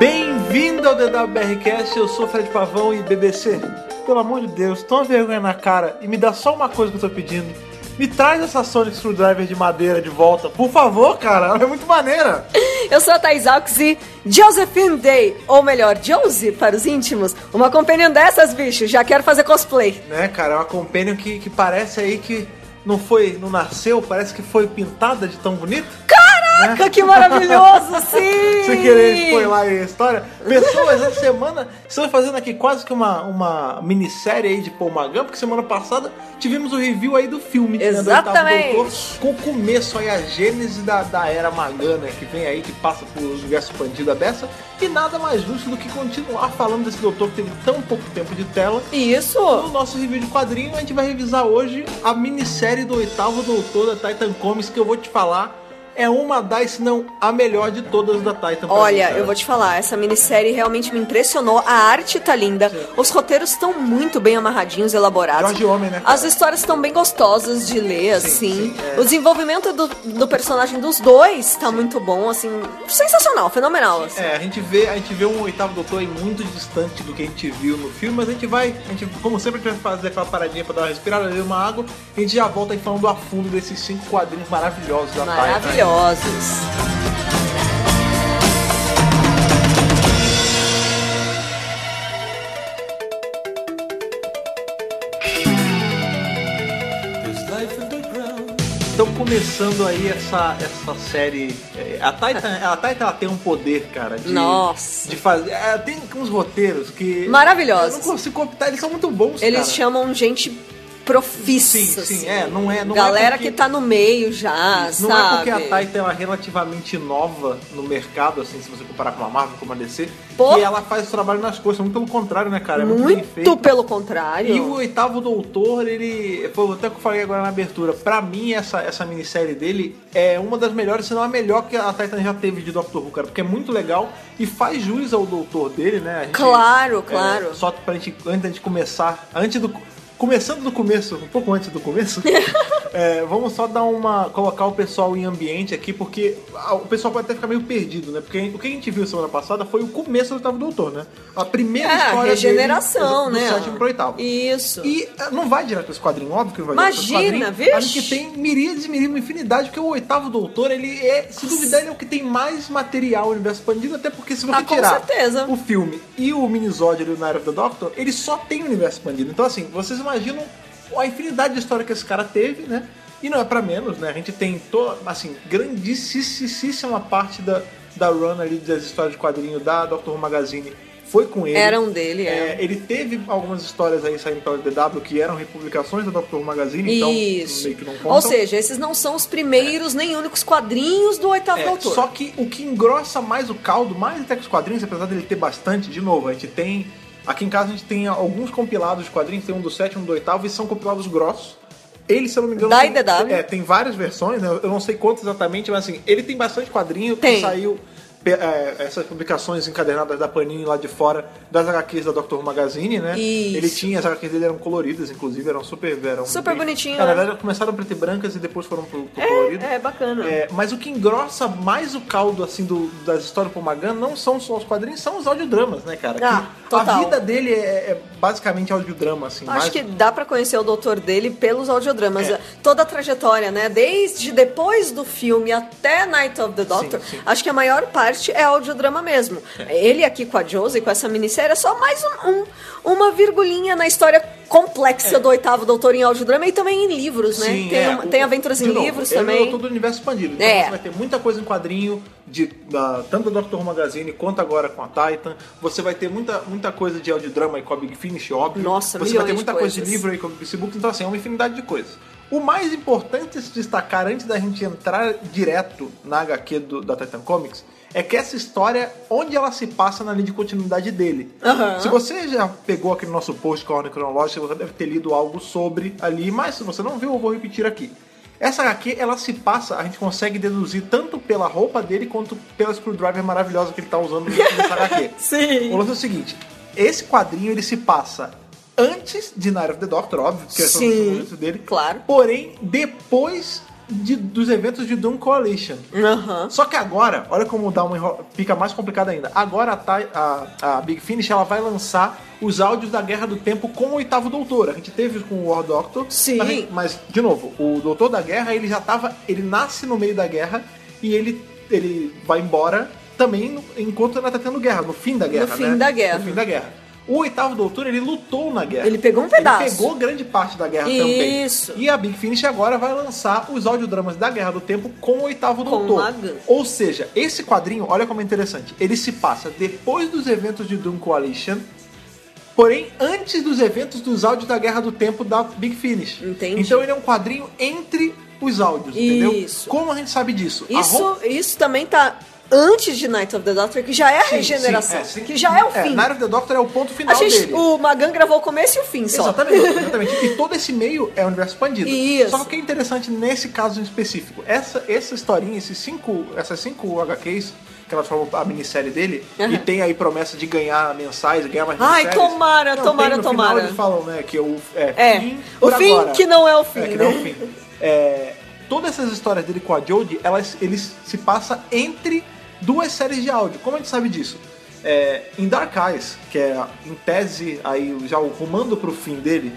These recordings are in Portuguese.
Bem-vindo ao DWBRCast, eu sou Fred Pavão e BBC. Pelo amor de Deus, toma vergonha na cara e me dá só uma coisa que eu tô pedindo. Me traz essa Sonic Screwdriver de madeira de volta, por favor, cara, ela é muito maneira. Eu sou a Thais Alves e Josephine Day, ou melhor, Josie para os íntimos. Uma companion dessas, bicho, já quero fazer cosplay. Né, cara, é uma companion que, que parece aí que não foi, não nasceu, parece que foi pintada de tão bonito. Caraca, que maravilhoso, sim! Sem querer spoiler aí a história. Pessoas, essa semana estamos fazendo aqui quase que uma, uma minissérie aí de Paul Magan, porque semana passada tivemos o review aí do filme. né, do Oitavo Exatamente. Doutor, com o começo aí, a gênese da, da era Magan, né, que vem aí, que passa por um universo expandido a dessa. E nada mais justo do que continuar falando desse doutor que teve tão pouco tempo de tela. No Isso! nosso review de quadrinho, a gente vai revisar hoje a minissérie do oitavo doutor da Titan Comics, que eu vou te falar, é uma das, se não a melhor de todas da Titan. pra mim, Olha, cara. eu vou te falar, essa minissérie realmente me impressionou. A arte tá linda, os roteiros estão muito bem amarradinhos, elaborados. Jorge Homem, né, cara? As histórias estão bem gostosas de ler, assim. sim, é. O desenvolvimento do, do personagem dos dois tá muito bom, assim. Sensacional, fenomenal. assim. É, a gente vê, a gente vê um oitavo doutor aí muito distante do que a gente viu no filme, mas a gente vai, a gente, como sempre, a gente vai fazer aquela paradinha pra dar uma respirada, beber uma água, e a gente já volta aí falando a fundo desses cinco quadrinhos maravilhosos da Titan. Maravilhosos. Então começando aí essa, essa série. é, A Titan, a Titan ela tem um poder, cara, de, Nossa. de fazer. é, tem uns roteiros que. Eu Maravilhosos. não consigo copiar, eles são muito bons, Eles cara. chamam gente profissa. Sim, sim, assim. é, não é. Não Galera é porque, que tá no meio já, Não sabe? é porque a Titan ela é relativamente nova no mercado, assim, se você comparar com a Marvel, com a DC, Pô. que ela faz o trabalho nas coisas, muito pelo contrário, né, cara? É muito, bem feito. Muito pelo contrário. E o oitavo doutor, ele. Foi até o que eu falei agora na abertura. Pra mim, essa, essa minissérie dele é uma das melhores, se não a melhor que a Titan já teve de Doctor Who, cara. Porque é muito legal e faz jus ao doutor dele, né? A gente- Claro, claro. é, só pra gente, antes da gente começar, antes do. Começando do começo, um pouco antes do começo, é, vamos só dar uma. colocar o pessoal em ambiente aqui, porque ah, o pessoal pode até ficar meio perdido, né? Porque o que a gente viu semana passada foi o começo do oitavo doutor, né? A primeira É, história. regeneração, dele, né? Do sétimo pro oitavo. Isso. E eh, não vai direto pros quadrinhos, óbvio que não vai Imagina, direto pros quadrinhos. vixe. Acho que tem miríades e miríades, uma infinidade, porque o oitavo doutor, ele é, se duvidar, ele é o que tem mais material no universo expandido, até porque se você Ah, com tirar certeza. o filme e o minisódio ali, o Night of the Doctor, ele só tem o universo expandido. Então, assim, vocês imaginam a infinidade de história que esse cara teve, né? E não é pra menos, né? A gente tem, to, assim, grandíssima parte da, da run ali das histórias de quadrinho da Doctor Who Magazine foi com ele. Era um dele, É, é. ele teve algumas histórias aí saindo pela DW que eram republicações da Doctor Who Magazine, então Isso. meio que não contam. Ou seja, esses não são os primeiros nem únicos quadrinhos do oitavo É, autor. só que o que engrossa mais o caldo, mais até que os quadrinhos, apesar dele ter bastante, de novo, a gente tem. Aqui em casa a gente tem alguns compilados de quadrinhos, tem um do sétimo, um do oitavo, e são compilados grossos. Ele, se eu não me engano, Da né? tem, IDW. é, tem várias versões, né? eu não sei quantos exatamente, mas assim, ele tem bastante quadrinho que Tem. saiu. pe- é, essas publicações encadernadas da Panini lá de fora, das HQs da Doctor Who Magazine, né? Isso. Ele tinha, as HQs dele eram coloridas, inclusive, eram super. Eram Super bonitinho, É, na né? verdade, começaram preto e brancas e depois foram pro, pro colorido. É, bacana. É, mas o que engrossa mais o caldo assim do- das histórias pro Magan não são só os quadrinhos, são os audiodramas, né, cara? Ah, Que A total. vida dele é, é basicamente audiodrama, assim. mais- Acho que dá pra conhecer o doutor dele pelos audiodramas. É. Toda a trajetória, né? Desde depois do filme até Night of the Doctor, Sim, É. sim. acho que a maior parte é audiodrama mesmo. Ele aqui com a Josie, com essa minissérie, é só mais um- um- uma virgulinha na história complexa do oitavo doutor em audiodrama e também em livros, né? É. Sim, tem, é, uma- o- tem aventuras de em novo, livros ele também. É todo o universo expandido. Então É. você vai ter muita coisa em quadrinho, de, da, tanto do Doctor Who Magazine quanto agora com a Titan. Você vai ter muita, muita coisa de audiodrama e com a Big Finish, óbvio. Você Nossa, vai ter milhões de muita coisa de coisas. livro aí com a BBC Books. Então, assim, é uma infinidade de coisas. O mais importante a se destacar antes da gente entrar direto na HQ do- da Titan Comics é que essa história, onde ela se passa na linha de continuidade dele. Aham. Se você já pegou aquele nosso post com a ordem cronológica, você deve ter lido algo sobre ali, mas se você não viu, eu vou repetir aqui. Essa HQ, ela se passa, a gente consegue deduzir tanto pela roupa dele quanto pela screwdriver maravilhosa que ele tá usando nessa HQ. Sim. O lance é o seguinte, esse quadrinho ele se passa antes de Night of the Doctor, óbvio, que é o Sim, momento dele. claro. Porém, depois de- dos eventos de Doom Coalition. Aham. Só que agora, olha como dá uma enro- fica mais complicado ainda. Agora a, Ti- a- a Big Finish ela vai lançar os áudios da Guerra do Tempo com o Oitavo Doutor. A gente teve com o War Doctor. Sim. Mas, a gente- mas, de novo, o Doutor da Guerra, ele já tava... Ele nasce no meio da guerra e ele, ele vai embora também no- enquanto ela tá tendo guerra. No fim da guerra, fim né? da guerra. No fim da guerra. O Oitavo Doutor, ele lutou na guerra. Ele pegou um pedaço. Ele pegou grande parte da guerra também. Isso. E a Big Finish agora vai lançar os audiodramas da Guerra do Tempo com o Oitavo Com Doutor. Magan. Ou seja, esse quadrinho, olha como é interessante, ele se passa depois dos eventos de Doom Coalition, porém antes dos eventos dos áudios da Guerra do Tempo da Big Finish. Entendi. Então ele é um quadrinho entre os áudios, entendeu? Isso. Como a gente sabe disso? A Isso, roupa- isso também tá antes de Night of the Doctor, que já é a Sim, regeneração, sim, é, sim. que já é o fim. Night of the Doctor é o ponto a final gente, dele. o Magan gravou o começo e o fim só. Exatamente, exatamente. E todo esse meio é o universo expandido. Isso. Só que o que é interessante nesse caso em específico, essa, essa historinha, esses cinco, essas cinco HQs, que elas formam a minissérie dele, Aham. e tem aí promessa de ganhar mensais, ganhar mais Ai, minisséries. tomara, Não, tomara, tem, no tomara. Final eles falam, né, que o é, É, fim o por fim agora. que não é o fim, É, que não né? é o fim. É, todas essas histórias dele com a Jodie, elas, eles se passam entre duas séries de áudio. Como a gente sabe disso? É, em Dark Eyes, que é em tese aí já o rumando pro fim dele,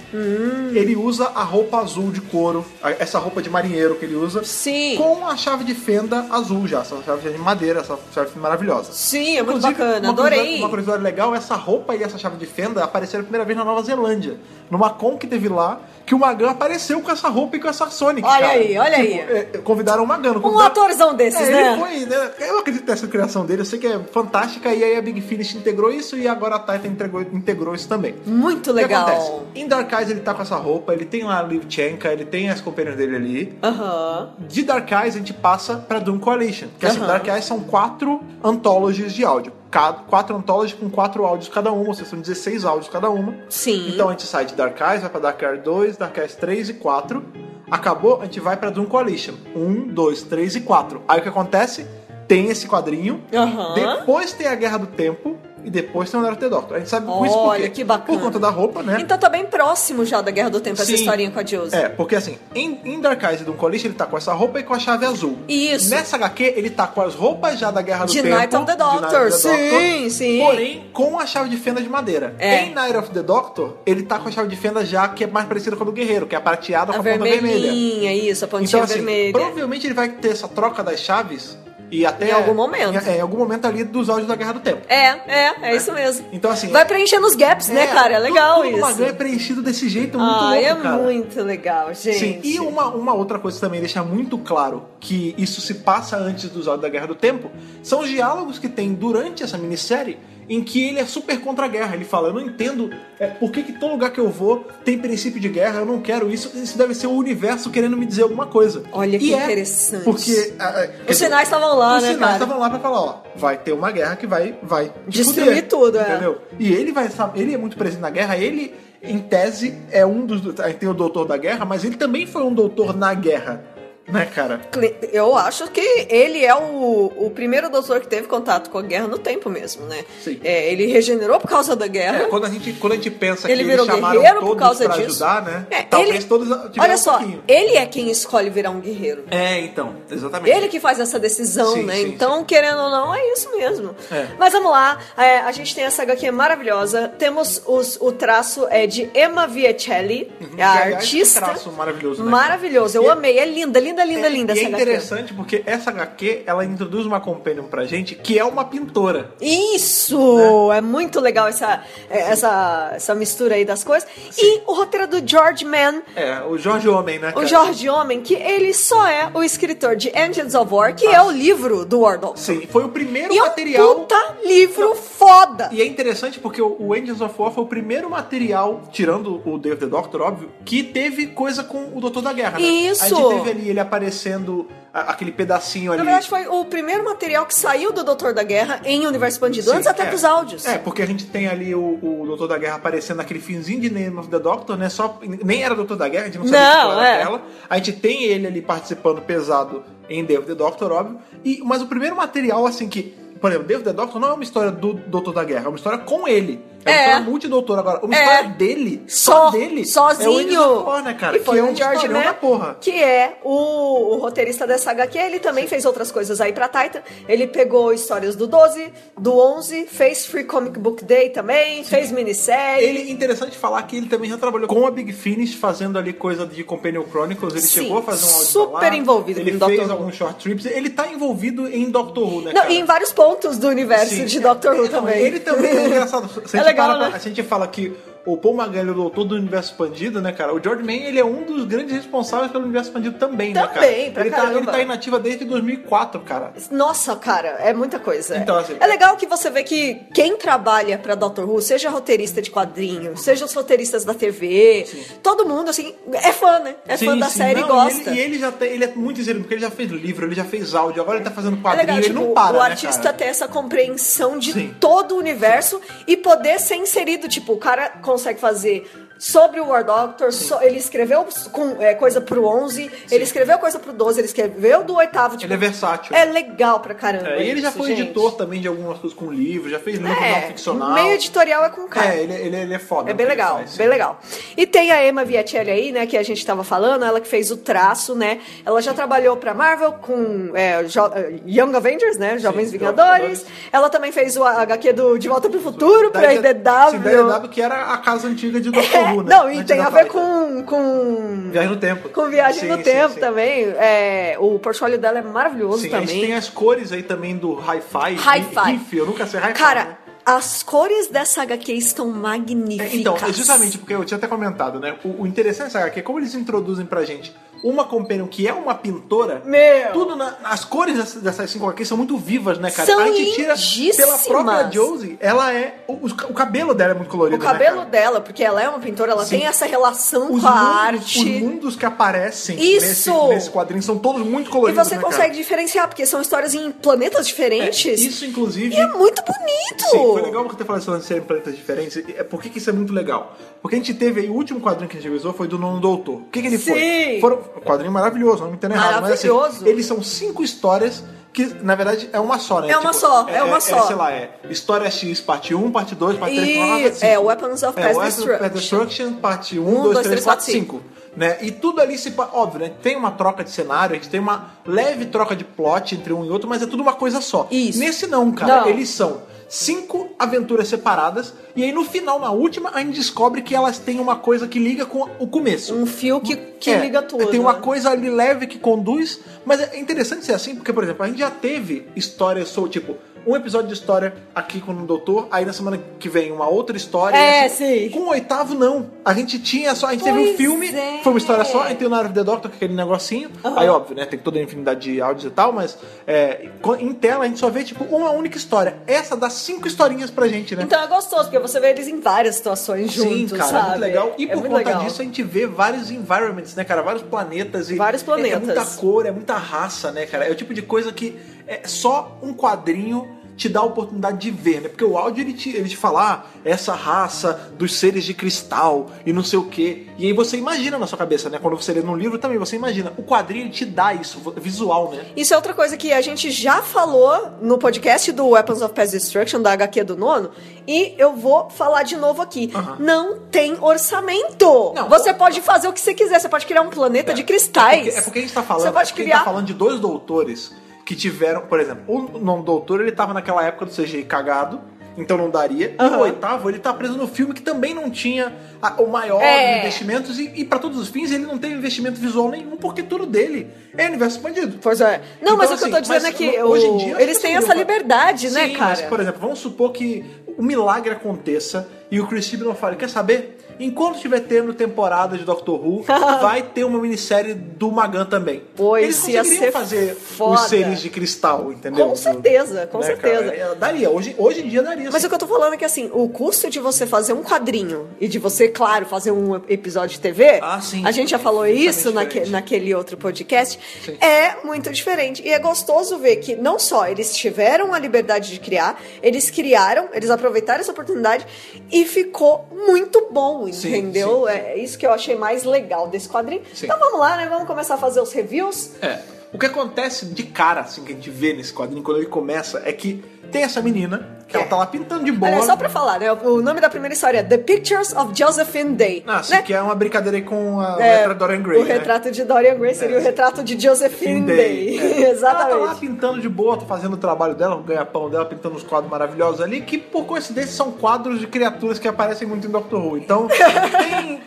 ele usa a roupa azul de couro, a- essa roupa de marinheiro que ele usa, Sim, com a chave de fenda azul já, essa chave de madeira, essa chave maravilhosa. sim, é muito Inclusive, bacana, uma curiosidade- adorei. Uma curiosidade legal, essa roupa e essa chave de fenda apareceram a primeira vez na Nova Zelândia. Numa con que teve lá, que o Magan apareceu com essa roupa e com essa Sonic. Olha cara. aí, olha aí. é, convidaram o Magan. não Um convidaram- atorzão desses, é, né? Ele foi, né? Eu acredito nessa criação dele, eu sei que é fantástica, e aí a Big Finish integrou isso e agora a Titan integrou, integrou isso também. Muito O que acontece? legal. Em Dark Eyes ele tá com essa roupa, ele tem lá a Livchenka, ele tem as companheiras dele ali Aham. de Dark Eyes a gente passa pra Doom Coalition. Que assim, Aham. Dark Eyes são quatro anthologies de áudio. Ca- Quatro anthologies com quatro áudios cada uma, ou seja, são 16 áudios cada uma. Sim. Então a gente sai de Dark Eyes, vai pra Dark Eyes 2, Dark Eyes 3 e 4. Acabou, a gente vai pra Doom Coalition. 1, 2, 3 e 4. Aí o que acontece? Tem esse quadrinho, Aham. depois tem a Guerra do Tempo e depois tem o Night of the Doctor. A gente sabe com isso por Olha, quê? que bacana. Por conta da roupa, né? Então tá bem próximo já da Guerra do Tempo, essa Sim. historinha com a Jose. É, porque assim, em, em Dark Eyes e Doom Coalition ele tá com essa roupa e com a chave azul. Isso. Nessa HQ ele tá com as roupas já da Guerra do De Tempo. Night of the de Night of the Doctor, sim, sim. Porém, com a chave de fenda de madeira. É. Em Night of the Doctor, ele tá com a chave de fenda já que é mais parecida com a do Guerreiro, que é a prateada a com a ponta vermelha. vermelhinha, isso, a pontinha Então assim, vermelha. provavelmente ele vai ter essa troca das chaves e até... Em algum momento. É, em algum momento ali dos áudios da Guerra do Tempo. É, é, é isso mesmo. Então assim... Vai preenchendo os gaps, né, cara? É legal tudo, tudo isso. Magan é preenchido desse jeito muito Ah, louco, é cara. muito legal, gente. Sim, e uma, uma outra coisa que também deixa muito claro que isso se passa antes dos áudios da Guerra do Tempo são os diálogos que tem durante essa minissérie em que ele é super contra a guerra. Ele fala: Eu não entendo é, por que, que todo lugar que eu vou tem princípio de guerra, eu não quero isso. Isso deve ser o universo querendo me dizer alguma coisa. Olha que E é, interessante. porque. ah, ah, quer Os dizer, sinais estavam lá, os né, sinais cara? estavam lá pra falar, ó, vai ter uma guerra que vai, vai te Destruir fuder, tudo, é. entendeu? E ele vai, sa- ele é muito presente na guerra. Ele, em tese, é um dos, aí tem o doutor da guerra, mas ele também foi um doutor na guerra, né, cara? Cle- Eu acho que ele é o, o primeiro doutor que teve contato com a guerra no tempo mesmo, né? Sim. É, ele regenerou por causa da guerra. É, quando a gente, quando a gente pensa Ele que virou eles chamaram guerreiro por todos causa pra disso. ajudar, né? É, Talvez ele- todos tiveram Olha um só, pouquinho. ele é quem escolhe virar um guerreiro. É, então, exatamente. Ele que faz essa decisão, Sim, né? sim, então, querendo ou não, é isso mesmo. É. Mas vamos lá, é, a gente tem essa HQ maravilhosa. Temos os- o traço é de Emma Viecelli, Uhum. é a Que, aliás, artista. Que traço maravilhoso, né? Maravilhoso, eu E- amei. É linda, linda, linda, É, linda e essa é interessante porque essa HQ ela introduz uma companion pra gente que é uma pintora. HQ. Né? Isso! É muito legal essa, é, essa, essa mistura aí das coisas. E o roteiro do George Mann, É, o Jorge Homem, né? o cara? George Homem, que ele só é o escritor de Engines of War, Ah, que é o livro do Wardle. Sim, foi o primeiro E é um material. puta livro foda! E é interessante porque o o Angels of War foi o primeiro material, tirando o Day of the Doctor, óbvio, que teve coisa com o Doutor da Guerra. né? Isso! A gente teve ali ele aparecendo, a- aquele pedacinho ali. Na verdade, foi o primeiro material que saiu do Doutor da Guerra em Universo Bandido, Sim, antes até é. dos áudios. É, porque a gente tem ali o, o Doutor da Guerra aparecendo naquele finzinho de Name of the Doctor, né? Só, nem era Doutor da Guerra, a gente não sabia Não, qual era é. ela. A gente tem ele ali participando pesado em Day of the Doctor, óbvio. E, mas o primeiro material, assim, que. Por exemplo, Day of the Doctor não é uma história do Doutor da Guerra, é uma história com ele. É É, uma história multidoutora. Agora, uma É. história dele, só só, dele, é o sozinho. Willis da Porra, né, cara? E foi que é o um George historião da Mann, porra. né? que é o, o roteirista dessa HQ. Ele também fez outras coisas aí pra Titan. Ele pegou histórias do 12, do 11, fez Free Comic Book Day também, fez minissérie. Ele, interessante falar que ele também já trabalhou com a Big Finish, fazendo ali coisa de Companion Chronicles. Ele Sim, chegou a fazer um áudio super pra lá, envolvido Ele com fez Dr. Who. alguns short trips. Ele tá envolvido em Doctor Who, né, Não, cara? e em vários pontos do universo Sim. de Doctor Who Não, também. Ele também é engraçado. Se a gente, É legal, para pra- né? se a gente fala que o Paul McGann é o doutor do universo expandido, né, cara? O George Mann, ele é um dos grandes responsáveis pelo universo expandido também, né, cara? Também, pra ele tá, ele caramba. tá inativa desde 2004, cara. Nossa, cara, é muita coisa. Então, assim- é legal que você vê que quem trabalha pra Doctor Who, seja roteirista de quadrinho, seja os roteiristas da TV, todo mundo, assim, é fã, né? É fã Sim, da sim. série Não, e gosta. E ele, e ele já tem, ele é muito inserido, porque ele já fez livro, ele já fez áudio, agora ele tá fazendo É quadrinho, legal, ele tipo, não para, o né, artista cara? ter essa compreensão de Sim. todo o universo e poder ser inserido. Tipo, o cara consegue fazer sobre o War Doctor, so- ele escreveu com, é, coisa pro 11, ele escreveu coisa pro 12, ele escreveu do oitavo. Tipo, Ele é versátil. É legal pra caramba. É, e ele já isso, foi gente. É, editor também de algumas coisas com livro, já fez livro não ficcional. meio editorial é com o cara. É, ele, ele, ele é foda. É bem no que ele legal, faz. bem legal. E tem a Emma Vietielli aí, né, que a gente tava falando, ela que fez o traço, né? Ela já trabalhou pra Marvel com é, Jo- eh, Young Avengers, né? Jovens Sim, Vingadores. Jovens Vingadores. Ela também fez o HQ do De Volta pro Futuro pra Daí- IDW. Sim, da IDW, que era a casa antiga de Doctor É, Who, né? não, e Antes tem da a ver Titan. com, com, Viagem no Tempo. com Viagem Sim, no sim, Tempo sim. também. É, o portfólio dela é maravilhoso Sim, a gente também. tem as cores aí também do Hi-Fi. Hi-Fi. Riff, eu nunca sei Hi-Fi. né? Cara, as cores dessa HQ estão É, magníficas. Então, é justamente porque eu tinha até comentado, né? O, o interessante é que como eles introduzem pra gente uma companion que é uma pintora, Meu. tudo na- as cores dessas, dessas cinco aqui são muito vivas, né, cara? São a gente tira lindíssimas. pela própria Josie, ela é o, os- o cabelo dela é muito colorido, O cabelo né, cara? dela, porque ela é uma pintora, ela Sim. tem essa relação Os com a mundos, os arte. mundos que aparecem nesse, Isso! nesse quadrinho são todos muito E coloridos. você né, consegue cara? É, diferenciar, porque são histórias em planetas diferentes. Isso, inclusive. E é muito bonito! Sim, foi legal você ter falado sobre serem planetas diferentes. E É, por que, que isso é muito legal? Porque a gente teve aí, o último quadrinho que a gente revisou foi do Nono Doutor. O que, que ele foi? Sim! Foram, um quadrinho maravilhoso, não me entendo errado. Mas, assim, Maravilhoso. eles são cinco histórias que, na verdade, é uma só, né? É uma só, é uma só. sei lá, é história X, parte 1, parte 2, parte 3, parte 4, E é Weapons of é, Past o Astro Pet Destruction. Destruction, parte Um, 1, 2, dois, 3, três, 4, quatro, 5. Né? E tudo ali se. pa- Óbvio, né? Tem uma troca de cenário, a gente tem uma leve troca de plot entre um e outro, mas é tudo uma coisa só. Isso. Nesse não, cara. Não. Eles são cinco aventuras separadas, e aí no final, na última, a gente descobre que elas têm uma coisa que liga com o começo. Um fio que, que É, liga tudo. Tem uma né? coisa ali leve que conduz, mas é interessante ser assim, porque, por exemplo, a gente já teve histórias, sou tipo, um episódio de história aqui com o doutor, aí na semana que vem uma outra história. É, e assim, sim. Com o oitavo, não. A gente tinha só, a gente teve Pois um filme, é. foi uma história só, aí tem o Night of the Doctor, que é aquele negocinho. Aí, óbvio, né, tem toda a infinidade de áudios e tal, mas é, em tela a gente só vê, tipo, uma única história. Essa dá cinco historinhas pra gente, né? Então é gostoso, porque você vê eles em várias situações juntos, Sim, cara, sabe? é muito legal. E É por muito conta legal. disso a gente vê vários environments, né, cara? Vários planetas e. Vários é- planetas. É, muita cor, é muita raça, né, cara? É o tipo de coisa que é só um quadrinho te dá a oportunidade de ver, né? Porque o áudio ele te, ele te fala ah, essa raça dos seres de cristal e não sei o quê. E aí você imagina na sua cabeça, né? Quando você lê num livro também, você imagina. O quadrinho ele te dá isso, visual, né? Isso é outra coisa que a gente já falou no podcast do Weapons of Past Destruction, da HQ do nono, e eu vou falar de novo aqui. Aham. Não tem orçamento! Não, você pô- pode fazer o que você quiser, você pode criar um planeta de É porque, cristais. é porque a gente tá falando, Você pode é porque a gente criar. tá falando de dois doutores que tiveram, por exemplo, o nono doutor ele tava naquela época do CGI cagado, então não daria. E Aham. o oitavo ele tá preso no filme que também não tinha a- o maior É. dos investimentos e, e para todos os fins ele não teve investimento visual nenhum porque tudo dele é universo expandido. Pois é. Não, Então, mas o que assim, eu tô dizendo mas é que no- hoje em o- dia, eles assim, têm eu- essa liberdade, né, Sim, cara? Mas, por exemplo, vamos supor que o milagre aconteça e o Chris Chibnall fale, quer saber? Enquanto estiver tendo temporada de Doctor Who, vai ter uma minissérie do Magan também. Pois, Eles ia conseguiriam ser fazer foda. os seres de cristal, entendeu? Com certeza, com Né, certeza. cara? É, Daria, hoje, hoje em dia daria. Mas sim. o que eu tô falando é que, assim, o custo de você fazer um quadrinho e de você, claro, fazer um episódio de TV, Ah, sim. a gente já falou É isso completamente naque, diferente. naquele outro podcast, Sim. é muito diferente. E é gostoso ver que não só eles tiveram a liberdade de criar, eles criaram, eles aproveitaram essa oportunidade e ficou muito bom, Sim, entendeu? sim, É isso que eu achei mais legal desse quadrinho. Sim. Então vamos lá, né? Vamos começar a fazer os reviews. É. O que acontece de cara, assim, que a gente vê nesse quadrinho, quando ele começa, é que tem essa menina, Que ela tá lá pintando de bola. Olha, só pra falar, né? O nome da primeira história é The Pictures of Josephine Day. Ah, se né? quer uma brincadeira aí com a É, letra Dorian Gray, O né? retrato de Dorian Gray seria o retrato de Josephine Fim Day. É. Ela tá lá Exatamente. pintando de boa, tá fazendo o trabalho dela, o ganha-pão dela, pintando uns quadros maravilhosos ali, que por coincidência são quadros de criaturas que aparecem muito em Doctor Who. Então,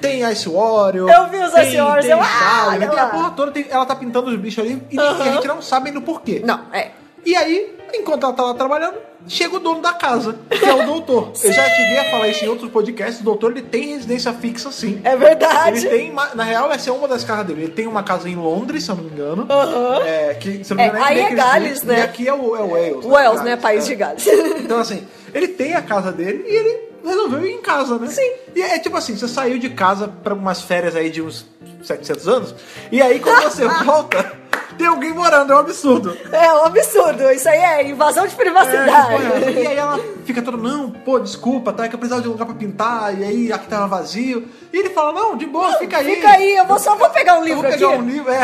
tem, tem Ice Warrior. Eu vi os tem- Ice Warriors, tem eu- ah, Saga, olha tem a lá. porra toda, tem- ela tá pintando os bichos ali e Aham. a gente não sabe ainda o porquê. Não, é. E aí, enquanto ela tá lá trabalhando, chega o dono da casa, que é o doutor. Eu já cheguei a falar isso em outros podcasts, o doutor ele tem residência fixa sim. É verdade. Ele tem, ma- na real, essa é uma das casas dele. Ele tem uma casa em Londres, se eu não me engano. Aham. É, que, se eu não me É, engano, aí é Bakersfield, Gales, né? E aqui é o é o Wales. Wales, né? Gales, País é. de Gales. Então, assim, ele tem a casa dele e ele resolveu ir em casa, né? Sim. E é tipo assim, você saiu de casa pra umas férias aí de uns 700 anos, e aí quando você volta, tem alguém morando, é um absurdo. É um absurdo. Isso aí é invasão de privacidade. É, e aí ela fica toda, não, pô, desculpa, tá? É que eu precisava de um lugar pra pintar, e aí aqui tava vazio. E ele fala, não, de boa, fica aí. Fica aí, eu vou só vou pegar um Eu livro vou aqui. pegar um livro, é.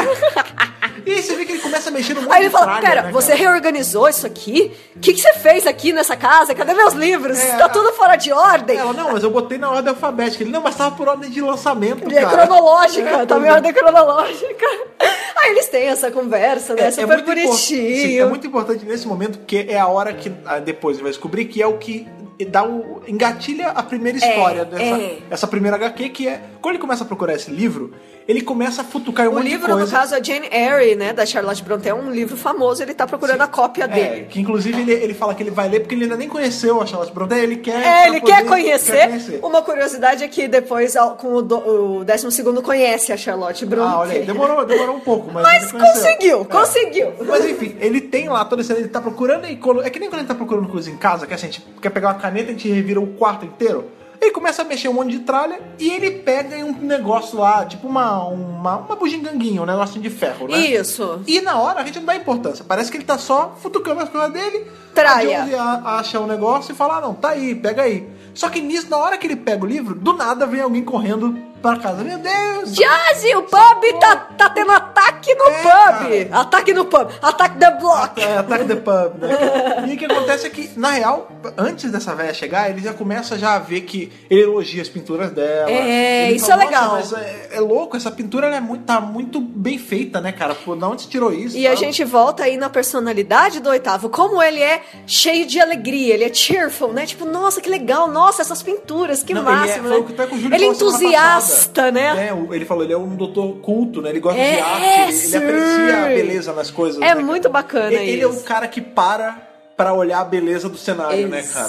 E aí você vê que ele começa a mexer no monte Aí ele de fala, praga, pera, né, você cara? reorganizou isso aqui? O que, que você fez aqui nessa casa? Cadê meus livros? É, tá a- É, tudo fora de ordem? Ela, não, mas eu botei na ordem alfabética. Ele, não, mas tava por ordem de lançamento, É cara. cronológica, É, tá pois minha é. ordem cronológica. Aí eles têm essa conversa, né? Super É, muito impor- Sim, bonitinho. é muito importante nesse momento, porque é a hora que ah, depois ele vai descobrir que é o que dá o. engatilha a primeira história dessa é. essa primeira HQ, que é. Quando ele começa a procurar esse livro, ele começa a futucar um O monte de livro, coisa. no caso, é Jane Eyre, né? Da Charlotte Brontë. É um livro famoso, ele tá procurando a cópia É, dele. que inclusive ele, ele fala que ele vai ler porque ele ainda nem conheceu a Charlotte Brontë, ele quer. É, ele pra quer poder- conhecer. quer conhecer. Uma curiosidade é que depois, ao- com o, do, o 12 conhece a Charlotte Brontë. Ah, olha aí, demorou, demorou um pouco, mas. Mas ele conheceu. conseguiu, É. conseguiu. Mas enfim, ele tem lá toda essa. Ele tá procurando e quando- É que nem quando ele tá procurando coisa em casa, que assim, a gente quer pegar uma caneta e a gente revira o quarto inteiro. Ele começa a mexer um monte de tralha e ele pega em um negócio lá, tipo uma, uma, uma bugiganguinha, um negocinho de ferro, né? Isso. E na hora a gente não dá importância. Parece que ele tá só futucando as coisas dele. Tralha. A Josie a- acha um negócio e fala: ah, não, tá aí, pega aí. Só que nisso, na hora que ele pega o livro, do nada vem alguém correndo pra casa. Meu Deus! Jazzy, o pub tá, tá tendo ataque no É, pub. Ataque no pub. Ataque the block. É, Attack the Pub, né? E o que acontece é que, na real, antes dessa velha chegar, ele já começa já a ver que ele elogia as pinturas dela. É, Ele isso fala, é legal. "Nossa, Mas é, é louco, essa pintura ela é muito, tá muito bem feita, né, cara? Pô, da onde você tirou isso? E a sabe? gente volta aí na personalidade do oitavo, como ele é cheio de alegria, ele é cheerful, né? Tipo, nossa, que legal, nossa, essas pinturas, que Não, ele é, máximo, foi o né? que até com o Júlio ele é falou semana entusiasta, passada. né? É, o- ele falou, ele é um doutor culto, né? Ele gosta É, de arte, ele, ele sim. aprecia a beleza nas coisas. É né, cara? muito bacana ele, Ele é um isso. cara que para pra olhar a beleza do cenário, né, cara?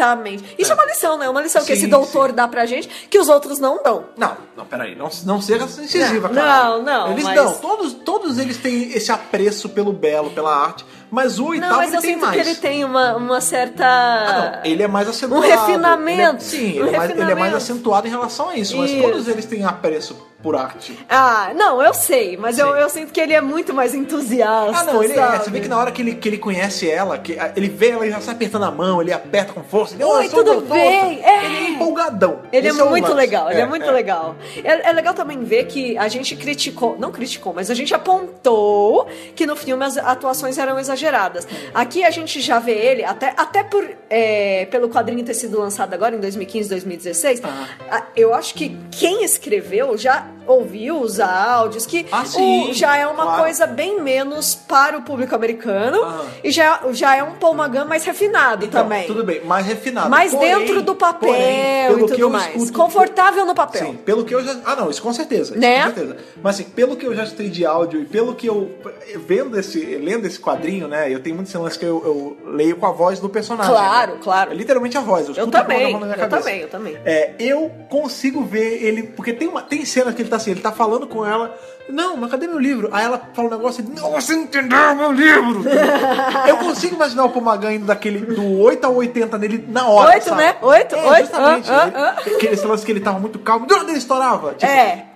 Exatamente. Isso é. uma lição, né? Uma lição que Sim, esse doutor dá pra gente, que os outros não dão. Não, não, peraí, não, não seja incisiva, Não, cara. não, não, Eles mas- dão, todos, todos eles têm esse apreço pelo belo, pela arte, mas o oitavo Não, mas ele eu tem sinto mais. que ele tem uma, uma certa. Ah, não, ele é mais acentuado. Um refinamento, Ele é- sim, um ele, é mais, ele é mais refinamento. acentuado em relação a isso, mas Isso. todos eles têm apreço por arte. Ah, não, eu sei, mas eu, Sim. eu sinto que ele é muito mais entusiasta. Ah, não, ele é. sabe? Você vê que na hora que ele, que ele conhece ela, que a- ele vê ela e já sai apertando a mão, ele aperta com força. Ele, Oi, "Olha, sou tudo doutor." bem? É. Ele é empolgadão. Ele Esse é o muito lance. legal, ele é, muito legal. É, é legal também ver que a gente criticou, não criticou, mas a gente apontou que no filme as atuações eram exageradas. Aqui a gente já vê ele, até, até por, é, pelo quadrinho ter sido lançado agora em 2015, 2016, Ah. a- eu acho que quem escreveu já ouviu os áudios, que Ah, sim, o- já é uma claro. coisa bem menos para o público americano Ah. e já, já é um Paul Magan mais refinado Então, também. Tudo bem, mais refinado. Mas Porém- dentro do papel porém, pelo e que eu tudo mais. escuto- Confortável no papel. Sim, pelo que eu já. Ah, não, isso com certeza. isso Né? com certeza. Mas assim, pelo que eu já escutei de áudio e pelo que eu. eh, Vendo esse. Lendo esse quadrinho, né? Eu tenho muitos lances que eu, eu leio com a voz do personagem. Claro, né? claro. É Literalmente a voz. Eu, Eu escuto a também, palavra na minha eu cabeça. também, eu também. É, eu consigo ver ele. Porque tem, uma, tem cenas que ele tá assim, ele tá falando com ela. Não, mas cadê meu livro? Aí ela fala um negócio e não, você não entendeu meu livro! eu consigo imaginar o Pomagan indo daquele do 8 ao 80 nele na hora. Oito, sabe? né? Oito, é, oito, Justamente. ah, ele- ah, ah. Aquele lance que ele tava muito calmo, de onde ele estourava? Tipo, É.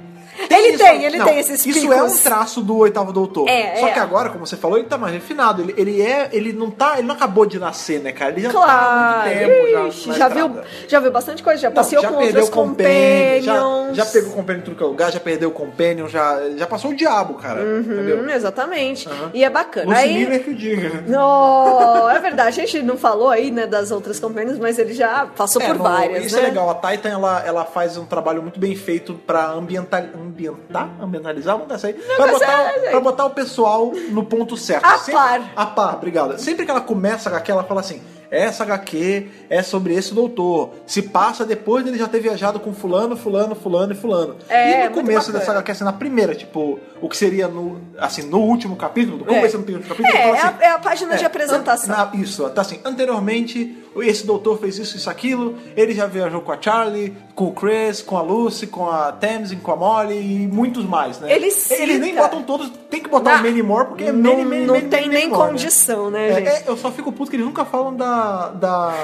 Ele tem, ele tem esses Isso picos. é um traço do oitavo doutor. É, Só é. que agora, como você falou, ele tá mais refinado. Ele, ele é. Ele não tá. Ele não acabou de nascer, né, cara? Ele já tá Claro. há muito tempo já. Ixi, na já, estrada. viu, já viu bastante coisa, já Não, passeou já com perdeu outras o companion, companions. já, já pegou o companion em tudo que é lugar, já perdeu o companion, já, já passou o diabo, cara. Hum, Entendeu? exatamente. Aham. E é bacana. Lucy Aí, Miller que o diga, né? Não, é verdade. A gente não falou aí, né, das outras companhias, mas ele já passou É, por no- várias, Isso né? é legal. A Titan ela, ela faz um trabalho muito bem feito pra ambiental, ambientar, ambientalizar, vamos dessa aí. Pra mas botar, é, gente. pra botar o pessoal no ponto certo. A par. A par, obrigado. Sempre que ela começa a HQ, ela fala assim. Essa HQ é sobre esse doutor. Se passa depois dele já ter viajado com fulano, fulano, fulano e fulano. É, e no muito começo bacana. dessa HQ, assim, na primeira, tipo, o que seria no, assim, no último capítulo, como É. vai ser no último capítulo, É, fala é assim, a, é a página de é, apresentação. an- na- isso, tá assim, anteriormente, esse doutor fez isso, isso, aquilo, ele já viajou com a Charlie, com o Chris, com a Lucy, com a Tamsin, com a Molly e muitos mais, né? Ele cita. Eles nem botam todos, tem que botar Na- o Manny Moore, porque é não, Manny, Manny, não Manny, tem Manny nem Moore, né? condição, né, É, gente? é, eu só fico puto que eles nunca falam da. da.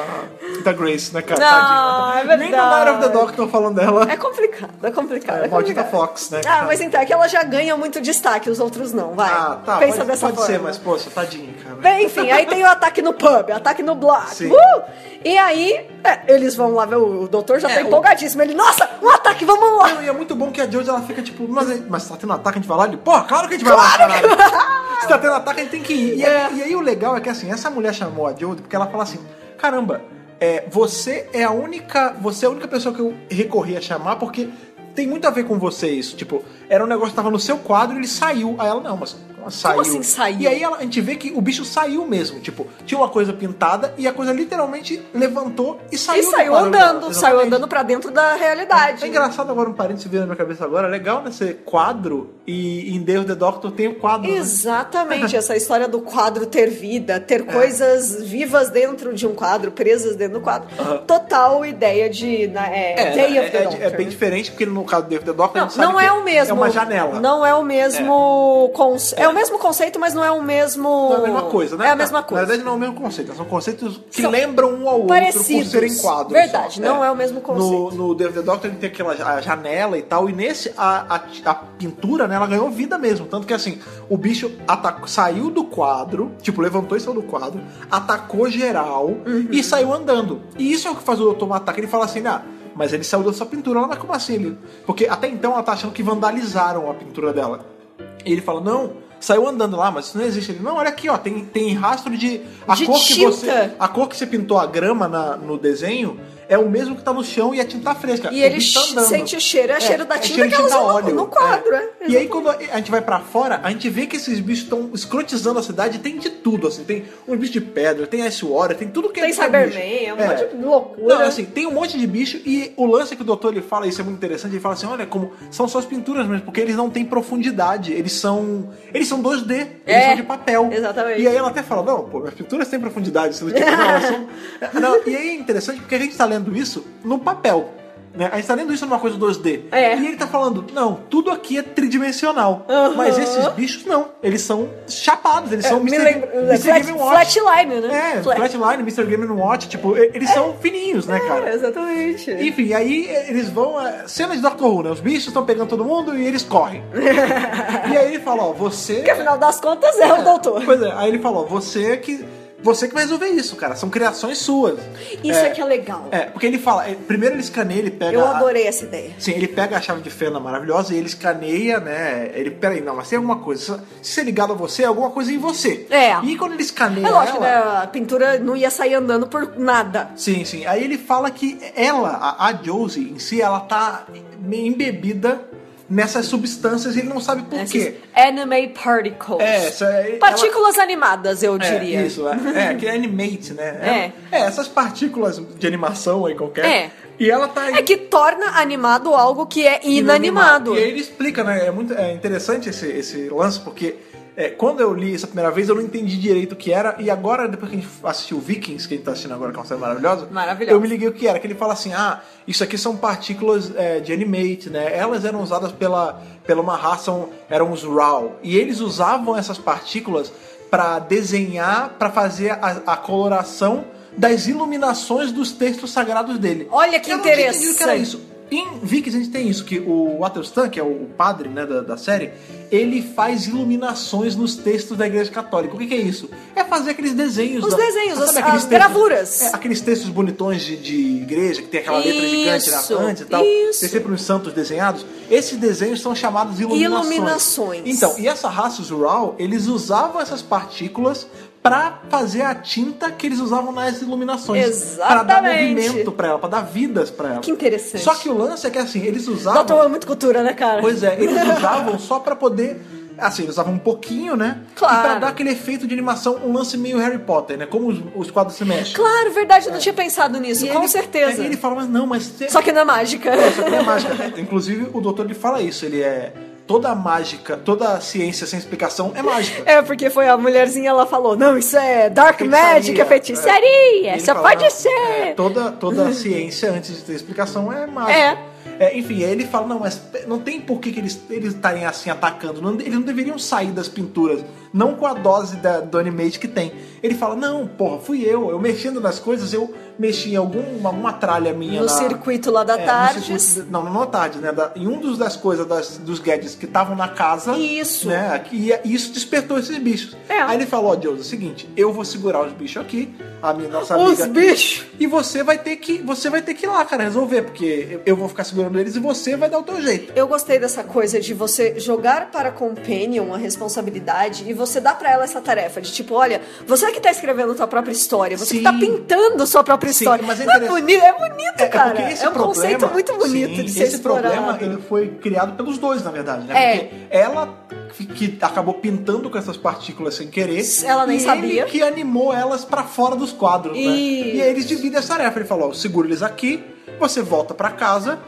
da Grace, né, cara? Não, Tadinha. é Nem no Night of the verdade. Doctor falam dela. É complicado, é complicado. É, É, maldita complicado. Fox, né? Ah, mas então, é que ela já ganha muito destaque, os outros não, vai. Ah, tá. Pensa pode dessa pode forma. ser, mas, poxa, tadinha, cara. Bem, enfim, aí tem o ataque no pub, ataque no bloco. Sim. Uh! E aí, é, eles vão lá ver o doutor, já É, tá o- empolgadíssimo. Ele, nossa, um ataque, vamos lá! Não, e é muito bom que a Jones ela fica tipo, mas, mas tá tendo ataque, a gente vai lá? Ele, porra, claro que a gente vai lá, caralho. Se tá tendo ataque, a gente tem que ir. E, aí- e aí o legal é que assim, essa mulher chamou a Jones porque ela fala assim: caramba, é, você é a única. Você é a única pessoa que eu recorri a chamar porque tem muito a ver com você isso. Tipo, era um negócio que tava no seu quadro e ele saiu. Aí ela, não, mas. como Saiu. assim saiu? E aí ela- a gente vê que o bicho saiu mesmo. Tipo, tinha uma coisa pintada e a coisa literalmente levantou e saiu. e do saiu quadro dela. andando, saiu Exatamente. andando pra dentro da realidade. É engraçado agora um parênteses veio na minha cabeça agora. Legal nesse quadro e em Deus the Doctor tem o quadro. né? Exatamente, essa história do quadro ter vida, É. ter coisas vivas dentro de um quadro, presas dentro do quadro. Aham. Total ideia de na- é, Day of the é- é- Doctor. é bem diferente, porque no caso do Deus the Doctor a Não, gente sabe não que é o mesmo. É uma janela. Não é o mesmo conceito. É. o mesmo conceito, mas não é o mesmo. Não é a mesma coisa, né? É a cara? mesma coisa. Na verdade, não é o mesmo conceito. São conceitos que São lembram um ao outro por parecidos. serem quadros. Verdade, só. não é o mesmo conceito. No, no Deus the Doctor ele tem aquela ja- a janela e tal, e nesse a, a, a pintura, né, ela ganhou vida mesmo. Tanto que assim, o bicho atacou, saiu do quadro, tipo, levantou e saiu do quadro, atacou geral Uhum. e saiu andando. E isso é o que faz o doutor matar, que ele fala assim, ah. Mas ele saiu da sua pintura, ela, mas como assim? Ele... Porque até então ela tá achando que vandalizaram a pintura dela. E ele fala, não, saiu andando lá, mas isso não existe. Ele, não, olha aqui, ó, tem, tem rastro de. A De cor que tinta. você. A cor que você pintou a grama na- no desenho é o mesmo que tá no chão e a tinta tá fresca. E O ele bicho tá ch- andando. sente o cheiro, é, É, cheiro da é tinta cheiro de que ela tinta usou óleo, no, no quadro, é. E aí, quando a gente vai pra fora, a gente vê que esses bichos estão escrotizando a cidade, tem de tudo, assim. Tem uns bichos de pedra, tem Ice Water, tem tudo que Tem é bicho. Cyberman, é um monte de loucura. Não, assim, tem um monte de bicho e o lance é que o doutor ele fala, isso é muito interessante, ele fala assim, olha, como são só as pinturas mesmo, porque eles não têm profundidade, eles são. Eles são 2D, eles É, são de papel. exatamente. E aí ela até fala, não, pô, as pinturas têm profundidade, sendo tipo, não, elas são. Não, e aí é interessante porque a gente tá lendo isso no papel. Né? A gente tá lendo isso numa coisa 2D. É. E ele tá falando, não, tudo aqui é tridimensional. Aham. Mas esses bichos não. Eles são chapados, eles É, são me Mr. lembra- Mr. flat- Game Watch. Flatline, né? É, Flat- Flatline, Mr. Game Watch, tipo, e- eles são fininhos, né, É, cara? exatamente. Enfim, aí eh, eles vão. eh, Cena de Doctor Who, né? Os bichos estão pegando todo mundo e eles correm. e aí ele fala, ó, você. Porque afinal das contas é o doutor. Pois é, aí ele falou, você que. Você que vai resolver isso, cara. São criações suas. Isso é, que é legal. É, porque ele fala, eh, primeiro ele escaneia, ele pega. Eu a- adorei essa ideia. Sim, ele pega a chave de fenda maravilhosa e ele escaneia, né? Ele, peraí, não, mas tem alguma coisa. Se é ligado a você, é alguma coisa em você. É. E quando ele escaneia. É lógico, ela, né? A pintura não ia sair andando por nada. Sim, sim. Aí ele fala que ela, a, a Josie em si, ela tá meio embebida nessas substâncias e ele não sabe por Esses quê. Anime particles. É, essa- ela- Partículas animadas, eu diria. É, isso, é, é, que é animate, né? É. essas partículas de animação aí qualquer. É. E ela tá aí. É que torna animado algo que é inanimado. E aí ele explica, né? É muito é interessante esse, esse lance, porque é, quando eu li essa primeira vez, eu não entendi direito o que era, e agora, depois que a gente assistiu Vikings, que a gente tá assistindo agora, que é uma série maravilhosa, Maravilhosa. eu me liguei o que era, que ele fala assim, ah, isso aqui são partículas é, de animate, né? Elas eram usadas pela, pela uma raça, um- eram os Raw, e eles usavam essas partículas pra desenhar, pra fazer a, a coloração das iluminações dos textos sagrados dele. Olha que Eu não tinha entendido que era interessante. isso. Em Vikings a gente tem isso, que o Athelstan, que é o padre né, da, da série, ele faz iluminações nos textos da igreja católica. O que, que é isso? É fazer aqueles desenhos. Os da- desenhos, sabe as- aqueles as gravuras. é, aqueles textos bonitões de, de igreja, que tem aquela letra gigante na Isso, frente e tal. isso. Tem sempre uns santos desenhados. Esses desenhos são chamados iluminações. Iluminações. Então, e essa raça, os Ural, eles usavam essas partículas pra fazer a tinta que eles usavam nas iluminações. Pra dar Exatamente. movimento pra ela, pra dar vidas pra ela. Que interessante. Só que o lance é que assim, eles usavam. Doutor é muito cultura, né, cara? Pois é, eles usavam só pra poder. Assim, eles usavam um pouquinho, né? Claro. E pra dar aquele efeito de animação, um lance meio Harry Potter, né? Como os, os quadros se mexem. Claro, verdade, eu não tinha pensado nisso, É. E com ele- certeza. E ele fala, mas não, mas. Te... Só que não é mágica. Só que não é mágica. Inclusive, o doutor ele fala isso, ele é. Toda mágica, toda ciência sem explicação é mágica. É, porque foi a mulherzinha, ela falou: Não, isso é Dark Feitiçaria, Magic, é E feitiçaria, ele só fala, pode "Ah, é, ser. toda, toda a ciência, antes de ter explicação, é mágica. É. É, enfim, aí ele fala, não, mas pe- não tem por que, que eles eles estarem assim atacando. Não- eles não deveriam sair das pinturas. Não com a dose da, do Animate que tem. Ele fala, não, porra, fui eu. Eu mexendo nas coisas, eu mexi em alguma, alguma tralha minha no na- circuito lá da é, no Tardes. circuito- não, não na tarde, né? Da- em um dos das coisas das- dos gadgets que estavam na casa. Isso. Né, que- e isso despertou esses bichos. É. Aí ele falou, ó, Deus, é o seguinte, eu vou segurar os bichos aqui, a minha nossa Os amiga. bichos. E você vai ter que. Você vai ter que ir lá, cara, resolver, porque eu- eu vou ficar segurando eles e você vai dar o teu jeito. Eu gostei dessa coisa de você jogar para a Companion a responsabilidade e você dá pra ela essa tarefa de tipo, olha, você que tá escrevendo tua própria história, você que Sim. tá pintando sua própria Sim, história. mas é Não interessante- bonito, é bonito, cara. porque É, um conceito muito bonito sim, de ser Esse explorado. problema ele foi criado pelos dois, na verdade, né? É. Porque ela que- que acabou pintando com essas partículas sem querer. Ela nem e sabia. Ele que animou elas pra fora dos quadros, né? Isso. E aí eles dividem essa tarefa. Ele falou: ó, segura eles aqui, você volta pra casa.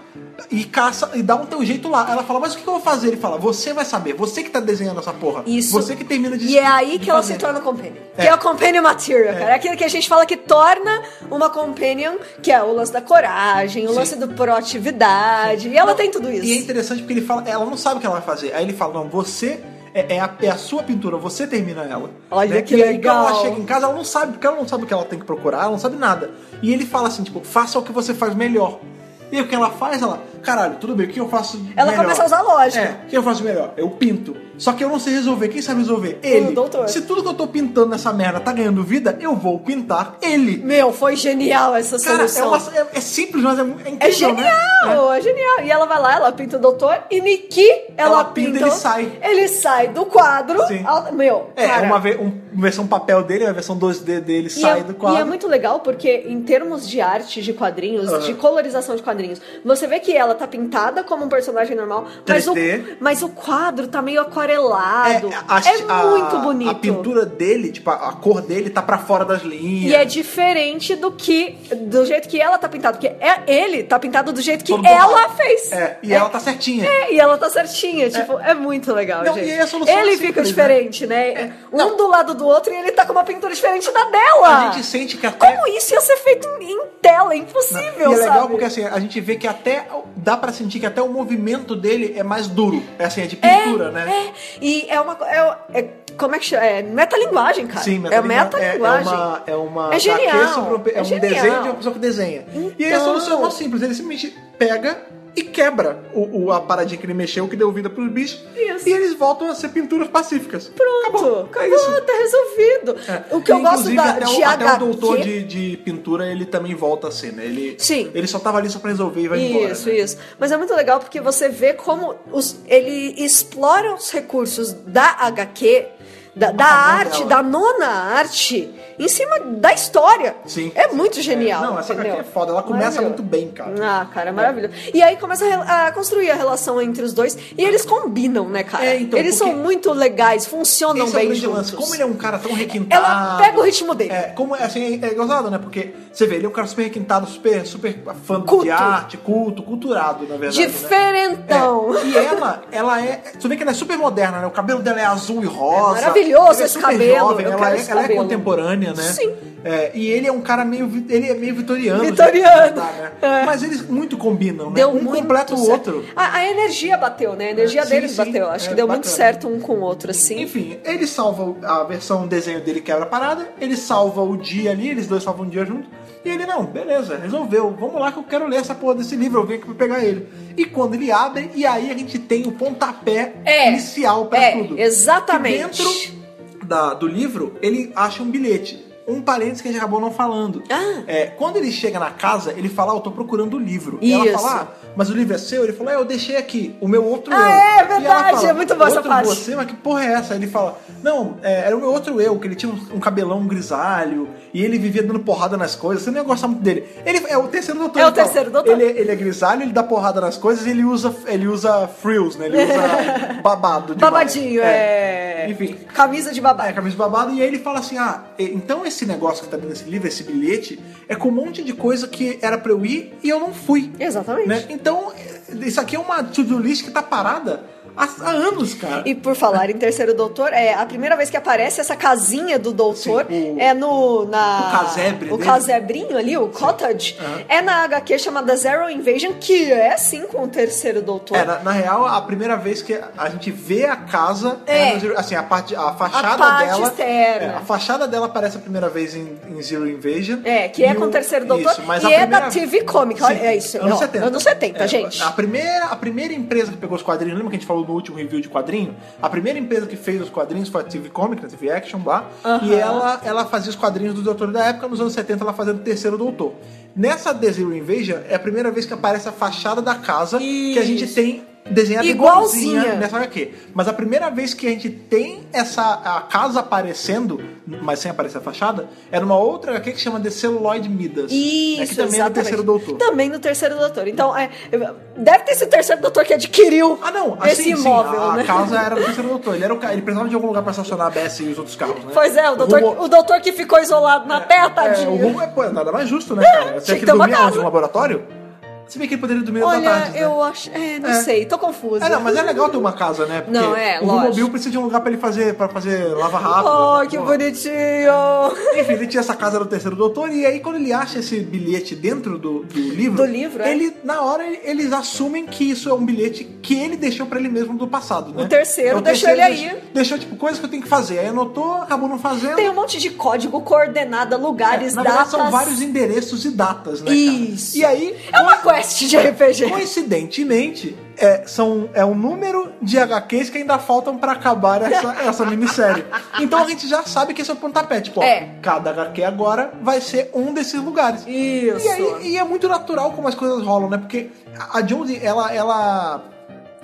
E caça e dá um teu jeito lá. Ela fala, mas o que eu vou fazer? Ele fala, você vai saber, você que tá desenhando essa porra. Isso. Você que termina de E é aí de que ela fazer." se torna companion. É. Que é o companion material, É. cara. É aquilo que a gente fala que torna uma companion, que é o lance da coragem, o Sim. lance da proatividade. E ela Não, tem tudo isso. E é interessante porque ele fala, ela não sabe o que ela vai fazer. Aí ele fala, não, você é, é a, é a sua pintura, você termina ela. Né? Olha que E aí, legal. Quando ela chega em casa, ela não sabe, porque ela não sabe o que ela tem que procurar, ela não sabe nada. E ele fala assim, tipo, faça o que você faz melhor. E aí, o que ela faz, ela, caralho, tudo bem, o que eu faço Ela melhor? começa a usar a lógica. É, o que eu faço melhor? Eu pinto. Só que eu não sei resolver. Quem sabe resolver? Ele. doutor. Se tudo que eu tô pintando nessa merda tá ganhando vida, eu vou pintar ele. Meu, foi genial essa Cara, é, solução. uma- é- é simplis, mas é, mu- é incrível, É Né? genial, é. genial. E ela vai lá, ela pinta o doutor e Niki, ela, Ela pinta, ele sai. Ele sai do quadro. Sim. ao- meu, É, cara, uma, ve- um- uma versão papel dele, uma versão 2D dele E sai é, do quadro. e é muito legal porque, em termos de arte de quadrinhos, Aham. de colorização de quadrinhos, você vê que ela tá pintada como um personagem normal, mas, o, 3D. mas o quadro tá meio É, aquarelado. a- É, a- muito bonito. A pintura dele, tipo, a, a cor dele tá pra fora das linhas. E é diferente do que do jeito que ela tá pintada, porque é, ele tá pintado do jeito que Todo ela borrado. fez. É, e É. ela tá certinha. E ela tá certinha, tipo, é muito legal, Não, gente. e aí a solução ele é fica simples, É. diferente, né? Um do lado do outro e ele tá com uma pintura diferente da dela. A gente sente que até. Como isso ia ser feito em tela? É impossível, e é legal sabe? porque assim, a gente vê que até. Dá pra sentir que até o movimento dele é mais duro. É assim, é de pintura, né? É, e é uma... co- É, é- como é que chama? É metalinguagem, cara. Sim, é metalinguagem. metalinguagem. É, uma, é uma É genial, HQ sobre um- é, é um genial. desenho de uma pessoa que desenha. E aí a Então. solução é muito simples. Ele simplesmente pega e quebra o, o- a paradinha que ele mexeu, que deu vida pros bichos. Isso. E eles voltam a ser pinturas pacíficas. Pronto. Acabou. É Acabou, isso. tá resolvido. É. O que eu E, gosto inclusive, da, até, de o, até o HQ... doutor de, de pintura, ele também volta a ser, né? Ele, Sim. Ele só tava ali só pra resolver e vai embora. Isso, né? isso. Mas é muito legal porque você vê como os- ele explora os recursos da HQ, da, da favor arte, dela. da nona arte, em cima da história. Sim. É muito genial. É, não, essa entendeu? HQ é foda. Ela começa muito Maravilhoso. bem, cara. Ah, cara, maravilhoso. E aí começa a re- a, construir a relação entre os dois. E eles combinam, né, cara? É, então, eles porque- são muito legais, funcionam Esse é o bem grande juntos. lance. Como ele é um cara tão requintado. Ela pega o ritmo dele. É, como assim, é gozado, né? Porque você vê, ele é um cara super requintado, super, super fã Culto. de arte, culto, culturado, na verdade. né? Diferentão. É, E ela, ela é. Você vê que ela é super moderna, né? O cabelo dela é azul e rosa. É maravilhoso Ela é esse super cabelo, Jovem, eu ela, quero é, esse ela é cabelo. contemporânea, né? Sim. É, e ele é um cara meio. vi- Ele é meio vitoriano. Vitoriano, já, né? é. Mas eles muito combinam, né? Deu um muito completa o certo. outro. A, a energia bateu, né? A energia Sim, deles sim. bateu. Acho É, que deu muito bacana. certo um com o outro, assim. Enfim, ele salva a versão desenho dele quebra a parada, ele salva o dia ali, eles dois salvam o dia junto. E ele, não, beleza, resolveu. Vamos lá que eu quero ler essa porra desse livro, eu venho aqui pra pegar ele. E quando ele abre, e aí a gente tem o pontapé É. inicial pra É, tudo. exatamente. Que dentro da- do livro, ele acha um bilhete. Um parênteses que a gente acabou não falando. Ah. É, quando ele chega na casa, ele fala, "Ah, eu tô procurando o livro. E Isso. ela fala, ah, mas o livro é seu? Ele falou, é, eu deixei aqui, o meu outro Ah, eu. é, E ela verdade, fala, é muito boa essa "Outro parte." você, mas que porra é essa? Aí Ele fala, não, é, era o meu outro eu, que ele tinha um, um cabelão grisalho, e ele vivia dando porrada nas coisas, você não ia gostar muito dele. Ele é o terceiro doutor. É o terceiro doutor. Ele, ele é grisalho, ele dá porrada nas coisas e ele usa, ele usa frills, né? Ele usa babado. demais. Babadinho, é. Enfim. Camisa de É, babado. camisa babado, e aí ele fala assim: ah, e- então esse negócio que tá nesse livro, esse bilhete, é com um monte de coisa que era pra eu ir e eu não fui. Exatamente. Né? Então, eh, isso aqui é uma to-do list que tá parada há, há anos, cara. E por falar em terceiro doutor, é a primeira vez que aparece essa casinha do doutor Sim, o- é no na o casebre o dele. casebrinho ali, o cottage, Aham. é na HQ chamada Zero Invasion que é sim com o terceiro doutor. É, na, na real, a primeira vez que a gente vê a casa, É. é no Zero- assim, a, parte, a fachada parte dela. externa. é, a fachada dela aparece a primeira vez em, em Zero Invasion. É, que é E com o terceiro doutor Isso, mas e a é primeira- da TV Comic. Olha, Sim, é isso. Anos não, 70. Anos 70, É, gente. A primeira, a primeira empresa que pegou os quadrinhos, lembra que a gente falou no último review de quadrinho? A primeira empresa que fez os quadrinhos foi a TV Comic, a TV Action lá. Aham. E ela, ela fazia os quadrinhos do Doutor da época, nos anos 70 ela fazia do Terceiro Doutor. Nessa The Zero Invasion é a primeira vez que aparece a fachada da casa que a gente Isso. tem desenhada Igualzinha. igualzinha, nessa HQ. Mas a primeira vez que a gente tem essa a casa aparecendo, mas sem aparecer a fachada, é numa outra HQ que chama The Celluloid Midas. Isso, É que também é do exatamente. Então, terceiro doutor. Também no terceiro doutor. Então, é, deve ter sido o terceiro doutor que adquiriu Ah, não, assim, esse sim, imóvel, a, a né? casa era do terceiro doutor. Ele, era o, ca- ele precisava de algum lugar pra estacionar a BS e os outros carros, né? Pois é, o doutor, Rumou- o doutor que ficou isolado na terra, é, tadinho. o rumo é pô, nada mais justo, né, cara? Será Tinha que que ter ele uma dormia casa. onde? No laboratório? Se bem que ele poderia dormir na Olha, tarde, né? eu acho. É, não É. sei, tô confusa. É, não, mas é legal ter uma casa, né? Porque Não, é, o lógico. Rumobil precisa de um lugar pra ele fazer, pra fazer lava rápido. Oh, né? que Porra. bonitinho! Enfim, ele tinha essa casa do terceiro doutor, e aí quando ele acha esse bilhete dentro do, do livro. Do livro, é. ele, na hora, ele- eles assumem que isso é um bilhete que ele deixou pra ele mesmo do passado, né? O terceiro É, deixou ele aí. Deixou, deixou, tipo, coisas que eu tenho que fazer. Aí anotou, acabou não fazendo. Tem um monte de código, coordenada, lugares, É, Na verdade, datas. são vários endereços e datas, né? cara? Isso. E aí. É uma quest de RPG. Coincidentemente, é, são, é um número de HQs que ainda faltam pra acabar essa, essa minissérie. Então a gente já sabe que esse é o pontapé. Tipo, ó, É. cada HQ agora vai ser um desses lugares. Isso. E, aí, e é muito natural como as coisas rolam, né? Porque a a Jones, ela. ela...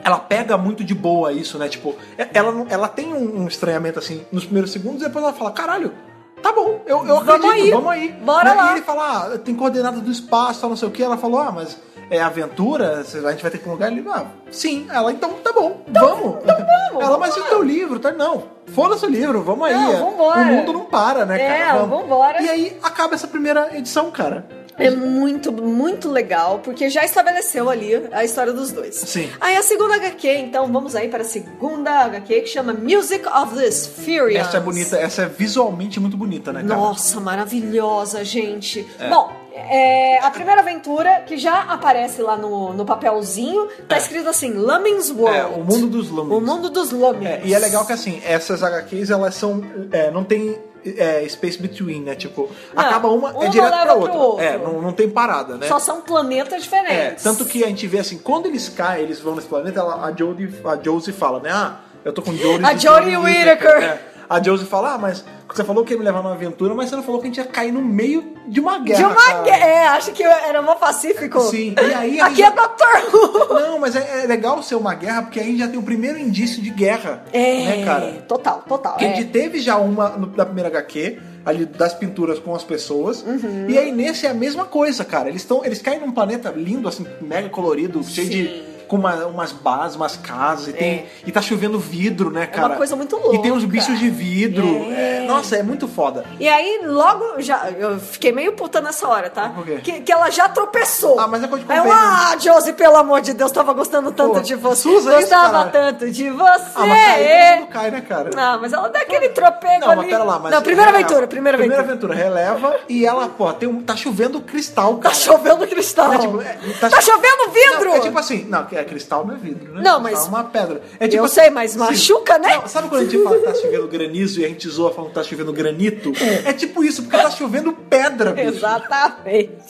Ela pega muito de boa isso, né? Tipo, e- ela, não- ela tem um, um estranhamento assim nos primeiros segundos, e depois ela fala: caralho, tá bom, eu, eu Vamos acredito, aí, vamos aí. bora Né? lá. E ele fala: ah, tem coordenada do espaço, tal, não sei o que. Ela falou: ah, mas é aventura, Cê- a gente vai ter que ir pra um lugar. Ele, ah, sim. Ela, então tá bom, vamos. Então vamos, Ela, mas vamos e o teu livro? Tá, não, foda-se o livro, vamos aí. Não, é- vambora. O mundo não para, né, É, cara? vambora. E aí acaba essa primeira edição, cara. É muito, muito legal, porque já estabeleceu ali a história dos dois. Sim. Aí a segunda HQ, então vamos aí para a segunda HQ que chama Music of the Spheres. Essa é bonita, essa é visualmente muito bonita, né, cara? Nossa, maravilhosa, gente. Bom, é, a primeira aventura, que já aparece lá no, no papelzinho, tá É. escrito assim, Lamin's World. É, o mundo dos lumens. O mundo dos Lumens. É, e é legal que assim, essas HQs, elas são. é, não tem é, space between, né? Tipo, Não, acaba uma, uma é direto leva pra pro outra. outro. É, não, não tem parada, né? Só são planetas É, diferentes. tanto que a gente vê assim, quando eles caem, eles vão nesse planeta, ela- a, Jodie, a Josie fala, né? Ah, eu tô com Jodie. A de Jodie Whittaker. É. A Josie fala, ah, mas você falou que ia me levar numa aventura, mas você não falou que a gente ia cair no meio de uma guerra. De uma cara." guerra. É, acho que era uma Pacífico. Sim, e aí a Aqui é gente- Doctor Who. Não, mas é, é legal ser uma guerra, porque aí já tem o primeiro indício de guerra. É, Né, cara? total, total. Porque é. a gente teve já uma no- da primeira HQ, ali das pinturas com as pessoas. Uhum. E aí nesse é a mesma coisa, cara. Eles, tão, eles caem num planeta lindo, assim, mega colorido, cheio Sim. É. de. com uma- umas bases, umas casas, e, tem, e tá chovendo vidro, né, cara? uma coisa muito louca. E tem uns bichos de vidro. É. É, nossa, é muito foda. E aí, logo, já, eu fiquei meio puta nessa hora, tá? Por quê? Que, que ela já tropeçou. Ah, mas é coisa de Aí eu, companion. ah, Josie, pelo amor de Deus, tava gostando tanto Pô, de você. Suza, é isso, Gostava cara. tanto de você. Ah, mas aí é. todo mundo cai, né, cara? Ah, mas ela dá aquele tropego Não, ali. mas pera lá, mas. é, Não, primeira releva. aventura, primeira aventura. aventura, releva e ela, pô, tem um, tá chovendo cristal, Tá cara. chovendo cristal. É tipo, é, tá, chovendo vidro. Não, é tipo assim, não, é cristal não é vidro, né? Cristal Não, mas- É uma pedra. É tipo Eu assim, sei, mas machuca, né? Não, sabe quando a gente fala que tá chovendo granizo e a gente zoa falando que tá chovendo granito? É tipo isso, porque tá chovendo pedra, bicho. Exatamente.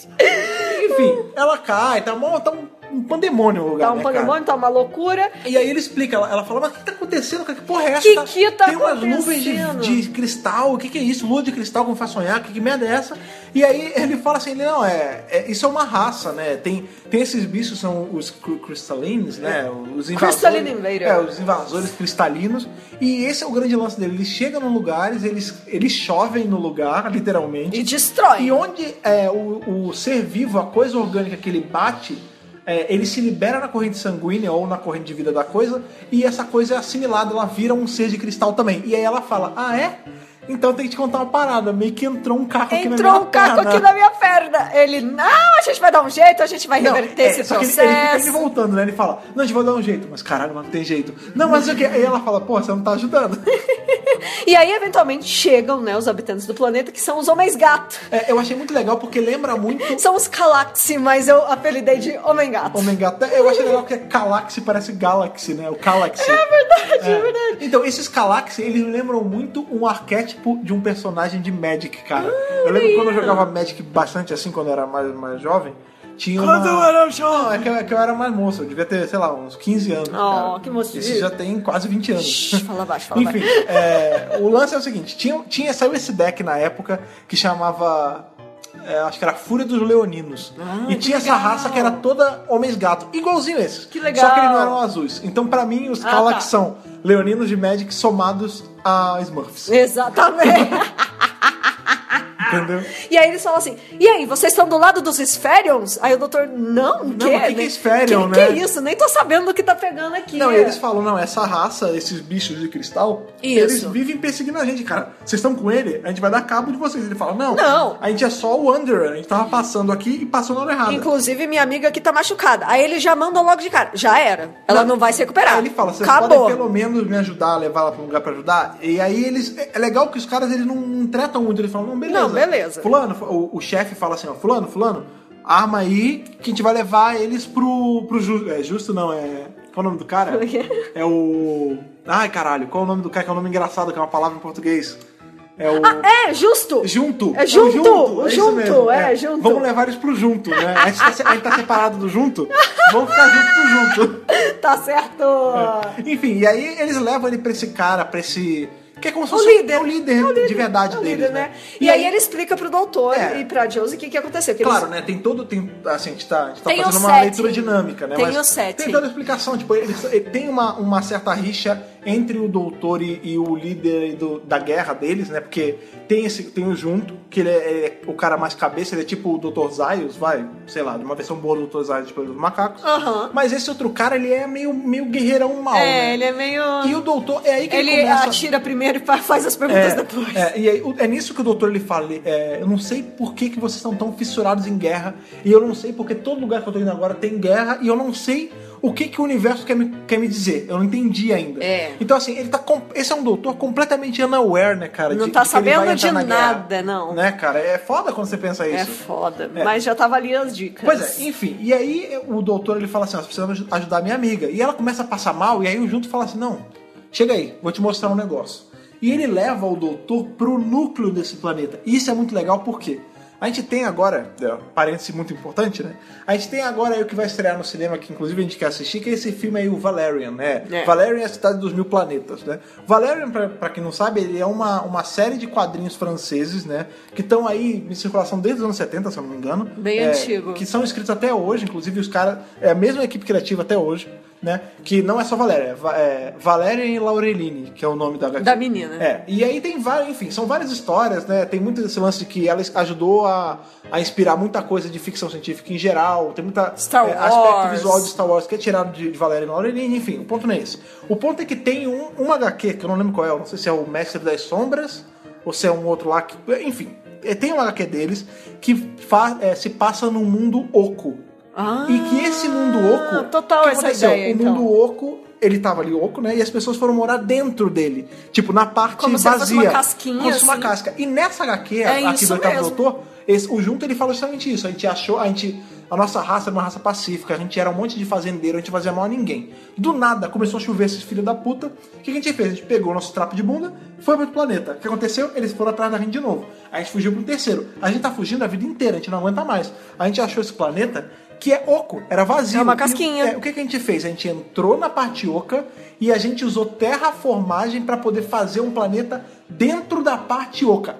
Tá Enfim, ela cai, tá, mó- tá um, um pandemônio o lugar, Tá um né, cara? pandemônio, tá uma loucura. E aí ele explica, ela, ela fala, mas o que tá acontecendo? cara? Que porra é essa? Que que tá Tem umas acontecendo? nuvens de, de cristal, o que que é isso? Lua de cristal, como faz sonhar? Que, que merda é essa? E aí ele fala assim, ele, não, é, é- isso é uma raça, né? Tem, tem esses bichos, são os cr- crystalines, né? Os invasores. Crystalline Invader. É, os invasores cristalinos. E esse é o grande lance dele, eles chegam em lugares, eles, eles chovem no lugar, literalmente. E destrói. E onde é, o, o ser vivo, a coisa orgânica que ele bate, é, ele se libera na corrente sanguínea ou na corrente de vida da coisa, e essa coisa é assimilada, ela vira um ser de cristal também. E aí ela fala: Ah, é? Então tem que te contar uma parada. Meio que entrou um caco aqui na minha Entrou um caco perna." aqui na minha perna. Ele, não, a gente vai dar um jeito, a gente vai Não, reverter é, esse só que ele, processo. ele fica ele voltando, né? Ele fala, não, a gente vai dar um jeito. Mas caralho, mas não tem jeito. Não, mas o quê? Aí ela fala, pô, você não tá ajudando. E aí, eventualmente, chegam né, os habitantes do planeta, que são os homens-gato. É, eu achei muito legal porque lembra muito São os Calaxi, mas eu apelidei de Homem-Gato. Homem Gato. Eu acho legal que é Galaxy parece Galaxy, né? O Galaxy. É verdade, é, verdade. Então, esses Galaxy, eles me lembram muito um arquétipo de um personagem de Magic, cara. eu lembro quando eu jogava Magic bastante assim, quando eu era mais, mais jovem. Tinha uma... era Não, é que, eu- é que eu era mais moço, eu devia ter, sei lá, uns 15 anos. Oh, cara. que mocinho. Isso já tem quase 20 anos. Shhh, fala baixo, fala Enfim, é, o lance é o seguinte: tinha, tinha, saiu esse deck na época que chamava. é, acho que era Fúria dos Leoninos. e tinha essa Ah, legal. raça que era toda homens gato, igualzinho esses. Que legal. Só que eles não eram azuis. Então, pra mim, os Ah, Kallax tá. são leoninos de Magic somados a Smurfs. Exatamente. Ah, Entendeu? e aí eles falam assim: e aí, vocês estão do lado dos Spherions? Aí o doutor, Não, não, mas o que que é Spherion, que, né? Que isso? Nem tô sabendo do que tá pegando aqui. Não, e eles falam, não, essa raça, esses bichos de cristal, Isso. eles vivem perseguindo a gente, cara. Vocês estão com ele, a gente vai dar cabo de vocês. Ele fala, não, Não. a gente é só o Wanderer, a gente tava passando aqui e passou na hora errada. Inclusive, minha amiga aqui tá machucada. Aí eles já mandam logo de cara. Já era. Ela não, vai se recuperar. Aí ele fala, vocês Acabou. podem pelo menos me ajudar, levar ela pra um lugar pra ajudar? E aí eles. É legal que os caras eles não, não tratam muito, eles falam, não, beleza. Não, beleza. Fulano, o, o chefe fala assim, ó, fulano, fulano, arma aí que a gente vai levar eles pro. pro ju- é, justo não, é. Qual é o nome do cara? Como é que é? É o. Ai, caralho, qual é o nome do cara? Que é um nome engraçado, que é uma palavra em português. É o. Ah, é, justo. Junto. É junto, o isso junto, mesmo, é, junto. Vamos levar eles pro junto, né? A gente tá, se- a gente tá separado do junto, vamos ficar junto pro junto. Tá certo. É. Enfim, e aí eles levam ele pra esse cara, pra esse. Que é como se O fosse líder. é o líder, de verdade É o deles, líder, né? E, aí, ele explica pro doutor É. e pra Josie o que, que aconteceu. Que Claro, eles... né? Tem todo. Tem, assim, a gente tá, a gente tá Tem o fazendo uma setting. leitura dinâmica, né? Tem Mas o setting. Tem toda a explicação. Tipo, ele, ele tem uma, uma certa rixa entre o doutor e, e o líder do- da guerra deles, né? Porque tem, esse, tem o junto, que ele é, ele é o cara mais cabeça, ele é tipo o Dr. Zaius, vai, sei lá, de uma versão boa do Dr. Zaius depois dos macacos. Aham. Mas esse outro cara, ele é meio, meio guerreirão mal, né? É, ele é meio. E o doutor, é aí que ele, Ele começa... atira primeiro e fa- faz as perguntas depois. É, e aí, o- é nisso que o doutor ele fala, ele, é, eu não sei por que, que vocês estão tão fissurados em guerra, e eu não sei porque todo lugar que eu tô indo agora tem guerra, e eu não sei o que, que o universo quer me, quer me dizer. Eu não entendi ainda. É. Então, assim, ele tá. com- Esse é um doutor completamente unaware, né, cara? Não tá que ele vai sabendo entrar de na guerra. nada, não. Né, cara? É foda quando você pensa É isso. foda. É. Mas já tava ali as dicas. Pois é, enfim. E aí o doutor ele fala assim: nós precisamos ajudar minha amiga. E ela começa a passar mal, e aí o Junto fala assim: não, chega aí, vou te mostrar um negócio. E ele leva o doutor pro núcleo desse planeta. E isso é muito legal porque a gente tem agora, é, parêntese muito importante, né? A gente tem agora aí o que vai estrear no cinema, que inclusive a gente quer assistir, que é esse filme aí, o Valerian, né? É. Valerian é a cidade dos mil planetas, né? Valerian, pra, pra quem não sabe, ele é uma, uma série de quadrinhos franceses, né? Que estão aí em circulação desde os anos 70, se eu não me engano. Bem É, antigo. Que são escritos até hoje, inclusive os caras. É a mesma equipe criativa até hoje. né? Que não é só Valéria, é, Va- é Valéria e Laureline, que é o nome da HQ. Da menina. É, e aí tem várias, enfim, são várias histórias, né? Tem muito esse lance de que ela ajudou a, a inspirar muita coisa de ficção científica em geral, tem muita Star é, aspecto Wars. visual de Star Wars que é tirado de, de Valéria e Laureline, enfim, o ponto não é esse. O ponto é que tem um, uma HQ, que eu não lembro qual é, eu não sei se é o Mestre das Sombras, ou se é um outro lá, que, enfim, é, tem uma HQ deles que fa- é, se passa num mundo oco. Ah, E que esse mundo oco. Total o que essa aconteceu? ideia, O então. mundo oco, ele tava ali oco, né? E as pessoas foram morar dentro dele. Tipo, na parte Como se vazia. fosse uma casquinha, Como se uma assim. casca. E nessa HQ, É a isso Kiberta mesmo. voltou, esse- o junto ele falou justamente isso. A gente achou, a gente. A nossa raça era uma raça pacífica, a gente era um monte de fazendeiro, a gente fazia mal a ninguém. Do nada começou a chover esses filhos da puta. O que a gente fez? A gente pegou o nosso trapo de bunda, foi pro outro planeta. O que aconteceu? Eles foram atrás da gente de novo. A gente fugiu pro terceiro. A gente tá fugindo a vida inteira, a gente não aguenta mais. A gente achou esse planeta que é oco, era vazio. É uma E- casquinha. é, o que, que a gente fez? A gente entrou na parte oca e a gente usou terraformagem pra poder fazer um planeta dentro da parte oca.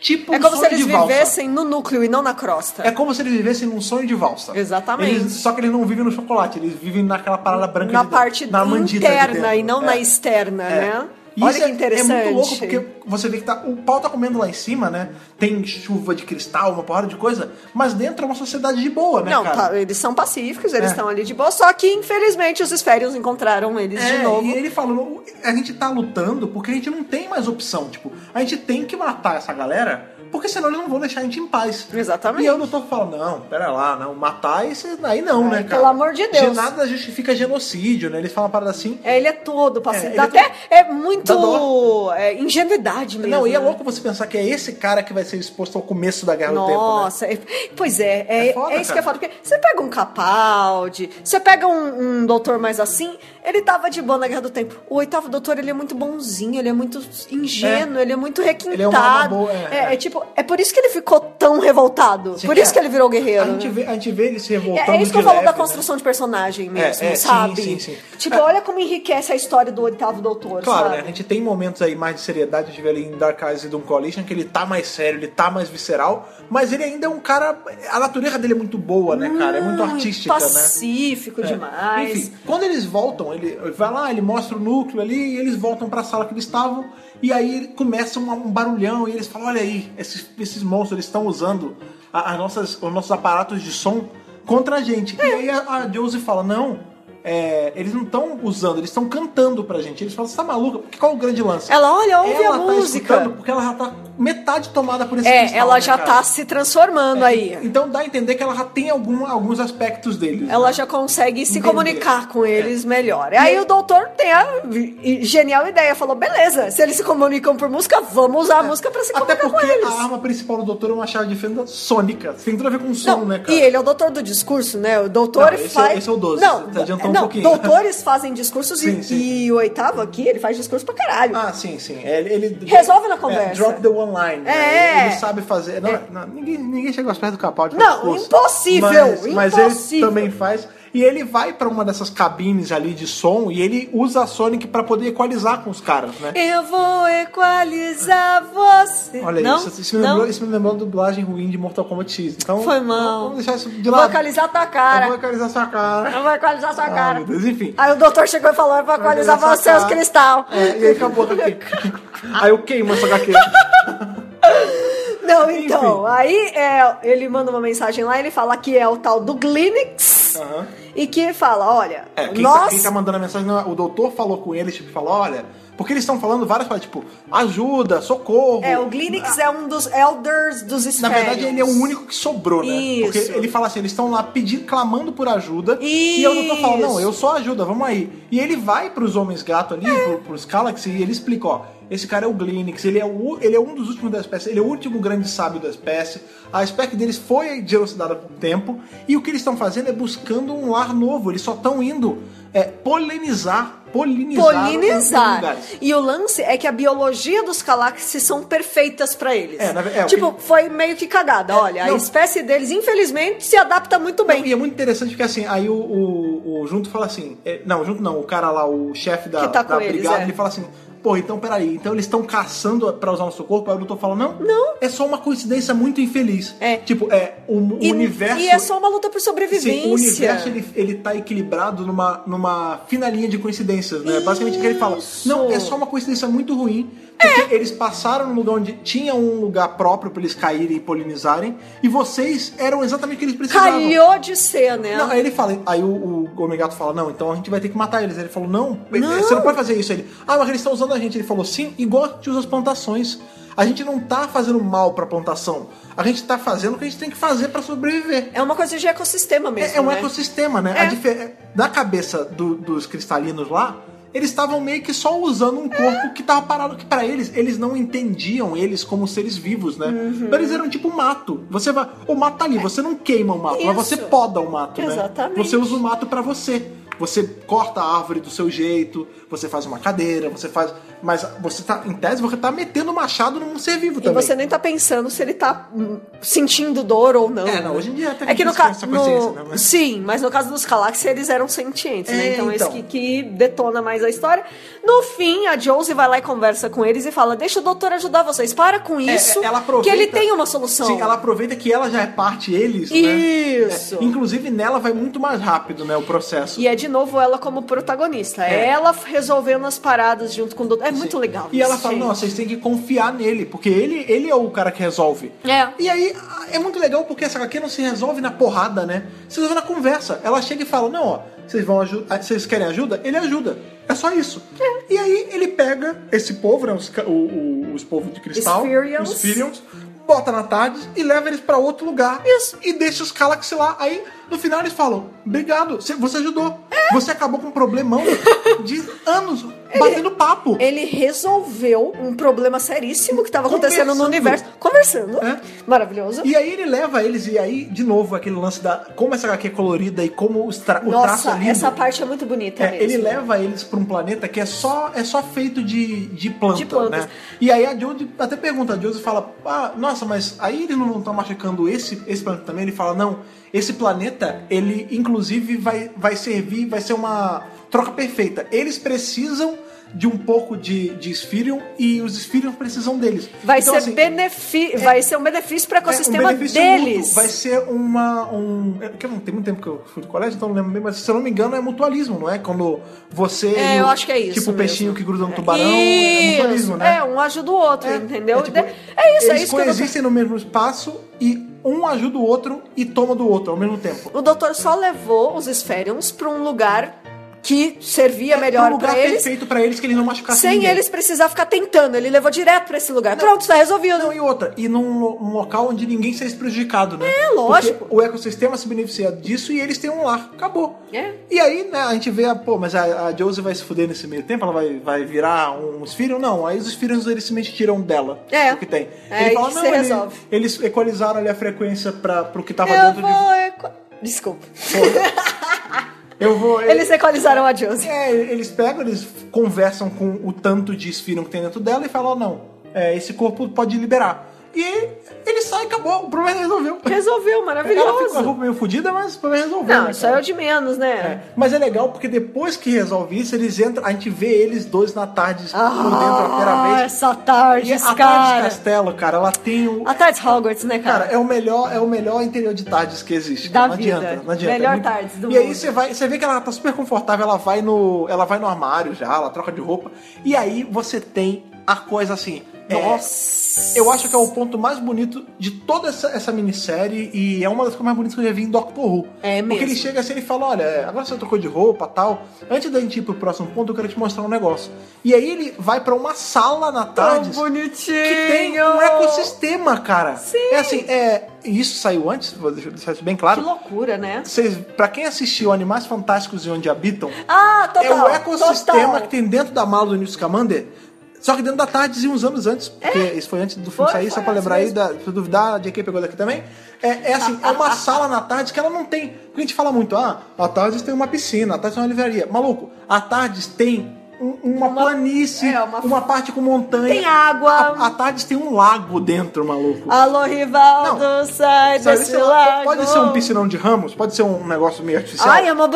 Tipo É um como se sonho eles de valsa. vivessem no núcleo e não na crosta. É como se eles vivessem num sonho de valsa. Exatamente. Eles- só que eles não vivem no chocolate, eles vivem naquela parada branca na de dentro, parte na mandita de interna dentro. e não na É. externa, É. né? E Olha isso que é- interessante. É muito louco porque você vê que tá, o pau tá comendo lá em cima, né? Tem chuva de cristal, uma porrada de coisa, mas dentro é uma sociedade de boa, né, Não, cara? tá, eles são pacíficos, eles É. estão ali de boa, só que infelizmente os esférios encontraram eles É, de novo. E ele falou: a gente tá lutando porque a gente não tem mais opção. Tipo, a gente tem que matar essa galera, porque senão eles não vão deixar a gente em paz. Exatamente. E eu não tô falando, não, pera lá, não, matar esse daí não, Ai, né, cara? pelo amor de Deus. nada justifica genocídio, né? Ele fala uma parada assim. É, ele é todo É, pacífico. ele Dá é até é Dá muito dó. é, ingenuidade mesmo. não, e é né? louco você pensar que é esse cara que vai ser exposto ao começo da Guerra do Tempo, né? Nossa, é- pois é, é, É foda, é isso que é cara. foda. Porque você pega um Capaldi, você pega um, um doutor mais assim, ele tava de boa na Guerra do Tempo. O oitavo doutor, ele é muito bonzinho, ele é muito ingênuo, ele é muito requintado. Ele é uma alma boa, é, é. tipo, é por isso que ele ficou tão revoltado. Sim, por isso é. que ele virou A guerreiro. gente, né? vê, a gente vê ele se revoltando. É, é isso que eu de falo leve, da né? construção de personagem mesmo, é, sim, sabe? sim, sim. Tipo, É. olha como enriquece a história do oitavo doutor, Claro, sabe? né? A gente tem momentos aí mais de seriedade, a gente vê ali em Dark Eyes e Doom Coalition, que ele tá mais sério, ele tá mais visceral, mas ele ainda é um cara. A natureza dele é muito boa, né, cara? É muito Hum, artística, né? Pacífico demais. Enfim, quando eles voltam, ele vai lá, ele mostra o núcleo ali, e eles voltam pra sala que eles estavam, e aí começa um, um barulhão, e eles falam: olha aí, esses, esses monstros eles estão usando a- as nossas, os nossos aparatos de som contra a gente. E aí a, a Josie fala: não. é, eles não estão usando, eles estão cantando pra gente. Eles falam, você tá maluca? Porque qual é o grande lance? Ela, olha, ouve ela a tá música. escutando porque ela já tá metade tomada por esse É, cristal, ela né, já cara? tá se transformando aí. Então dá a entender que ela já tem algum- alguns aspectos deles. né? Ela já consegue se Entender. comunicar com É. eles melhor. E aí o doutor tem a vi- genial ideia. Falou, beleza, se eles se comunicam por música, vamos usar a música pra se É. Até comunicar porque com eles. a arma principal do doutor é uma chave de fenda sônica. Tem tudo a ver com som, Não, né, cara? e ele é o doutor do discurso, né? O doutor Não, esse é- faz. esse é o 12, Não, você adiantou um não pouquinho. doutores fazem discursos Sim, e, sim. e o oitavo aqui, ele faz discurso pra caralho. Ah, sim, sim. É, Ele, ele- Resolve na conversa. É, drop the one line. né? É. Ele, ele sabe fazer. Não, não, ninguém, ninguém chega mais perto do Capaldi. Não, faz força. impossível, Mas, mas ele impossível. também faz. E ele vai pra uma dessas cabines ali de som e ele usa a Sonic pra poder equalizar com os caras, né? Eu vou equalizar você. Olha não, isso, é isso me, não. lembrou, isso me lembrou uma dublagem ruim de Mortal Kombat X. Então, Foi mal. Vamos deixar isso de Vou lado. equalizar tua Eu cara. vou equalizar sua cara. Eu vou equalizar sua Ah, cara. meu Deus, enfim. Aí o doutor chegou e falou: Eu vou equalizar Essa você, os cara. cristal. É, e aí acabou a HQ. aí eu queimo essa HQ. Não, Enfim. então, aí é, ele manda uma mensagem lá, ele fala que é o tal do Glinix Aham. e que fala: Olha, É, quem, tá, nós. quem tá mandando a mensagem, não é- o doutor falou com eles, tipo, falou, olha... Porque eles estão falando várias coisas, tipo, ajuda, socorro... É, o Glinix é um dos elders dos Na esférios. verdade, ele é o único que sobrou, né? Isso. Porque ele fala assim, eles estão lá pedindo, clamando por ajuda. E eu não tô falando, não, eu só ajuda, vamos aí. E ele vai pros homens gato ali, pro, pros Galaxy, e ele explica, ó. Esse cara é o Glinix, ele é, o, ele é um dos últimos da espécie, ele é o último grande sábio da espécie. A espécie deles foi genocidada por tempo, e o que eles estão fazendo é buscando um lar novo. Eles só estão indo é, polinizar, polinizar, outros polinizar. lugares. E o lance é que a biologia dos galáxias são perfeitas pra eles. É, na ve- é, o É, tipo, foi meio que cagada. Olha, a não. espécie deles, infelizmente, se adapta muito bem. Não, e é muito interessante porque assim, aí o, o- o Junto fala assim. é, não, o Junto não, o cara lá, o chefe da, Que tá da com eles, brigada, é. ele fala assim: pô, então peraí, então eles estão caçando pra usar nosso corpo, aí o doutor fala, não, Não. é só uma coincidência muito infeliz. É. Tipo, é, o, o E, universo... e é só uma luta por Sim, sobrevivência. o universo ele, ele tá equilibrado numa, numa fina linha de coincidências, né? Basicamente o que ele fala. Isso. É. Não, é só uma coincidência muito ruim. Porque eles passaram num lugar onde tinha um lugar próprio pra eles caírem e polinizarem. E vocês eram exatamente o que eles precisavam. Calhou de ser, né? Não, é- aí ele fala, aí o, o Homem Gato fala, não, então a gente vai ter que matar eles. Ele falou, não, Não. você não pode fazer isso. Ele, ah, mas eles estão usando a gente. Ele falou, sim, igual a gente usa as plantações. A gente não tá fazendo mal pra plantação. A gente tá fazendo o que a gente tem que fazer pra sobreviver. É uma coisa de ecossistema mesmo. É, é um né? ecossistema, né? É. A dife- Na cabeça do- dos cristalinos lá, eles estavam meio que só usando um corpo que tava parado. Que pra eles, eles não entendiam eles como seres vivos, né? Uhum. Pra eles eram tipo mato. Você vai. O mato tá ali, você não queima o mato, mas É. Isso. você poda o mato, né? Exatamente. Você usa o mato pra você. Você corta a árvore do seu jeito, você faz uma cadeira, você faz. Mas você tá, em tese, você tá metendo o machado num ser vivo E também. você nem tá pensando se ele tá hum, sentindo dor ou não. É, não, hoje em dia até É que no tem caso. essa consciência, né? Mas- Sim, mas no caso dos Calax, eles eram sentientes, né? É, Então, isso então. que, que detona mais a história. No fim, a Josie vai lá e conversa com eles e fala: Deixa o doutor ajudar vocês, para com É, isso. ela que aproveita- ele tem uma solução. Sim, ela aproveita que ela já é parte eles, né? Isso. É, inclusive nela vai muito mais rápido, né, o processo. E é de novo ela como protagonista. É. É, ela resolvendo as paradas junto com o doutor. É muito legal. E ela isso, fala, gente. não, vocês têm que confiar nele, porque ele, ele é o cara que resolve. É. E aí, a- é muito legal porque essa HQ não se resolve na porrada, né? Se resolve na conversa. Ela chega e fala, não, ó, vocês vão ajudar, vocês querem ajuda? Ele ajuda. É só isso. E aí, ele pega esse povo, né, os, ca- o- o- os povos de cristal. Spherians. Os Spherians. Bota na tarde e leva eles pra outro lugar. Isso. E deixa os Kallax lá. Aí, no final, eles falam, obrigado, cê- você ajudou. É. Você acabou com um problemão de anos batendo papo. Ele resolveu um problema seríssimo que estava acontecendo no Conversando. universo, conversando. É. Maravilhoso. E aí ele leva eles, e aí, de novo, aquele lance da. Como essa HQ é colorida e como os tra- o traço Nossa, é lindo. essa parte é muito bonita É, mesmo. ele leva eles pra um planeta que é só, é só feito de, de planta, De plantas. né? E aí a Jodie até pergunta, a Jodie fala, ah, nossa, mas aí eles não vão estar machucando esse, esse planeta também? Ele fala, não, esse planeta, ele inclusive vai, vai servir, vai ser uma troca perfeita. Eles precisam de um pouco de, de Sphirion e os Sphirions precisam deles. Vai, Então, ser assim, benefi- vai ser um benefício para o é, um ecossistema benefício mútuo. deles. Vai ser uma. Um, é, que eu não tem muito tempo que eu fui do colégio, então não lembro bem, mas se eu não me engano é mutualismo, não é? Quando você. É, e o- eu acho que é isso. Tipo o peixinho mesmo. que gruda no tubarão. É Isso. mutualismo, né? É, um ajuda o outro, É, entendeu? é É, tipo, isso, Eles é isso que o doutor... coexistem no mesmo espaço e um ajuda o outro e toma do outro ao mesmo tempo. O doutor só levou os Esférions para um lugar que servia um melhor lugar para eles, perfeito pra eles que eles não machucassem sem ninguém. eles precisar ficar tentando. Ele levou direto para esse lugar. Pronto, está resolvido. Não, e outra, e num lo- um local onde ninguém seja prejudicado, né? É, lógico. o ecossistema se beneficia disso e eles têm um lar. Acabou. É. E aí, né, a gente vê, a, pô, mas a, a Josie vai se fuder nesse meio tempo? Ela vai, vai virar um Sphirion? Não, aí os Sphirions eles simplesmente tiram dela É. o que tem. É, Ele aí fala, que não, se ele- resolve." eles equalizaram ali a frequência pra, pro que tava Eu dentro de... vou... equa- Desculpa. Eu vou... Eles equalizaram a Josie. É, eles pegam, eles conversam com o tanto de esfirão que tem dentro dela e falam, ó, não, é, esse corpo pode liberar. E ele sai, acabou, o problema é resolveu. Resolveu, Ela fica com a maravilhoso. roupa meio fodida, mas o problema resolveu. Não, né, isso aí é cara? o de menos, né? Mas é legal porque depois que resolve isso, eles entram, a gente vê eles dois na tarde por dentro a primeira Ah, vez. essa E é tarde, a Tardes cara. Castelo, cara, ela tem o. A tarde Hogwarts, né, cara? Cara, é o melhor, é o melhor interior de tardes que existe. Da não vida. adianta, não adianta. Melhor É muito- tardes do E aí mundo. você vai, você vê que ela tá super confortável, ela vai no, ela vai no armário já, ela troca de roupa. E aí você tem a coisa assim, É. nossa, Nossa. eu acho que é o ponto mais bonito de toda essa, essa minissérie e é uma das coisas mais bonitas que eu já vi em Doctor Who. É Porque ele mesmo. chega assim e fala: Olha, agora você trocou de roupa tal. Antes da gente ir pro próximo ponto, eu quero te mostrar um negócio. E aí ele vai pra uma sala na Tão tarde bonitinho. que tem um ecossistema, cara. Sim. É assim, é. e Isso saiu antes, vou deixar deixar isso bem Que claro. loucura, né? Vocês, pra quem assistiu Animais Fantásticos e Onde Habitam, Ah, total. é o ecossistema total. que tem dentro da mala do Newt Scamander, só que dentro da Tardes e uns anos antes, porque isso foi antes do filme É. Foi, sair, foi só pra antes lembrar aí, mesmo. da, se duvidar, a JK pegou daqui também. É, é assim, é uma sala na Tardes que ela não é tem. Porque a gente fala muito, ah, a Tardes tem uma piscina, a Tardes tem uma livraria. Maluco, a Tardes tem um- uma, planície, é, uma... uma- parte com montanha. Tem água. A, a Tardes tem um lago dentro, maluco. Alô, Rivaldo, sai Sabe, desse sei lá, lago. pode ser um piscinão de ramos, pode ser um negócio meio artificial. Ai, é mó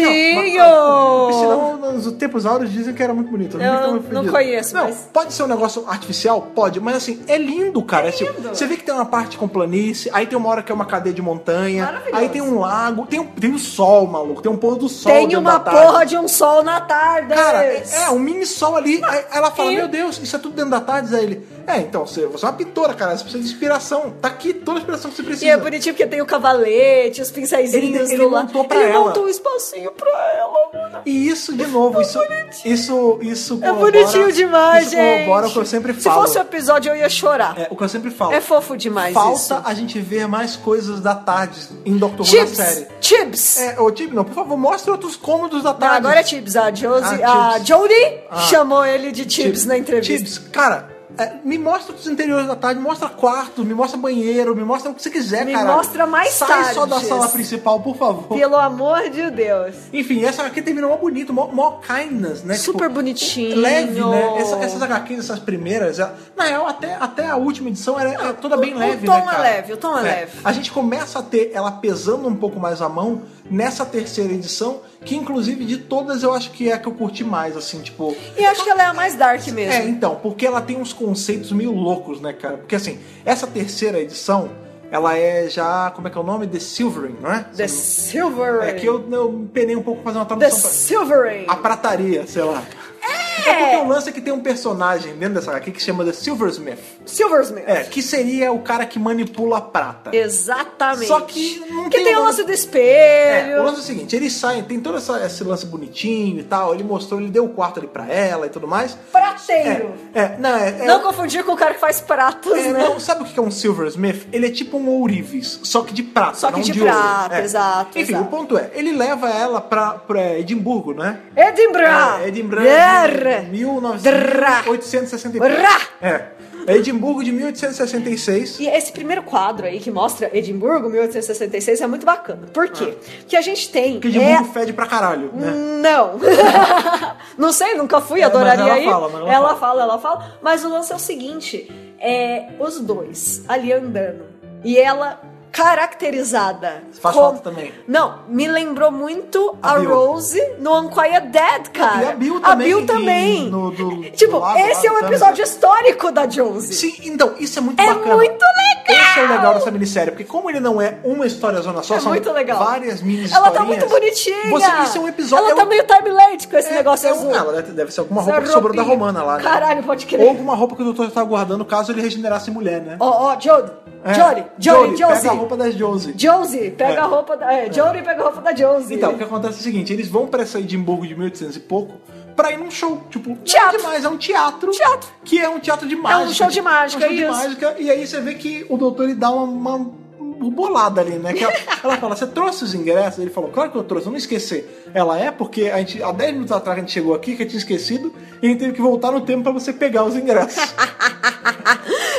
bonitinho. Não, mas- um Piscinão, nos tempos áureos dizem que era muito bonito. Eu nunca me não fui disso. conheço, Não, mas- pode ser um negócio artificial? Pode, mas assim, é lindo, cara. É tipo, lindo. você vê que tem uma parte com planície, aí tem uma hora que é uma cadeia de montanha, Maravilhoso. aí tem um lago, tem um, tem um sol, maluco, tem um pôr do sol. Tem dentro uma da tarde. porra de um sol na tarde. Cara, é, é um mini sol ali. Aí ela fala: e- Meu Deus, isso é tudo dentro da tarde. Aí ele: É, então, você, você é uma pintora, cara. Você precisa de inspiração. Tá aqui toda a inspiração que você precisa. E é bonitinho porque tem o cavalete, os pincéizinhos Ele- ele do lado. montou pra ele ela. montou um espacinho pra ela. E isso, de novo, isso. Isso, isso É bonitinho demais, isso gente. corrobora o que eu sempre Se falo. fosse um episódio, eu ia chorar. É, o que eu sempre falo. É fofo demais Falta isso. a gente ver mais coisas da tarde em Doctor Who na Chips! série. Chips! É, ô, Tibi, não, por favor, mostre outros cômodos da Não, tarde. agora é Chips. A, Josie, Ah, a Chips. Jodie Ah. chamou ele de Chips na entrevista. Chips, cara, é, me mostra os interiores da tarde, me mostra quartos, me mostra banheiro, me mostra o que você quiser, Me cara. mostra mais Sai tarde, só da Chips. sala principal, por favor. Pelo amor de Deus. Enfim, essa HQ termina mó bonito, mó, mó kindness, né? Super bonitinho. Leve, né? Essa- essas HQs, essas primeiras, ela- na real, até, até a última edição era, era toda bem o- o leve, tom né, é cara? leve, o tom é leve. A gente começa a ter ela pesando um pouco mais a mão nessa terceira edição, que inclusive de todas eu acho que é a que eu curti mais, assim, tipo... E acho que ela é a mais dark mesmo. É, então, porque ela tem uns conceitos meio loucos, né, cara? Porque assim, essa terceira edição, ela é já. Como é que é o nome? The Silvering, não é? The Silvering. É que eu, eu penei um pouco pra fazer uma The tradução. Silvering. Pra... A prataria, sei lá. É! É porque o lance é que tem um personagem dentro dessa aqui que se chama The Silversmith. Silversmith. É, que seria o cara que manipula a prata. Exatamente. Só que não Que tem tem, o o lance- lance do espelho. É, o lance é o seguinte, ele sai, tem todo essa- esse lance bonitinho e tal, ele mostrou, ele deu o quarto ali pra ela e tudo mais. Prateiro. É, é, não, é, é- Não confundir com o cara que faz pratos, É, né? não, sabe o que é um silversmith? Ele é tipo um ourives, só que de prata, Só que não de, de ouro. prata, É. exato, Enfim, exato. o ponto é, ele leva ela pra, pra Edimburgo, né? Edinburgh. É, Edimburgo Der. de 1900 Drá. 1863. Rá. É. É Edimburgo de 1866. E esse primeiro quadro aí que mostra Edimburgo, 1866, é muito bacana. Por quê? Porque a gente tem. Ah. Porque é- Edimburgo fede pra caralho, né? Não. não sei, nunca fui, É, mas adoraria ela ir. fala, mas ela ela, fala. ela fala. Mas o lance é o seguinte: é os dois ali andando e ela caracterizada. Faz como- falta também. Não, me lembrou muito A a, Bill. Rose no Unquiet Dead, cara. E a Bill também. Bill em- também. no- do- Tipo, do lado, esse é lado, um sabe? episódio histórico da Jonesy. Sim, então, isso é muito É bacana. muito legal! Esse é o legal dessa minissérie, porque como ele não é uma história zona só, É são muito legal. várias mini Ela tá muito bonitinha. é Você, isso é um episódio. Ela é um- tá meio time-late com esse é- negócio é um- azul. Ela deve- deve ser alguma Essa roupa que sobrou da roupinha. Romana lá, né? Caralho, pode crer. Ou alguma roupa que o doutor tava guardando caso ele regenerasse em mulher, né? Ó, ó, Jody. É. Jody, Jody, Pega a Josie. roupa da Josie. Josie, pega É. a roupa da. É, Jody pega a roupa da Josie. Então, o que acontece é o seguinte, eles vão pra essa Edimburgo de 1800 e pouco pra ir num show, tipo, Teatro. É demais, é um teatro, Teatro. que é um teatro de mágica. show de mágica, um show de isso. mágica, e aí você vê que o doutor ele dá uma, uma bolada ali, né? Que ela, ela fala, você trouxe os ingressos? Ele falou, claro que eu trouxe, eu não esqueci. Ela é, porque a gente, há 10 minutos atrás a gente chegou aqui, que eu tinha esquecido, e a gente teve que voltar no tempo pra você pegar os ingressos.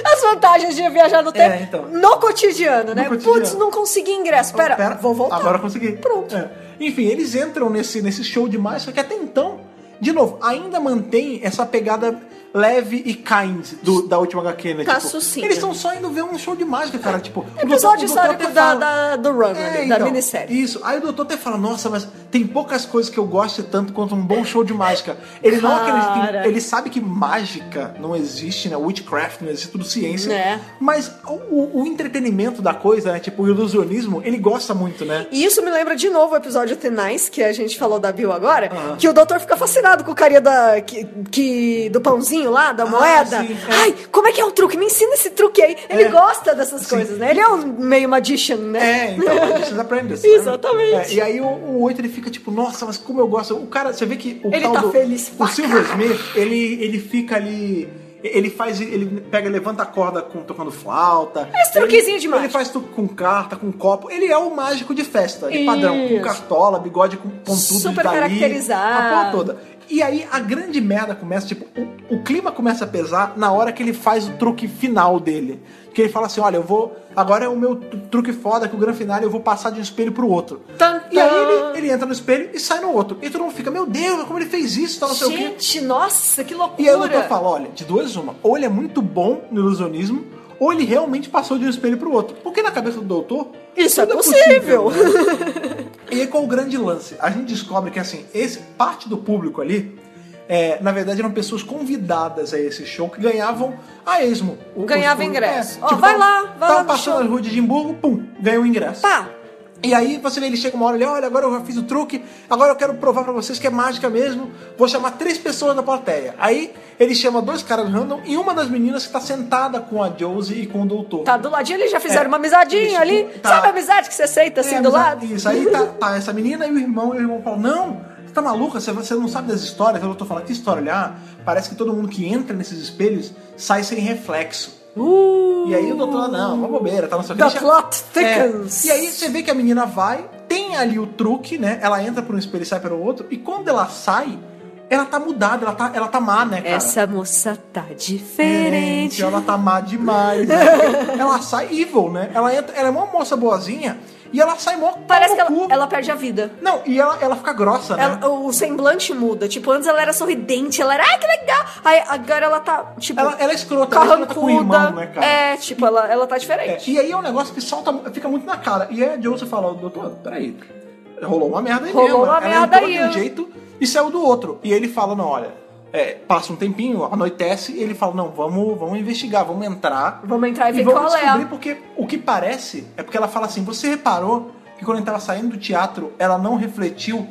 As vantagens de viajar no tempo então. no cotidiano, né? cotidiano. Putz, não consegui ingresso. Pera, Pera, vou voltar. Agora eu consegui. Pronto. É. Enfim, eles entram nesse, nesse show de mágica que até então, de novo, ainda mantém essa pegada leve e kind do- da última HQ, né? Tá tipo, sucinta. eles estão só indo ver um show de mágica, cara. Tipo, o doutor- Episódio o doutor até histórico da, fala- da- do Run, É, ali, da então, minissérie. Isso. Aí o doutor até fala, nossa, mas tem poucas coisas que eu goste tanto quanto um bom show de mágica. Ele não Cara. acredita. em- Ele sabe que mágica não existe, né? Witchcraft não existe, tudo ciência. Né. Mas o, o- o entretenimento da coisa, né? Tipo, o ilusionismo, ele gosta muito, né? E isso me lembra de novo o episódio The Nice, que a gente falou da Bill agora, Aham. que o doutor fica fascinado com o carinha da, que, que- do pãozinho lá, da moeda. sim, é. Ai, como é que é o truque? Me ensina esse truque aí. Ele É. gosta dessas Sim. coisas, né? Ele é um meio magician, né? É, então, ele precisa aprender. sabe? Exatamente. É, e aí o, o 8 ele fica tipo, nossa, mas como eu gosto. O cara, você vê que o Ele tal tá do, feliz O pra Silversmith, ele, ele fica ali. Ele faz. Ele pega, levanta a corda com, tocando flauta. É Esse truquezinho ele, de mágico. Ele faz tudo com carta, com copo. Ele é o mágico de festa, de padrão. Com Isso. cartola, bigode com pontudo Super de Ah, dali, caracterizado. A porra toda. E aí a grande merda começa, tipo, o, o clima começa a pesar na hora que ele faz o truque final dele. Que ele fala assim, olha, eu vou. Agora é o meu tru- truque foda que o grande final eu vou passar de um espelho pro outro. Tan, E aí tan. ele Ele entra no espelho e sai no outro. E todo mundo fica, meu Deus, como ele fez isso, tal, não sei o quê. Gente, nossa, que loucura. E aí o doutor fala, olha, de duas uma, ou ele é muito bom no ilusionismo, ou ele realmente passou de um espelho pro outro. Porque na cabeça do doutor, Isso é tudo possível. né? e aí qual o grande lance? A gente descobre que assim, esse parte do público ali, é, na verdade eram pessoas convidadas a esse show que ganhavam a esmo. O- Ganhava os- ingresso. Ó, vai tava- lá, vai tava lá no passando show. na rua de Edimburgo, pum, ganhou o ingresso. Pá, E aí você vê, ele chega uma hora ele olha, agora eu já fiz o truque, agora eu quero provar pra vocês que é mágica mesmo, vou chamar três pessoas da plateia. Aí ele chama dois caras random e uma das meninas que tá sentada com a Josie e com o doutor. tá do ladinho, eles já fizeram É, uma amizadinha isso, ali. tá. Sabe a amizade que você aceita assim É, do mas é- lado? Isso, aí tá, tá essa menina e o irmão, e o irmão fala, não, você tá maluca, você, você não sabe das histórias. Eu tô falando, que história? Olha, ah, parece que todo mundo que entra nesses espelhos sai sem reflexo. Uh, E aí o doutor, não, uma bobeira, tá, não sei o que. The Deixa- plot É, thickens. E aí você vê que a menina vai, tem ali o truque, né? Ela entra por um espelho e sai pelo outro, e quando ela sai, ela tá mudada, ela tá, ela tá má, né, cara? Essa moça É, tá Gente, diferente. Ela tá má demais. né? ela sai evil, né? Ela, entra, ela é uma moça boazinha e ela sai mó pau Parece no que ela, cu. ela perde a vida. Não, e ela, ela fica grossa, né? Ela- o semblante muda. Tipo, antes ela era sorridente, ela era, ai, que legal. Aí agora ela tá, tipo, Ela, ela é escrota, ela é escrota carrancuda. com o irmão, né, cara? É, tipo, ela, ela tá É, diferente. e aí é um negócio que salta, fica muito na cara. E aí a Joseph fala, doutor, peraí, rolou uma merda aí Rolou mesmo. uma Ela merda entrou de aí, um ó. jeito e saiu do outro. E ele fala, não, olha, é, passa um tempinho, anoitece, e ele fala, não, vamos, vamos investigar, vamos entrar. Vamos entrar e ver vamos qual é. descobrir, porque o que parece é porque ela fala assim, você reparou que quando a gente tava saindo do teatro, ela não refletiu?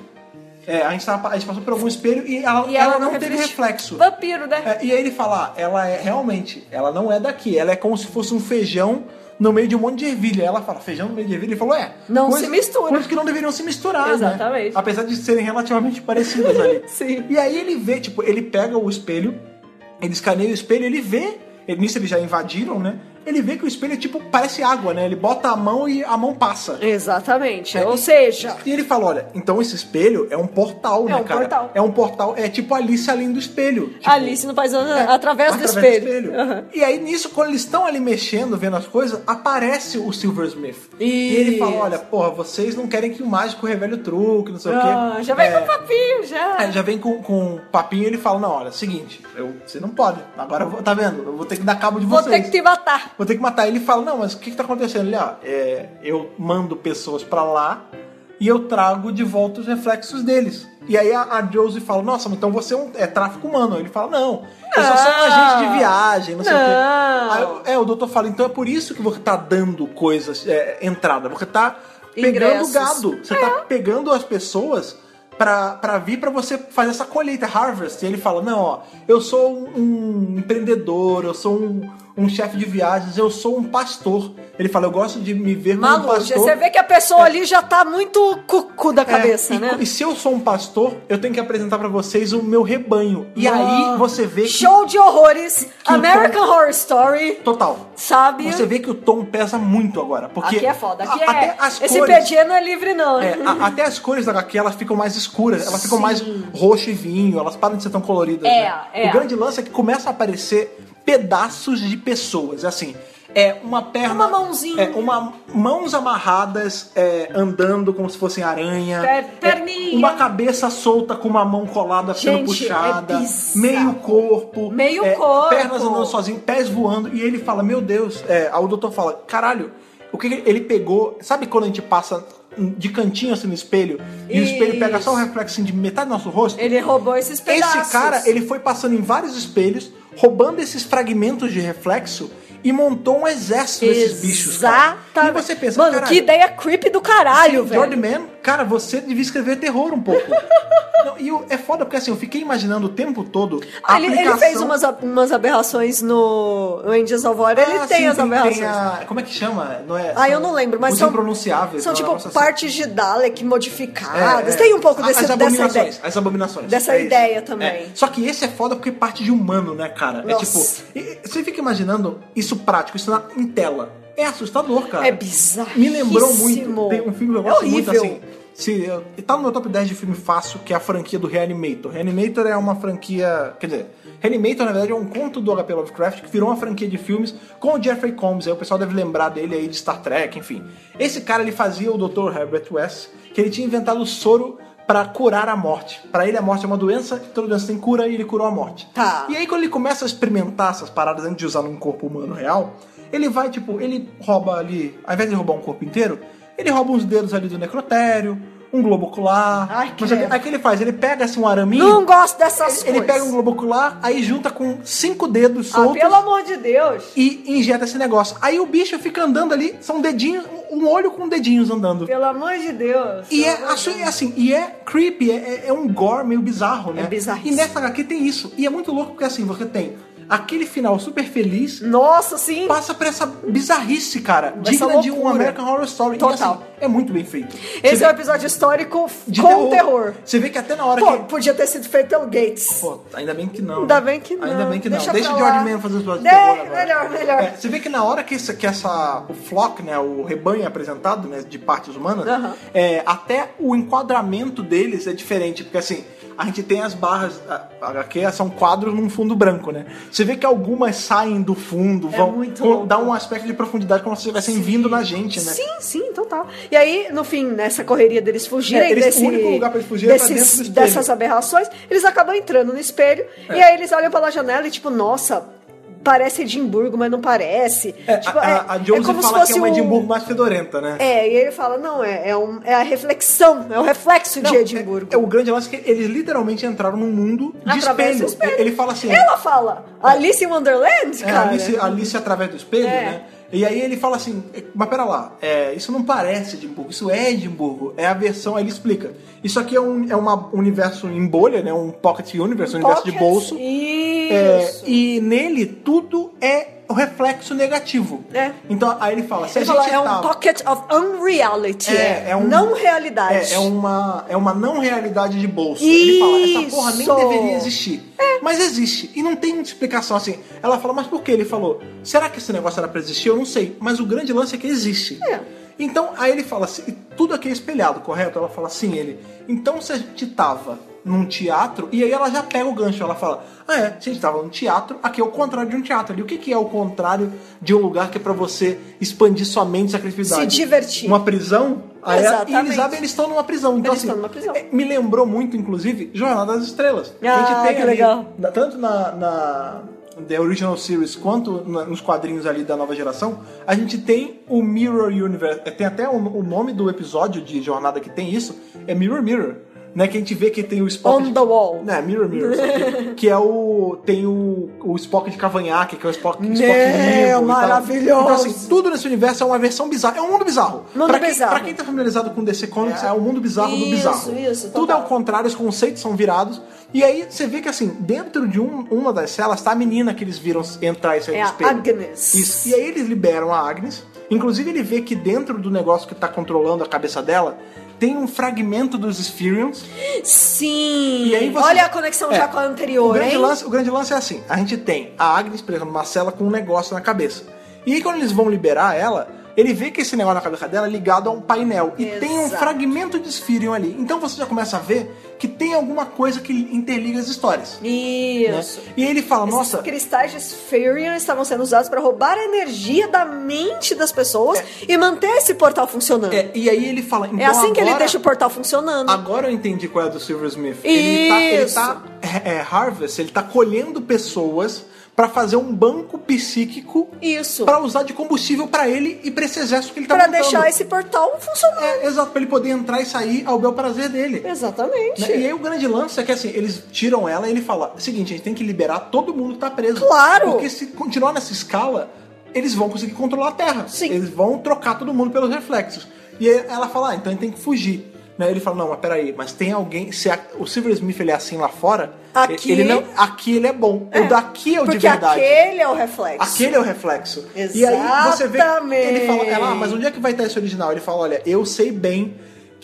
É, a, gente tava- a gente passou por algum espelho e ela, E ela ela não não teve refletiu. reflexo. Vampiro, né? É, e aí ele fala, ah, ela é realmente, ela não é daqui, ela é como se fosse um feijão no meio de um monte de ervilha. Ela fala, feijão no meio de ervilha? Ele falou, é. Não se mistura. Coisas que não deveriam se misturar, né? Exatamente. Apesar de serem relativamente parecidas ali. Sim. E aí ele vê, tipo, ele pega o espelho, ele escaneia o espelho, ele vê, ele, nisso eles já invadiram, né? Ele vê que o espelho é tipo, parece água, né? Ele bota a mão e a mão passa. Exatamente. É, Ou e- seja, E ele fala, olha, então esse espelho é um portal, né, um cara? portal. É um portal, é tipo Alice além do espelho. Tipo, Alice no País através, do através espelho. Aham. E aí, nisso, quando eles estão ali mexendo, vendo as coisas, aparece o Silversmith. E Isso. ele fala: olha, porra, vocês não querem que o mágico revele o truque, não sei o Ah, quê. já vem É, com papinho, já. é, já vem com, com papinho e ele fala: não, olha, é seguinte, eu, você não pode. Agora, eu vou- tá vendo? Eu vou ter que dar cabo de Vou vocês. ter que te matar. Vou ter que matar. Ele fala: não, mas o que, que tá acontecendo? Ele, ó, é, eu mando pessoas pra lá e eu trago de volta os reflexos deles. E aí a, a Josie fala: nossa, mas então você é, um- é tráfico humano. Ele fala: não, eu só sou um agente de viagem, não, sei o quê. Não. Aí eu- é, o doutor fala: então é por isso que você tá dando coisas, é, entrada, você tá pegando Ingressos. gado, você É. tá pegando as pessoas. Pra, pra vir pra você fazer essa colheita, harvest. E ele fala: Não, ó, eu sou um, um empreendedor, eu sou um, um chefe de viagens, eu sou um pastor. Ele fala: Eu gosto de me ver como um Maluco, pastor. você vê que a pessoa ali já tá muito cucu da É, cabeça, e, né? E se eu sou um pastor, eu tenho que apresentar pra vocês o meu rebanho. E aí Nossa. você vê que. Show de horrores, o American tom- Horror Story, Total. sabe? Você vê que o tom pesa muito agora. Porque aqui é foda, aqui a- é. Até as Esse cores, PG não é livre, não. é, né? a- até as cores da HQ elas ficam mais escuras, elas ficam Sim. mais roxo e vinho, elas param de ser tão coloridas. É, né? é. O grande lance é que começa a aparecer pedaços de pessoas. Assim, é uma perna. Uma mãozinha. É, uma, mãos amarradas é, andando como se fossem aranha. Per- perninha. É, uma cabeça solta com uma mão colada sendo Gente, puxada. é bizarro. meio corpo. Meio é, corpo. Pernas andando sozinho, pés voando. E ele fala: Meu Deus. É, aí o doutor fala: Caralho, o que, que ele pegou? Sabe quando a gente passa de cantinho assim no espelho? E o espelho pega só um Isso. reflexo assim, de metade do nosso rosto? Ele roubou esses pedaços. Esse cara, ele foi passando em vários espelhos, roubando esses fragmentos de reflexo e montou um exército desses bichos. cara. Exatamente. E você pensa, Mano, caralho, que ideia creepy do caralho, velho. Birdman, cara, você devia escrever terror um pouco. Não, e o- é foda porque assim, eu fiquei imaginando o tempo todo. a Ah, ele, ele aplicação- fez umas, a- umas aberrações no no Angels of War. Ele Ah, tem sim, as aberrações. tem a- como é que chama? Não é, Ah, eu não lembro, mas os são- impronunciáveis. São um tipo negócio assim. partes de Dalek É, modificadas. é. Tem um pouco A- desse, as dessa abominações, ideia. As abominações. É dessa isso. ideia também. Só que esse é foda porque parte de humano, né, cara? Nossa. É tipo. e- e- Você fica imaginando isso prático, isso na, em tela. É assustador, cara. É bizarro. Me lembrou muito. Tem um filme que eu é gosto horrível. muito assim. se eu- tá no meu top 10 de filme fácil, que é a franquia do Reanimator. Reanimator é uma franquia. Quer dizer, Reanimator, na verdade, é um conto do HP Lovecraft que virou uma franquia de filmes com o Jeffrey Combs. Aí o pessoal deve lembrar dele aí de Star Trek, enfim. Esse cara ele fazia o Dr. Herbert West, que ele tinha inventado o soro pra curar a morte. Pra ele a morte é uma doença, toda doença tem cura e ele curou a morte. Tá. E aí quando ele começa a experimentar essas paradas antes de usar num corpo humano real, ele vai, tipo, ele rouba ali, ao invés de roubar um corpo inteiro, ele rouba uns dedos ali do necrotério, um globo ocular. Ai, não sei o credo. que. aí o que ele faz? Ele pega assim um araminho, Não gosto dessas ele coisas. pega um globo ocular, aí junta com cinco dedos ah, soltos pelo amor de Deus. e injeta esse negócio. Aí o bicho fica andando ali, são dedinhos, um olho com dedinhos andando. Pelo amor de Deus. E é, assu- é assim, e é creepy, é, é- é um gore meio bizarro, né? É bizarríssimo. E nessa HQ tem isso. E é muito louco porque assim, você tem aquele final super feliz, Nossa, sim. passa por essa bizarrice, cara. Essa Digna de um loucura. American Horror Story. E, Total. assim, é muito bem feito. Esse Você é um vê- episódio histórico com terror. Você vê que até na hora Pô, que. podia ter sido feito pelo Gates. Pô, ainda bem que não. Ainda né? bem que não. Ainda bem que não. Deixa Deixa, pra o lá. George Man fazer os episódios de De- terror agora. melhor, melhor. É, você vê que na hora que essa, que essa o flock, né, o rebanho é apresentado, né, de partes humanas, Aham. é, até o enquadramento deles é diferente, porque assim, a gente tem as barras a- a HQ, são quadros num fundo branco, né? Você vê que algumas saem do fundo, É vão muito vão louco. dar um aspecto de profundidade como se estivessem vindo na gente, né? Sim, sim, total. E aí, no fim, nessa correria deles fugirem É, eles- desse, o único lugar pra eles fugirem é pra desses- dentro do espelho. É. dessas aberrações, eles acabam entrando no espelho e aí eles olham pela janela e tipo, nossa, parece Edimburgo, mas não parece. É, tipo, a, a, a Jones fala que é uma um- Edimburgo mais fedorenta, né? É, e ele fala, não, é, é, um- é a reflexão, é o reflexo Não, de Edimburgo. É, é o grande lance é que eles literalmente entraram num mundo de Através espelho. do espelho. Ele fala assim. Ela fala, Alice in Wonderland, É, cara. Alice, Alice através do espelho, É. né? E aí ele fala assim, mas pera lá, é, isso não parece Edimburgo, isso é Edimburgo, é a versão, aí ele explica. Isso aqui é um é uma universo em bolha, né? Um pocket universe, um universo de Pockets, bolso. É, Isso. e nele tudo é o reflexo negativo. É. Então aí ele fala, se Ele a gente fala, é um tava- pocket of unreality. É, é um- Não realidade. É, é uma, é uma não realidade de bolso. Ele fala, essa porra nem Isso. É. deveria existir. Mas existe. E não tem explicação assim. Ela fala, mas por que? Ele falou, será que esse negócio era pra existir? Eu não sei. Mas o grande lance é que existe. É. Então, aí ele fala, assim, tudo aqui é espelhado, correto? Ela fala, sim, ele. Então, se a gente tava num teatro, e aí ela já pega o gancho, ela fala, ah é, se a gente tava num teatro, aqui é o contrário de um teatro. E o que, que é o contrário de um lugar que é pra você expandir sua mente e sacrificar? Se divertir. Uma prisão? Aí ela- E Exatamente. eles abrem eles estão numa prisão. Então, Eles assim, estão numa prisão. é, me lembrou muito, inclusive, Jornada das Estrelas. Ah, que legal. na- tanto na, na The Original Series quanto na- nos quadrinhos ali da nova geração, a gente tem o Mirror Universe. É, Tem até o, o nome do episódio de Jornada que tem isso, é Mirror Mirror. Né, que a gente vê que tem o Spock... On the wall. Né, Mirror Mirror. só que- que é o... Tem o, o Spock de cavanhaque, que é o Spock, Spock Meu, vivo e Né, tal. maravilhoso. Então, assim, tudo nesse universo é uma versão bizarra. É um mundo bizarro. Mundo pra quem, bizarro. pra quem tá familiarizado com DC Comics, é, o mundo bizarro Isso, do bizarro. isso, Tudo total. é ao contrário, os conceitos são virados. E aí você vê que, assim, dentro de um- uma das celas tá a menina que eles viram entrar e sair É do a espelho. Agnes. Isso. E aí eles liberam a Agnes. Inclusive ele vê que dentro do negócio que tá controlando a cabeça dela, tem um fragmento dos Spherians. Sim. E aí você- Olha a conexão É. já com a O anterior, grande, hein? lance, o grande lance é assim: a gente tem a Agnes presa numa cela com um negócio na cabeça. E aí, quando eles vão liberar ela, ele vê que esse negócio na cabeça dela é ligado a um painel. E Exato. tem um fragmento de Sphirion ali. Então você já começa a ver que tem alguma coisa que interliga as histórias. né? Isso. E ele fala: Esses Nossa, cristais de Spherian estavam sendo usados para roubar a energia da mente das pessoas e manter esse portal funcionando. É, É, e aí ele fala. "Então assim que ele agora- deixa o portal funcionando. Agora eu entendi qual é a do Silversmith. Ele tá, ele Isso. tá é, é, harvest, ele tá colhendo pessoas pra fazer um banco psíquico Isso. pra usar de combustível pra ele e pra esse exército que ele tá Pra montando. deixar esse portal funcionando. É, exato, pra ele poder entrar e sair ao bel prazer dele. Exatamente. Né? E aí o grande lance é que assim, eles tiram ela e ele fala: seguinte, a gente tem que liberar todo mundo que tá preso. Claro! Porque se continuar nessa escala, eles vão conseguir controlar a Terra. Sim. Eles vão trocar todo mundo pelos reflexos. E aí ela fala: ah, então a gente tem que fugir. Né? Ele fala: não, mas peraí, mas tem alguém. Se a- o Silver Smith ele é assim lá fora, Aqui- ele não, aqui ele é bom. O daqui é o Porque de verdade. aquele é o reflexo. Aquele é o reflexo. E aí você vê. Exatamente. é Ele fala, ela, ah, mas onde é que vai estar esse original? Ele fala, olha, eu sei bem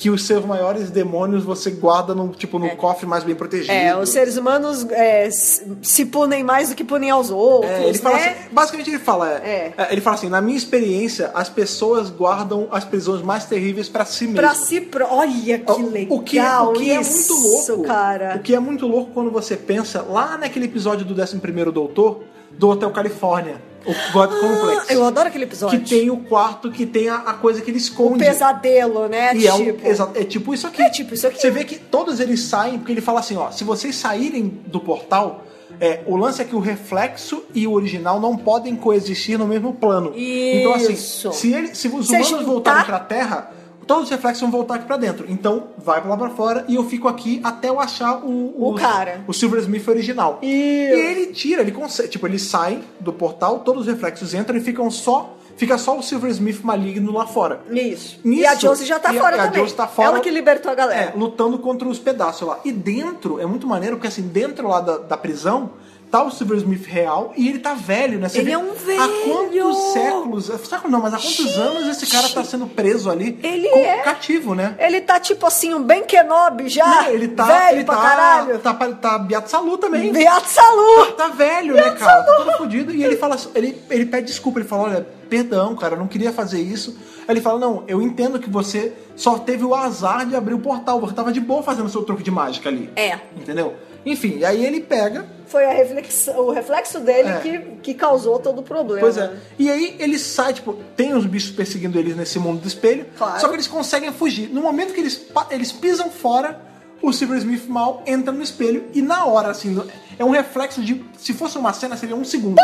que os seus maiores demônios você guarda no, tipo, no cofre mais bem protegido. É, os seres humanos é, se se punem mais do que punem aos outros. É, ele fala né? assim- basicamente ele fala, É. é, é, ele fala assim, na minha experiência, as pessoas guardam as prisões mais terríveis pra si mesmo. Pra si pro... Olha que legal. o que, o que é muito isso, louco, o cara. que é muito louco quando você pensa lá naquele episódio do 11º Doutor do Hotel Califórnia, o God Ah, Complex, eu adoro aquele que episódio. tem o quarto que tem a, a coisa que ele esconde. o pesadelo, né? E é, um- tipo. exa- é tipo isso aqui. É tipo isso aqui. Você vê que todos eles saem, porque ele fala assim, ó, se vocês saírem do portal, é, o lance é que o reflexo e o original não podem coexistir no mesmo plano. Então, assim, Isso. se, ele, se os Se tá humanos juntar- voltarem pra Terra, todos os reflexos vão voltar aqui pra dentro. Então, vai pra lá pra fora e eu fico aqui até eu achar o... O cara. O Silver Smith original. Isso. E ele tira, ele consegue. Tipo, eles saem do portal, todos os reflexos entram e ficam só... Fica só o Silver Smith maligno lá fora. Isso. Nisso, e a Josie já tá e a- fora e a também. Josie tá fora. Ela que libertou a É, galera. lutando contra os pedaços lá. E dentro, é muito maneiro, porque assim, dentro lá da, da prisão, tá o Silver Smith real e ele tá velho, né? Você Ele vê é um Há velho! quantos séculos, séculos não, mas há quantos anos esse cara tá sendo preso ali? Ele como é. cativo, né? Ele tá tipo assim, um Ben Kenobi já. Não, ele tá, Ah, velho ele pra tá, caralho. tá, tá, tá Beato Salu também. Beato Salu. Tá velho, né, cara? Tá todo fodido. E ele fala, ele, ele pede desculpa, ele fala, olha, perdão, cara, eu não queria fazer isso. Aí ele fala, não, eu entendo que você só teve o azar de abrir o portal, você tava de boa fazendo seu truque de mágica ali. É. Entendeu? Enfim, e aí ele pega, Foi a reflexão, o reflexo dele É. que, que causou todo o problema. pois é. E aí ele sai, tipo, tem os bichos perseguindo eles nesse mundo do espelho, Claro. só que eles conseguem fugir. No momento que eles, pa- eles pisam fora, o Silver Smith mal entra no espelho e na hora, assim, no- é um reflexo de. Se fosse uma cena, seria um segundo.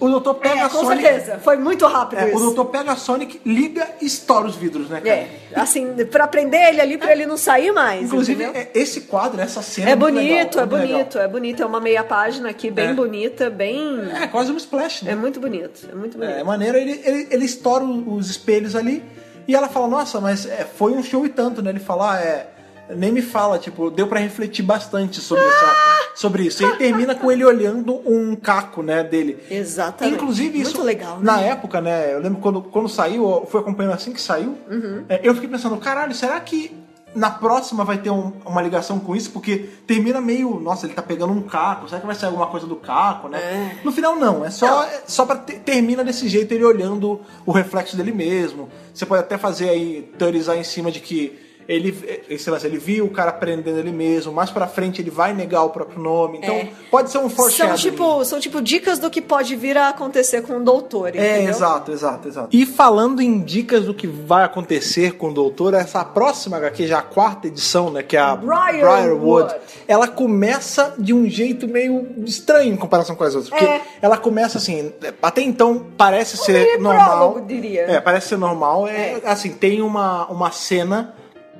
O doutor pega É, a com Sonic. certeza. Foi muito rápido É, isso. o doutor pega a Sonic, liga e estoura os vidros, né, cara? É, assim, pra prender ele ali, pra ele não sair mais. Inclusive, entendeu? é- esse quadro, essa cena. é muito legal, bonito, é muito legal. bonito, é bonito. É uma meia página aqui, bem É. bonita, bem. É quase um splash, né? É muito bonito, é muito bonito. É, é maneiro, ele, ele, ele estoura os espelhos ali e ela fala, nossa, mas é, foi um show e tanto, né? Ele fala, ah, é. Nem me fala, tipo, deu pra refletir bastante sobre, Ah! essa, sobre isso. E ele termina com ele olhando um caco, né, dele. Exatamente. Inclusive, isso. Muito legal, né? Na época, né? Eu lembro quando, quando saiu, eu fui acompanhando assim que saiu. Uhum. é, eu fiquei pensando, caralho, será que na próxima vai ter um- uma ligação com isso? Porque termina meio, nossa, ele tá pegando um caco, será que vai sair alguma coisa do caco, né? No final, não. É só, é só pra. ter- termina desse jeito ele olhando o reflexo dele mesmo. Você pode até fazer aí, teorizar em cima de que. Ele, eh, esse lance, ele viu o cara prendendo ele mesmo, mais pra frente ele vai negar o próprio nome. Então, É. pode ser um São foreshadowing. tipo, são tipo dicas do que pode vir a acontecer com o doutor, É, entendeu? exato, exato, exato. E falando em dicas do que vai acontecer com o Doutor, essa próxima HQ, já a quarta edição, né, que é a Briarwood. Briarwood, ela começa de um jeito meio estranho em comparação com as outras. Porque É. ela começa assim, até então parece ser meio normal. prólogo, diria. É, parece ser normal. É, É. Assim, tem uma, uma cena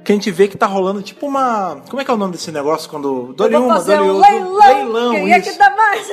que a gente vê que tá rolando tipo uma... Como é que é o nome desse negócio quando... Eu vou Doriúma, fazer um Doriúdo. leilão. Quem é que isso. dá mais?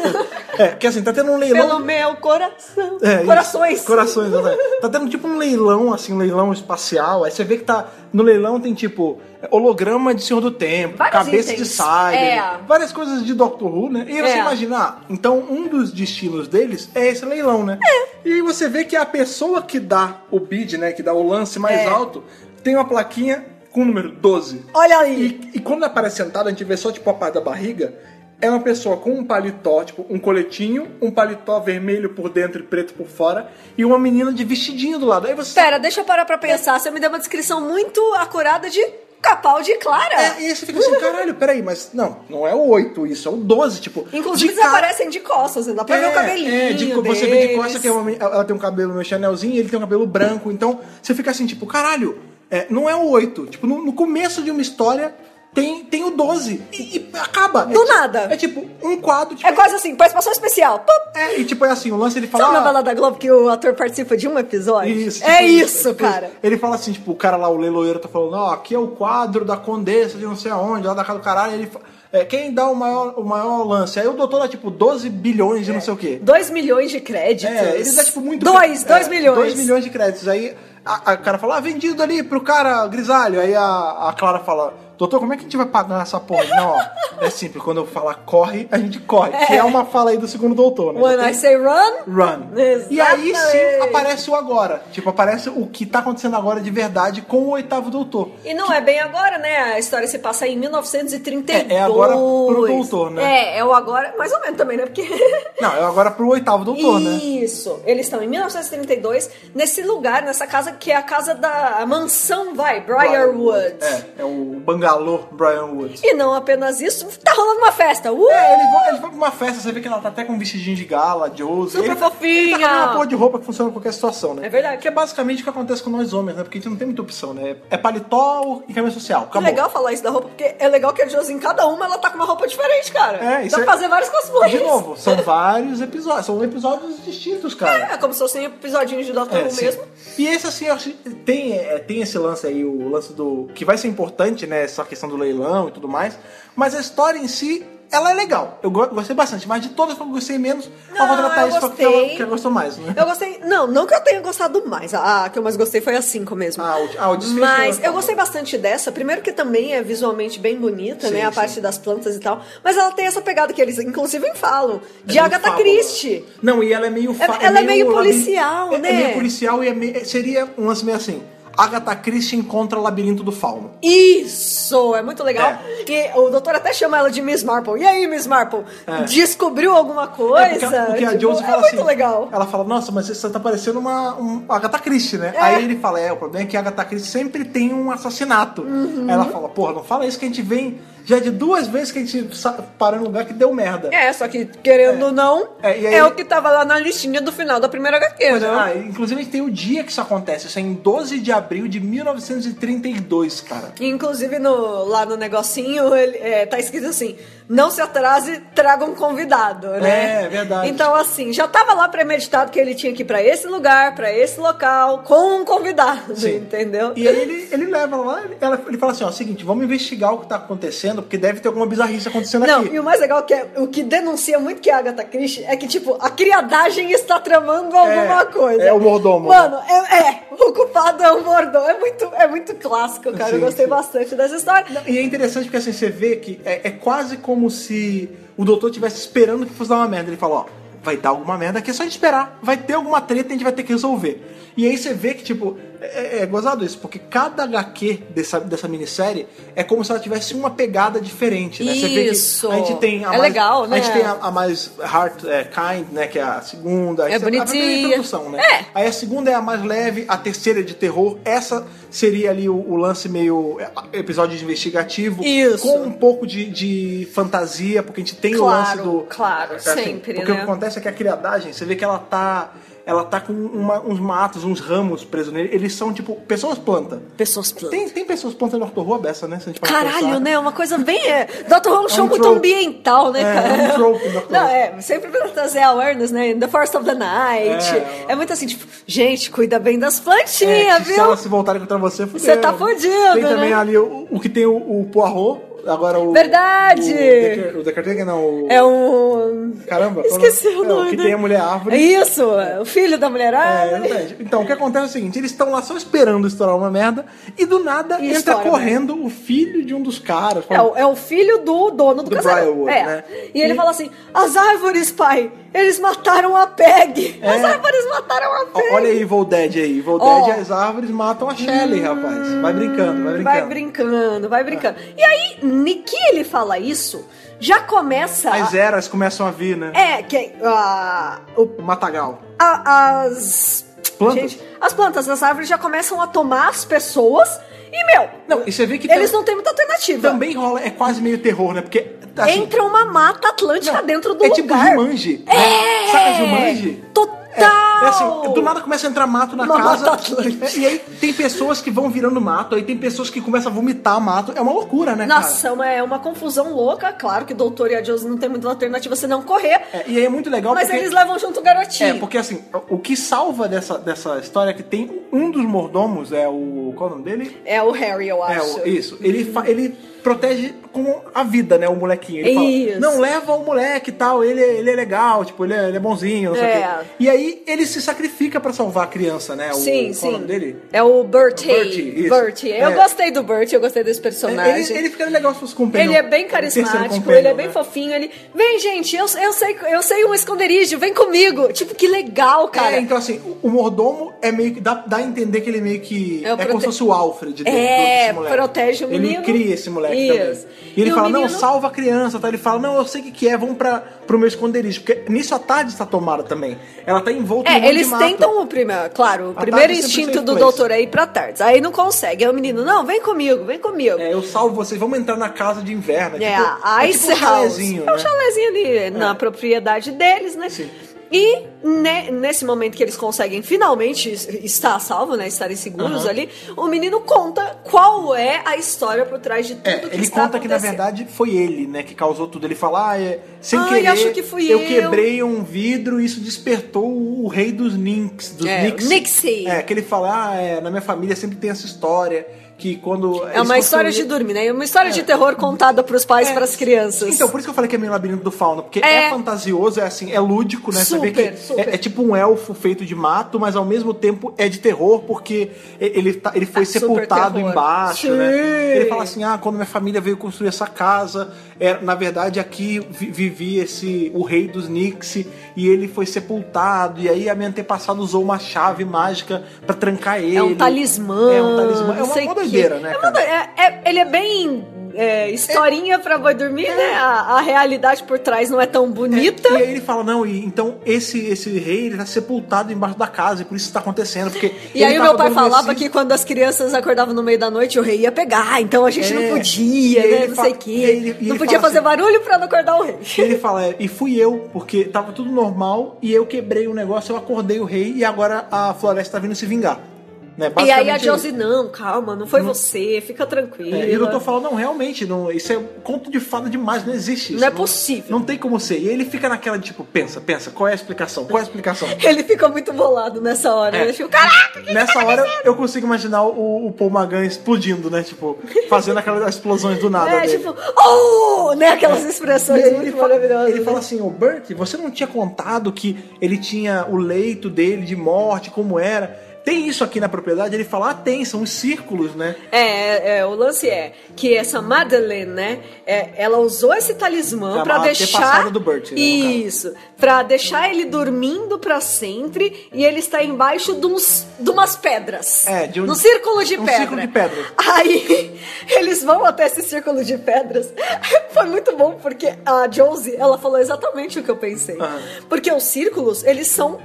É, porque assim, tá tendo um leilão... Pelo meu coração. É, isso. Corações. Corações, exatamente. Tá tendo tipo um leilão, assim, um leilão espacial. Aí você vê que tá. No leilão tem tipo holograma de Senhor do Tempo, Vários cabeça itens. de Cyber, É. várias coisas de Doctor Who, né? E aí você É. imagina, ah, então um dos destinos deles é esse leilão, né? É. E aí você vê que a pessoa que dá o bid, né? Que dá o lance mais É. alto, tem uma plaquinha com o número 12. Olha aí. E, e quando ela aparece sentada, a gente vê só tipo a parte da barriga. É uma pessoa com um paletó, tipo um coletinho, um paletó vermelho por dentro e preto por fora, e uma menina de vestidinho do lado. Aí você. Pera, deixa eu parar pra pensar. Você me deu uma descrição muito acurada de Capaldi e Clara. É, e aí você fica assim, caralho, peraí, mas não, não é o 8 isso, é o 12, tipo. Inclusive, de eles cara- aparecem de costas, assim, dá pra ver o cabelinho. É, de, deles. você vê de costa que é uma men- ela tem um cabelo meio chanelzinho e ele tem um cabelo branco. Então você fica assim, tipo, caralho, é, não é o 8. Tipo, no, no começo de uma história tem, tem o 12. E, e acaba. Do É ti- nada. É tipo, um quadro. Tipo, É quase assim, participação especial. Pum. É, e tipo, é assim, o lance ele fala. Sabe a "Ah, novela da Globo que o ator participa de um episódio? Isso, é tipo isso, tipo cara. Ele fala assim, tipo, o cara lá, o leiloeiro, tá falando, ó, aqui é o quadro da condessa de não sei aonde, lá da casa do caralho, ele fa- é, quem dá o maior, o maior lance? Aí o doutor dá, tipo, 12 bilhões É. de não sei o quê. 2 milhões de créditos. É, ele dá, tipo, muito... 2, é, 2 milhões. 2 milhões de créditos. Aí a, a cara fala, ah, vendido ali pro cara grisalho. Aí a, a Clara fala, Doutor, como é que a gente vai pagar essa porra? Não, ó, é simples. Quando eu falar corre, a gente corre. Que é uma fala aí do segundo doutor, né? When Já I tem- say run, Run. Exatamente. E aí sim aparece o agora. Tipo, aparece o que tá acontecendo agora de verdade com o oitavo doutor. E não é bem agora, né? A história se passa em 1932. É, é agora pro doutor, né? É, é o agora, mais ou menos também, né? Porque. Não, é agora pro oitavo doutor, né? Isso. Eles estão em 1932, nesse lugar, nessa casa que é a casa da a mansão, vai, Briarwood. É, é o bangalô Brian Woods. E não apenas isso, tá rolando uma festa. Uh! É, ele vai, ele vai pra uma festa, você vê que ela tá até com um vestidinho de gala, de ouso. Super ele, fofinha. Ele tá com uma porra de roupa que funciona em qualquer situação, né? É verdade. Que é basicamente o que acontece com nós homens, né? Porque a gente não tem muita opção, né? É paletó e camisa social. Acabou. legal falar isso da roupa, porque é legal que a Josi, em cada uma, ela tá com uma roupa diferente, cara. É, isso Dá pra é- fazer vários cosplays. De novo, são vários episódios, são episódios distintos, cara. É, como se fossem episodinhos de Doctor É, Who sim. mesmo. E esse, assim, eu acho que tem, é, tem esse lance aí, o lance do. que vai ser importante, né? Essa questão do leilão e tudo mais. Mas a história em si, ela é legal. Eu go- gostei bastante, mas de todas que eu gostei menos, Não, eu vou tratar eu isso pra que gostei. ela- que ela gostou mais, né? Eu gostei. Não, não que eu tenha gostado mais. A, a que eu mais gostei foi a 5 mesmo. Ah, o- ah, o desfecho Mas eu- eu gostei bastante dessa. Primeiro que também é visualmente bem bonita, Sim, né? A sim. parte das plantas e tal. Mas ela tem essa pegada que eles, inclusive, falam. De É meio Agatha fábula. Christie. Não, e ela é meio fa- Ela- ela é meio labi- policial, é- né? É meio policial e é meio- seria um lance meio assim: Agatha Christie encontra o labirinto do fauno. Isso! É muito legal. E o doutor até chama ela de Miss Marple. E aí, Miss Marple? É. Descobriu alguma É, coisa? porque, porque a Tipo, Josie é fala muito assim, legal. Ela fala, nossa, mas você tá parecendo uma um Agatha Christie, né? É. Aí ele fala, é, o problema é que a Agatha Christie sempre tem um assassinato. Uhum. Aí ela fala, porra, não fala isso que a gente vem já é de duas vezes que a gente sa- parou em um lugar que deu merda. É, só que, querendo ou não, É, e é, aí- o que tava lá na listinha do final da primeira HQ, né? Ah, inclusive tem o dia que isso acontece, isso é em 12 de abril de 1932, cara. Que, Inclusive no- lá no negocinho ele, é, tá escrito assim: não se atrase, traga um convidado, né? É, verdade. Então, assim, já tava lá premeditado que ele tinha que ir pra esse lugar, pra esse local, com um convidado, Sim. entendeu? E aí ele, ele leva ela lá, ele, ela- ele fala assim, ó, seguinte, vamos investigar o que tá acontecendo, porque deve ter alguma bizarrice acontecendo Não, aqui. e o mais legal que é, o que denuncia muito que é a Agatha Christie é que, tipo, a criadagem está tramando alguma coisa. é o mordomo, Mano, é, é, o culpado é o mordomo. É muito, é muito clássico, cara. Eu Sim, gostei sim. bastante dessa história. E é interessante porque assim, você vê que é, é quase como se o doutor estivesse esperando que fosse dar uma merda. Ele fala, ó, vai dar alguma merda aqui, é só a gente esperar. Vai ter alguma treta, a gente vai ter que resolver. E aí você vê que, tipo, é, é- é gozado isso, porque cada HQ dessa, dessa minissérie é como se ela tivesse uma pegada diferente, né? Você vê Isso. que a gente tem a É mais, legal, né? A gente tem a, a mais Heart é, Kind, né? Que é a segunda. Aí É você- a primeira bonitinha. introdução, né? É. Aí a segunda é a mais leve, a terceira é de terror. Essa seria ali o, o lance meio é, episódio de investigativo. Isso. Com um pouco de, de fantasia, porque a gente tem Claro, o lance do. claro, assim, sempre, Porque né? o que acontece é que a criadagem, você vê que ela tá. Ela tá com uma- uns matos, uns ramos presos nele. Eles são, tipo, pessoas planta. Pessoas plantas. Tem, tem pessoas planta no Horror Bessa, né? Se a gente parar pra Caralho, pensar. né? Uma coisa bem. É, Dr. Who é um show muito trope. ambiental, né, É, cara? é um trope, Dr. Who. Não, é, sempre pra trazer awareness, né? The Forest of the Night. É, É. muito assim, tipo, gente, cuida bem das É, plantinhas, que Se viu? elas se voltarem contra você, fudeu. Você tá fudido, Tem também né? ali o, o que tem o, o Poirot, agora o... Verdade! O Decker- O Decker não, o... É um. Caramba. Esqueci o qual é nome. que do- tem a mulher árvore. É isso, é o filho da mulher É, árvore. verdade. Então, o que acontece é o seguinte, eles estão lá só esperando estourar uma merda, e do nada E entra estoura, né? correndo o filho de um dos caras. É, o, é o filho do dono do, Do casarão. Briarwood, é. né? E ele E- fala assim: as árvores, pai, eles mataram a Peg. As É. árvores mataram a Peg. Ó, Olha aí Evil Dead aí, Evil Ó. Hum, Dead as árvores matam a Shelley, rapaz. Vai brincando, vai brincando. Vai brincando, vai brincando. E aí, ni- que ele fala isso, já começa. a- As eras começam a vir, né? É, que a- o- O Matagal. a- as. Plantas. as plantas, as árvores já começam a tomar as pessoas. E, meu, Não, e você vê que eles tam- não têm muita alternativa. também rola, é quase meio terror, né? Porque... assim, Entra uma mata atlântica Não, dentro do é tipo lugar. Jumanji. É! Saca Jumanji? Total! É assim, do nada começa a entrar mato na Uma casa. mata atlântica. É, E aí tem pessoas que vão virando mato, aí tem pessoas que começam a vomitar mato. É uma loucura, né, Nossa, é uma, é uma confusão louca. Claro que o doutor e a Josie não tem muita alternativa senão correr. cara? É, e aí é muito legal Mas porque... eles levam junto o garotinho. É, porque assim, o que salva dessa, dessa história é que tem um dos mordomos, é o... Qual é o nome dele? É o Harry, eu É, acho. o, isso. Ele, fa- ele protege com a vida, né, o molequinho. Ele fala, Isso. não, leva o moleque e tal, ele, é- ele é legal, tipo, ele é, ele é bonzinho, não sei É. o quê. E aí eles se sacrifica pra salvar a criança, né? O, Sim, qual sim. o nome dele? É o Bertie. Bertie, isso. Bertie. Eu É. gostei do Bertie, eu gostei desse personagem. Ele, ele ficaria legal se fosse companheiro. Ele é bem carismático, ele né? é bem fofinho. Ele, vem, gente, eu, eu, sei, eu sei um esconderijo, vem comigo. Tipo, que legal, cara. É, então assim, o, o mordomo é meio que. Dá, dá a entender que ele meio que. É É, o como prote- se fosse o Alfred dele. É, desse moleque. protege o menino. Ele cria esse moleque Isso. também. E ele E o fala, não, menino- salva a criança, tá? Ele fala, não, eu sei o que, que é, vamos pra, pro meu esconderijo. Porque nisso a tarde está tomada também. Ela tá envolta em um É, monte eles de mato. tentam o primeiro, claro, o A primeiro tarde sempre instinto serve do pra isso. doutor é ir pra tardes. Aí não consegue. Aí o menino, não, vem comigo, vem comigo. É, É, eu salvo vocês, vamos entrar na casa de inverno. É, tipo, a é Ice tipo um House. chalezinho, É um né? chalezinho ali na propriedade deles, né? Sim. E né, nesse momento que eles conseguem finalmente es- estar a salvo, né? Estarem seguros Aham. ali, o menino conta qual é a história por trás de tudo É, que ele está conta que na acontecendo. verdade foi ele, né, que causou tudo. Ele fala, ah, é, sem Ai, querer, acho que fui eu." quebrei um vidro e isso despertou o, o rei dos Ninx, dos É, Nix. Nixie. É, que ele fala, ah, é, na minha família sempre tem essa história que quando... É uma história de dormir, né? É Uma história de terror contada pros pais e pras crianças. É. Então, por isso que eu falei que é meio labirinto do fauna, porque É. é, fantasioso, é assim, é lúdico, né? Saber Super, que super. É, é tipo um elfo feito de mato, mas ao mesmo tempo é de terror, porque e- ele, tá- ele foi Ah, super sepultado terror. embaixo, Sim. né? Ele fala assim: ah, quando minha família veio construir essa casa, é, na verdade aqui vi- vivia esse, o rei dos Nix, e ele foi sepultado, e aí a minha antepassada usou uma chave mágica pra trancar ele. É um talismã. É um talismã. É não uma sei mó que. doideira, né, É cara? uma do- é- é- ele é bem é, historinha pra boi dormir, É. né? A, a realidade por trás não é tão bonita. E aí ele fala, não, e então esse, esse rei, ele tá sepultado embaixo da casa, e por isso isso tá acontecendo, porque... E ele tava um assim. aí o meu pai adormecido. falava que quando as crianças acordavam no meio da noite, o rei ia pegar, então a gente não É. E podia, aí né? ele Não fala- sei o e quê. aí ele- e não ele podia fala fazer assim- barulho pra não acordar o rei. Ele fala, é, e fui eu, porque tava tudo normal, e eu quebrei o negócio, eu acordei o rei, e agora a floresta tá vindo se vingar. Né? E aí a Basicamente isso. Josie, não, calma, não foi você, fica tranquilo. É, e o doutor fala, não, realmente, não, isso é conto de fada demais, não existe isso. Não é possível. Não tem como ser. E ele fica naquela, de, tipo, pensa, pensa, qual é a explicação? Qual é a explicação? Ele ficou muito bolado nessa hora. É. Ele ficou, caraca! Nessa hora eu consigo imaginar o, o Paul Magan explodindo, né? Tipo, fazendo aquelas explosões do nada. É, dele. tipo, oh! Né? Aquelas expressões E aí muito ele, fala, maravilhosas. ele né? fala assim, o Bert, você não tinha contado que ele tinha o leito dele de morte, como era? Tem isso aqui na propriedade? Ele fala, ah, tem, são os círculos, né? É, é, o lance é que essa Madeleine, né? é, ela usou esse talismã Pra pra ma- ter deixar. passado do Bert, né, no Isso. Pra deixar ele dormindo pra sempre e ele está embaixo de, uns, de umas pedras. É, de um- Num círculo de um pedra. círculo de pedras. Aí eles vão até esse círculo de pedras. Foi muito bom porque a Josie, ela falou exatamente o que eu pensei. Aham. Porque os círculos, eles são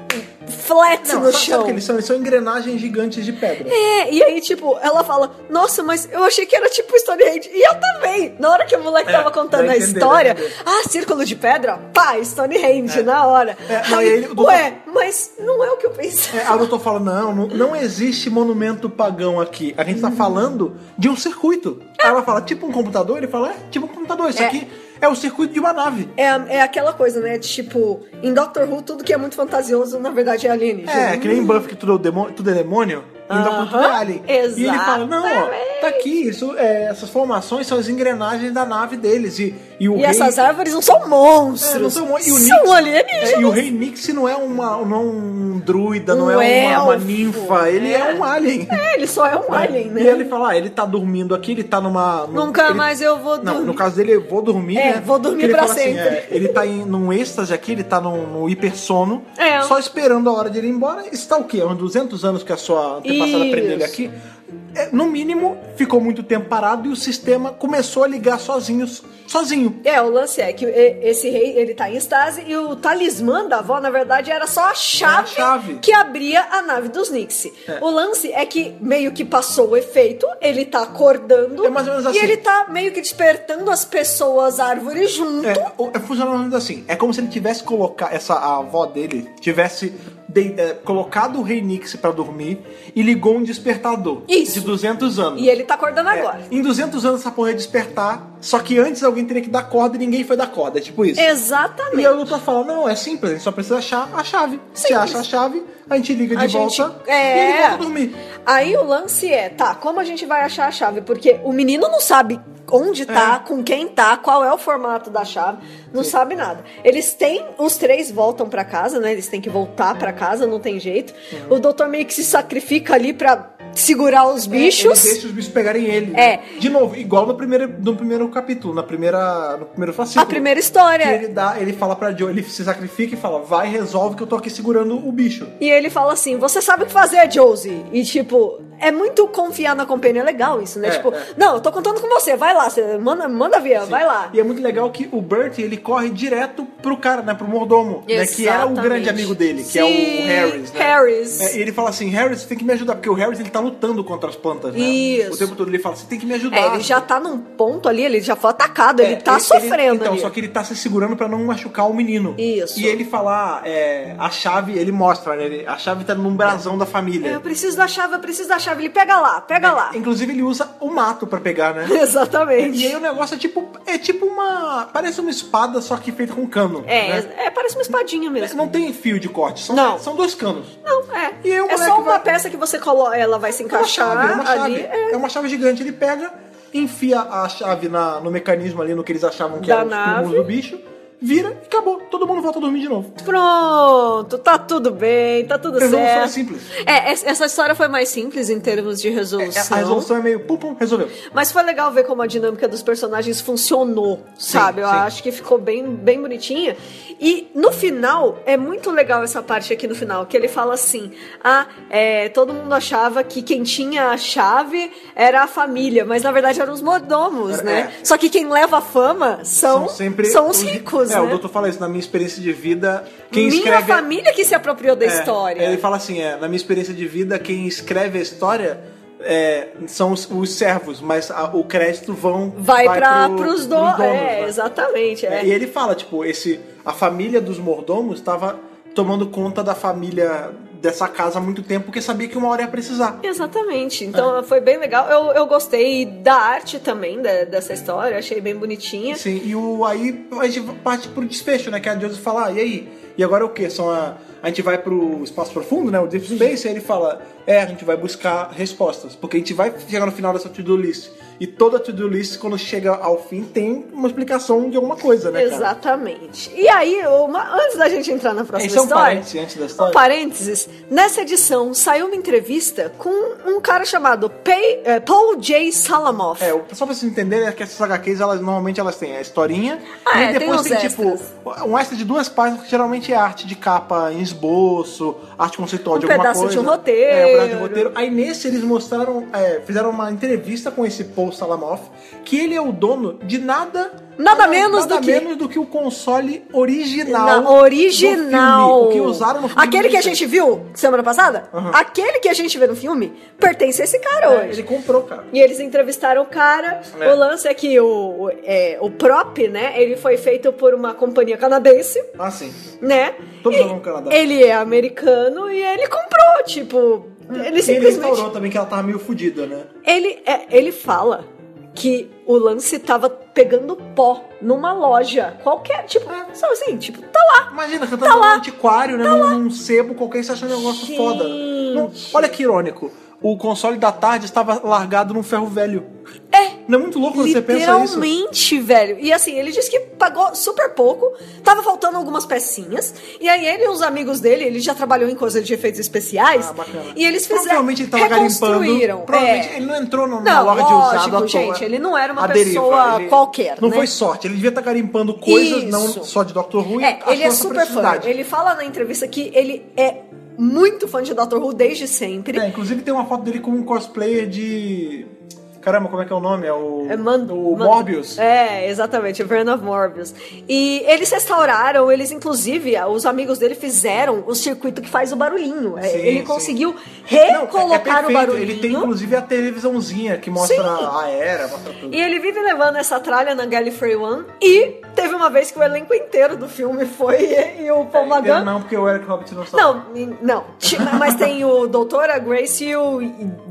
flat Não, sabe, no chão. sabe o que eles são? Eles são engrenagens gigantes de pedra. É, e aí, tipo, ela fala, nossa, mas eu achei que era tipo Stonehenge. E eu também. Na hora que o moleque É, tava contando vai a entender, história, vai entender. ah, círculo de pedra, pá, Stonehenge, na hora. É, não, Aí, e ele- o Ué, mas não é o que eu pensei. É, a doutor fala, não, não, não existe monumento pagão aqui. A gente tá Hum. falando de um circuito. Aí ela fala, tipo um computador? Ele fala, é, tipo um computador. Isso É. aqui é o circuito de uma nave. É, é aquela coisa, né? Tipo, em Doctor Who, tudo que é muito fantasioso, na verdade, é alienígena. É, que nem Buff que tudo é, o demônio, tudo é demônio. Então, Aham, tudo é alien. E ele fala, não, exatamente. ó, tá aqui, isso, é, essas formações são as engrenagens da nave deles. E, e o E rei... essas árvores não são monstros. É, não são mon- e o são Nix- alienígenas. é, e o rei Nix não é, uma, não é um druida, não Um é uma, uma elfo, ninfa, ele é, é. um alien. É, ele só é um alien, né? E ele fala, ah, ele tá dormindo aqui, ele tá numa... num- Nunca ele- mais eu vou Não, dormir. no caso dele, eu vou dormir, É, né? vou dormir Porque ele pra fala assim, sempre. é, ele tá em, num êxtase aqui, ele tá num, num hipersono, É. só esperando a hora de ele ir embora. Isso tá o quê? Uns 200 anos que a sua antepassada Isso. prendeu ele aqui. É, no mínimo, ficou muito tempo parado e o sistema começou a ligar sozinho, sozinho. É, o lance é que e- esse rei, ele tá em estase e o talismã da avó, na verdade, era só a chave, chave. que abria a nave dos Nixie. É. O lance é que meio que passou o efeito, ele tá acordando É mais ou menos e assim. ele tá meio que despertando as pessoas, a árvore junto. É, o- é funcionando assim. É como se ele tivesse colocado essa a avó dele tivesse de- é, colocado o Rei Nix pra dormir e ligou um despertador Isso. de 200 anos. E ele tá acordando agora. É, Em 200 anos essa porra ia despertar, só que antes alguém teria que dar corda e ninguém foi dar corda, é tipo isso. Exatamente. E aí o Luthor fala, não, é simples, a gente só precisa achar a chave. Você Simples. acha a chave, a gente liga de A volta gente- e é. ele volta a dormir. Aí o lance é, tá, como a gente vai achar a chave? Porque o menino não sabe onde tá, com quem tá, qual é o formato da chave, não Sim. sabe nada. Eles têm, os três voltam pra casa, né? Eles têm que voltar pra casa, não tem jeito. É. O doutor meio que se sacrifica ali pra segurar os bichos. Ele deixa os bichos pegarem ele. É. né? De novo, igual no primeiro, no primeiro capítulo, na primeira, no primeiro fascículo. a primeira Que história. tipo ele dá, ele fala pra Joe, ele se sacrifica e fala, vai, resolve que eu tô aqui segurando o bicho. E ele fala assim: você sabe o que fazer, Josie. E tipo, é muito confiar na companhia. É legal isso, né? É, tipo, é. não, eu tô contando com você, vai lá, você manda, manda ver, vai lá. E é muito legal que o Bert, ele corre direto pro cara, né? Pro mordomo, né? Que era o Exatamente. grande amigo dele, que é Sim, o Harris, né? Harris. É, e ele fala assim, Harris, você tem que me ajudar, porque o Harris, ele tá lutando contra as plantas, né? Isso. O tempo todo ele fala, você tem que me ajudar. É, ele já tá num ponto ali, ele já foi atacado, É, ele tá sofrendo Então, ali. só que ele tá se segurando pra não machucar o menino. Isso. E ele falar, é, a chave, ele mostra, né? ele- a chave tá num brasão da É, família. Eu preciso da chave, eu preciso da chave. Ele pega lá, É, pega lá. Inclusive, ele usa o mato pra pegar, né? E Exatamente. aí o negócio é tipo. É tipo uma. Parece uma espada, só que feita com cano. É, né? é, parece uma espadinha É, mesmo. Não tem fio de corte, são, Não. são dois canos. Não, é. E aí o é moleque só uma vai- peça que você coloca, ela vai se É uma encaixar chave, é uma chave. ali. É, É. uma chave gigante. Ele pega, enfia a chave na, no mecanismo ali, no que eles achavam que Da era os pulmões nave. do bicho, vira e acabou. Todo mundo volta a dormir de novo. Pronto, tá tudo bem, tá tudo Resolução é certo. simples. É, es- essa história foi mais simples em termos de É, resolução. a resolução é meio pum, pum, resolveu. Mas foi legal ver como a dinâmica dos personagens funcionou, sabe? Eu sim. acho que ficou bem, bem bonitinha. E no final, é muito legal essa parte aqui no final, que ele fala assim: ah, é, todo mundo achava que quem tinha a chave era a família, mas na verdade eram os mordomos, É, né? Só que quem leva a fama são, são os ricos, É, né? o doutor fala isso, na minha experiência de vida, quem Minha escreve. família que se apropriou da é, história. Ele fala assim: é, na minha experiência de vida, quem escreve a história é, são os, os servos, mas a- o crédito vão, Vai, pra, pro- pros do... donos. É, né? exatamente. é. É, E ele fala, tipo, esse, a família dos mordomos estava tomando conta da família dessa casa há muito tempo, porque sabia que uma hora ia precisar. Exatamente, É. então foi bem legal. Eu, eu gostei da arte também da- dessa história, achei bem bonitinha. Sim, e o, aí a gente parte pro desfecho, né? Que a Joseph fala, ah, e aí? E agora é o quê? São a, a gente vai pro espaço profundo, né? O Deep Space, e aí ele fala, é, a gente vai buscar respostas, porque a gente vai chegar no final dessa to-do list. E toda to-do list, quando chega ao fim, tem uma explicação de alguma coisa, né, cara? Exatamente. E aí, uma- antes da gente entrar na próxima Esse é um história, parênteses antes da um história. parênteses, nessa edição saiu uma entrevista com um cara chamado Pei- eh, Paul J. Salamoff. É, o- só pra vocês entenderem é que essas HQs, elas, normalmente elas têm a historinha Ah, e é, tem depois uns tem, tipo um extra de duas páginas que geralmente é arte de capa em esboço, arte conceitual Um de alguma pedaço coisa. de um roteiro. É, um pedaço de um roteiro. Aí nesse eles mostraram, é, fizeram uma entrevista com esse Paul Salamoff, que ele é o dono de nada. Nada menos nada do que- menos do que o console original. Na original. do filme, o que usaram no filme. Aquele que a gente viu semana passada? Aham. Aquele que a gente vê no filme pertence a esse cara É, hoje. ele comprou, cara. E eles entrevistaram o cara. É. O lance é que o, o- é, o prop, né? Ele foi feito por uma companhia canadense, Ah, sim. né? Todos E jogam no Canadá. Ele é americano e ele comprou, tipo. Ele E ele simplesmente. restaurou também que ela tava meio fodida, né? Ele, é, ele fala que o lance tava pegando pó numa loja qualquer. Tipo, sabe assim? Tipo, tá lá. Imagina, você tá, num antiquário, né? num, num sebo qualquer, você achando um negócio Gente. foda. Não- olha que irônico. O console da tarde estava largado num ferro velho. É. Não é muito louco quando você pensa isso? Literalmente, velho. E assim, ele disse que pagou super pouco, tava faltando algumas pecinhas. E aí ele e os amigos dele, ele já trabalhou em coisa de efeitos especiais. Ah, bacana. e eles fizeram. Provavelmente ele tava reconstruíram. garimpando. Provavelmente é. ele não entrou no- na Não, loja de usado lógico, à toa. gente, ele não era uma À deriva, pessoa ele- qualquer, Não né? foi um sorte. Ele devia estar garimpando coisas, Isso. não só de Dr. Who. e É, ele achou é essa super fã. praticidade. Ele fala na entrevista que ele é muito fã de Dr. Who desde sempre. É, inclusive tem uma foto dele com um cosplayer de... Caramba, como é que é o nome? É o, É Man- o Man- Morbius. É, exatamente, o Brand of Morbius. E eles restauraram, eles inclusive, os amigos dele fizeram o circuito que faz o barulhinho. É, Sim, ele sim. conseguiu Não, é- é recolocar o perfeito. barulhinho. Ele tem inclusive a televisãozinha que mostra Sim. a era, mostra tudo. E ele vive levando essa tralha na Gallifrey One. E teve uma vez que o elenco inteiro do filme foi e, e o Paul Inteiro Magan. É, Não, porque o Eric Roberts não sabe. Não, e- não. Ti- Mas tem o Doutor, a Grace e o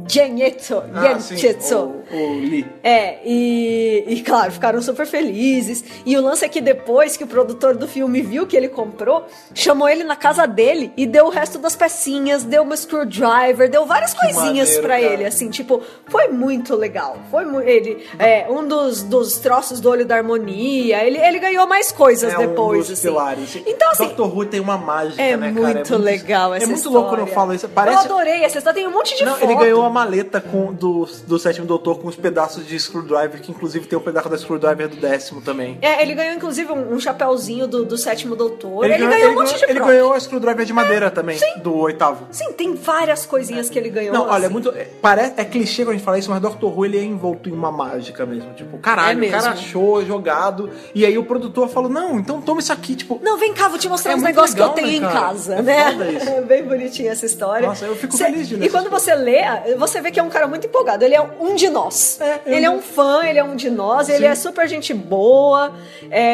Genetto. Ah, sim, o- o Lee. É, e, e, claro, ficaram super felizes. E o lance é que depois que o produtor do filme viu que ele comprou, chamou ele na casa dele e deu o resto das pecinhas, deu uma screwdriver, deu várias Que coisinhas maneiro, pra cara. ele, assim, tipo, foi muito legal. Foi mu- ele, é, um dos, dos troços do olho da harmonia, ele, ele ganhou mais coisas É um depois, dos assim. pilares. Então, assim, Doctor Who tem uma mágica, é, né, muito cara? legal essa É muito história. louco quando eu falo isso. Parece... Eu adorei essa história, tem um monte de Não, foto. ele ganhou a maleta com, do, do sétimo doutor com os pedaços de screwdriver, que inclusive tem um pedaço da screwdriver do décimo também. É, ele ganhou, inclusive, um, um chapéuzinho do, do sétimo doutor. Ele, ganhou, um monte de Ele prova. É, ganhou a screwdriver de madeira também, do oitavo. Sim, tem várias coisinhas que ele ganhou. Não, olha, é assim. muito. É, parece, é clichê quando a gente fala isso, mas Doctor Who ele é envolto em uma mágica mesmo. Tipo, É caralho, o mesmo. cara achou, é jogado. E aí o produtor falou: não, então toma isso aqui, tipo. Não, vem cá, vou te mostrar É uns muito negócios legal, que eu tenho né, em cara? casa, É né? foda isso. É Bem bonitinha essa história. Nossa, eu fico Cê- feliz de ler E quando essas você lê, você vê que é um cara muito empolgado. Ele é um de nós. É, eu- ele é um fã, ele é um de nós, ele Sim. é super gente boa.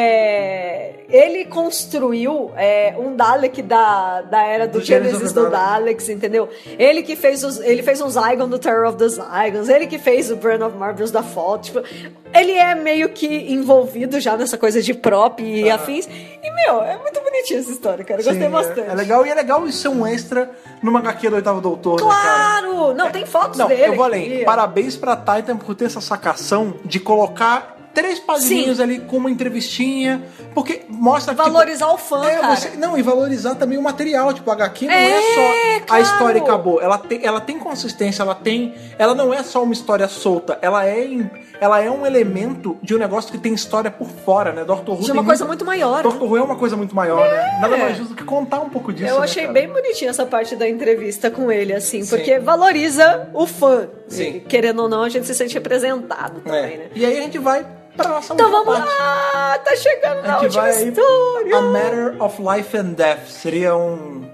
é, Ele construiu é, um Dalek da, da era do, Do Genesis Genesis of the do Daleks. Daleks, entendeu? Ele que fez os, ele fez um Zygon do Terror of the Zygons, ele que fez o Brand of Marvels da Fall, tipo, ele é meio que envolvido já nessa coisa de prop e Tá. afins. E meu, é muito bonitinha essa história, cara. Eu Sim, gostei é- bastante. É, legal e é legal isso ser um extra numa HQ do oitavo doutor, né, cara? Claro! Não, tem fotos Não, dele. eu vou aqui. além. Parabéns pra Titan por ter essa sacação de colocar três padrinhos ali com uma entrevistinha, porque mostra que, tipo, Valorizar o fã, É, cara. você- não, e valorizar também o material, tipo, a HQ não é, É, só a claro. história e acabou. Ela tem, ela tem consistência, ela tem. Ela não é só uma história solta, ela é, em- ela é um elemento de um negócio que tem história por fora, né? Doctor Who De é uma tem coisa muito maior, É. Doctor Who é uma coisa muito maior, né? Nada mais justo do que contar um pouco disso. Eu né, achei cara? bem bonitinha essa parte da entrevista com ele, assim, Sim. porque valoriza o fã. Sim. E, querendo ou não, a gente se sente representado também, É. né? E aí a gente vai pra nossa Então última vamos parte. lá! Tá chegando na A gente última vai aí. história! A Matter of Life and Death. Seria um.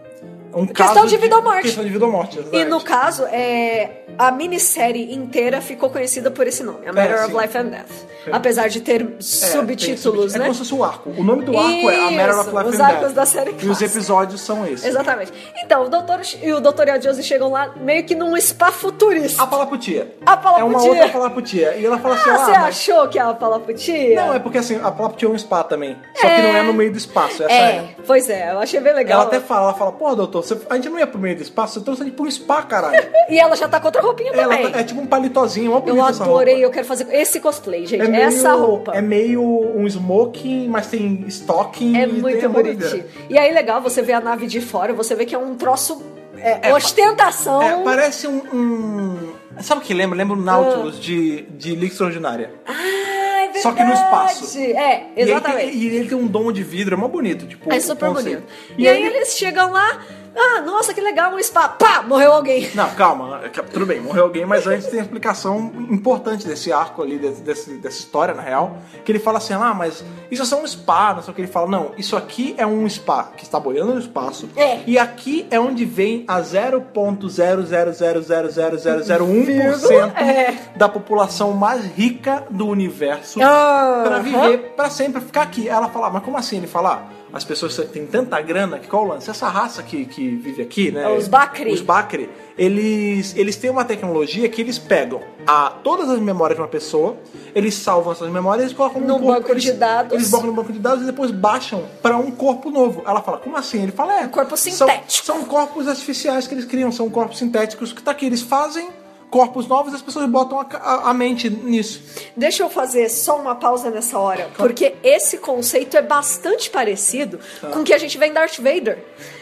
um Questão caso de vida ou morte. Questão de vida ou morte, E exatamente. no caso, é, a minissérie inteira ficou conhecida por esse nome, A Matter É, sim. of Life and Death. Apesar de ter É, tem subtítulos, subtítulos. É né? como se fosse um arco. O nome do arco é A Matter of Isso, Life os and arcos Death. da série e os clássica. episódios são esses. Exatamente. Então, o doutor e o doutor Adiosi chegam lá meio que num spa futurista. A Palaputia. A Palaputia. É uma outra Palaputia. E ela fala assim, Ah, você mas- achou que é a palaputia? Não, é porque assim, a Palaputia é um spa também. Só que não é no meio do espaço. Essa é. É, pois é, eu achei bem legal. Ela até fala, ela fala, pô, doutor, você- a gente não ia pro meio do espaço, você trouxe a gente pra um spa, caralho. E ela já tá com outra roupinha Ela também. tá- é tipo um palitozinho, uma Eu bonita essa roupa. adorei, eu quero fazer esse cosplay, gente. meio- Essa roupa. É meio um smoking, mas tem stocking. É e tem muito a mão inteira. bonitinho. E aí, legal, você vê a nave de fora, você vê que é um troço. é, É, ostentação. É, parece um, um- Sabe o que lembra? Lembra o Nautilus de, de Liga Extraordinária. Ah, é verdade. Só que no espaço. É, E ele tem- exatamente. E ele, tem um dom de vidro, é mó bonito. Tipo, é o super conceito. bonito. E, aí, eles chegam lá. Ah, nossa, que legal, um spa. Pá, morreu alguém. Não, calma, tudo bem, morreu alguém, mas antes tem a explicação importante desse arco ali, desse- desse- dessa história, na real, que ele fala assim, ah, mas isso é só um spa, não sei o que, ele fala, não, isso aqui é um spa, que está boiando no espaço, É. e aqui é onde vem a 0.0000001% É. da população mais rica do universo Ah, pra aham. viver pra sempre, ficar aqui. Aí Ela fala, mas como assim? Ele fala, ah, as pessoas têm tanta grana que qual o lance? Essa raça que, que vive aqui, né? É Os Bakri. Os Bakri, eles, eles têm uma tecnologia que eles pegam a, todas as memórias de uma pessoa, eles salvam essas memórias e colocam Num num corpo, banco eles- de dados. Eles colocam no banco de dados e depois baixam pra um corpo novo. Ela fala, como assim? Ele fala, é. Um corpo sintético. São, corpos artificiais que eles criam, são corpos sintéticos que tá aqui. Eles fazem corpos novos e as pessoas botam a, ca- a- a mente nisso. Deixa eu fazer só uma pausa nessa hora, porque esse conceito é bastante parecido com o que a gente vê em Darth Vader.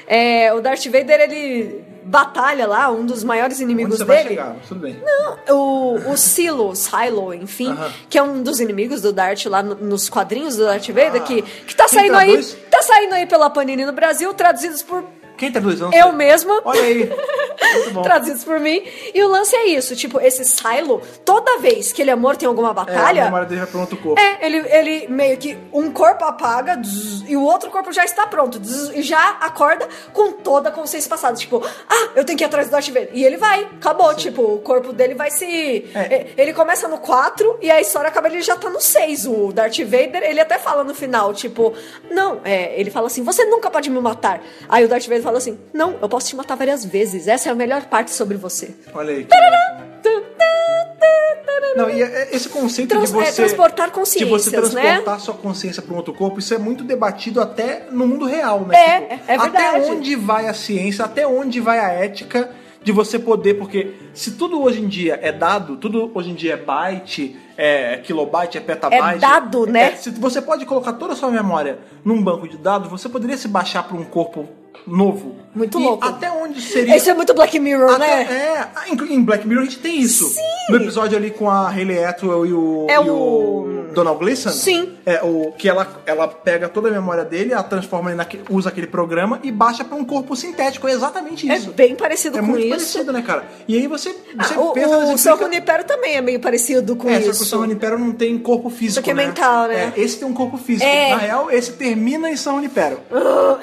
É, o Darth Vader, ele batalha lá, um dos maiores Onde inimigos você vai dele. chegar, mas tudo bem. O, o Silo, Silo, enfim, Aham. que é um dos inimigos do Darth lá no- nos quadrinhos do Darth Vader, que, que tá Ah. Quem saindo aí. traduz? Tá saindo aí pela Panini no Brasil, traduzidos por Quem traduz? Eu não eu sei. mesma. Olha aí. Muito bom. traduzidos por mim. E o lance é isso, tipo, esse Silo, toda vez que ele é morto em alguma É, a batalha, memória dele vai pra um outro corpo. é, ele, ele meio que um corpo apaga zzz, e o outro corpo já está pronto zzz, e já acorda com toda a consciência passada. Tipo, ah, eu tenho que ir atrás do Darth Vader. E ele vai, acabou. Tipo, o corpo dele vai se. É. e- Ele começa no 4 e a história acaba, ele já tá no 6. O Darth Vader, ele até fala no final, tipo, não, é, ele fala assim: você nunca pode me matar. Aí o Darth Vader fala assim: não, eu posso te matar várias vezes. Essa é a melhor parte sobre você. Olha aí. que- Tu, tu, tu, tu. Não, e é- é esse conceito Trans- de você. é, transportar de consciências, você transportar né? sua consciência para um outro corpo, isso é muito debatido até no mundo real, né? É, é Até verdade. onde vai a ciência, até onde vai a ética de você poder, porque se tudo hoje em dia é dado, tudo hoje em dia é byte, é kilobyte, é petabyte. É dado, né? é, se você pode colocar toda a sua memória num banco de dados, você poderia se baixar para um corpo novo. Muito E louco. Até onde seria Isso é muito Black Mirror, até- né? É, ah, inclu- em Black Mirror a gente tem isso. No episódio ali com a Hayley Atwell e o, É e o Donald Gleason. Sim. É, o, que ela, ela pega toda a memória dele, ela transforma ele naque- usa aquele programa e baixa pra um corpo sintético. É exatamente É isso. bem parecido É com muito isso. parecido, né, cara? E aí você, você Ah, o pensa o, nas São implica- Junipero também é meio parecido com é, só que o isso. São Junipero não tem corpo físico, Isso aqui é né? mental, né? É, esse tem um corpo físico. É. Na real, esse termina em São Junipero. Ah,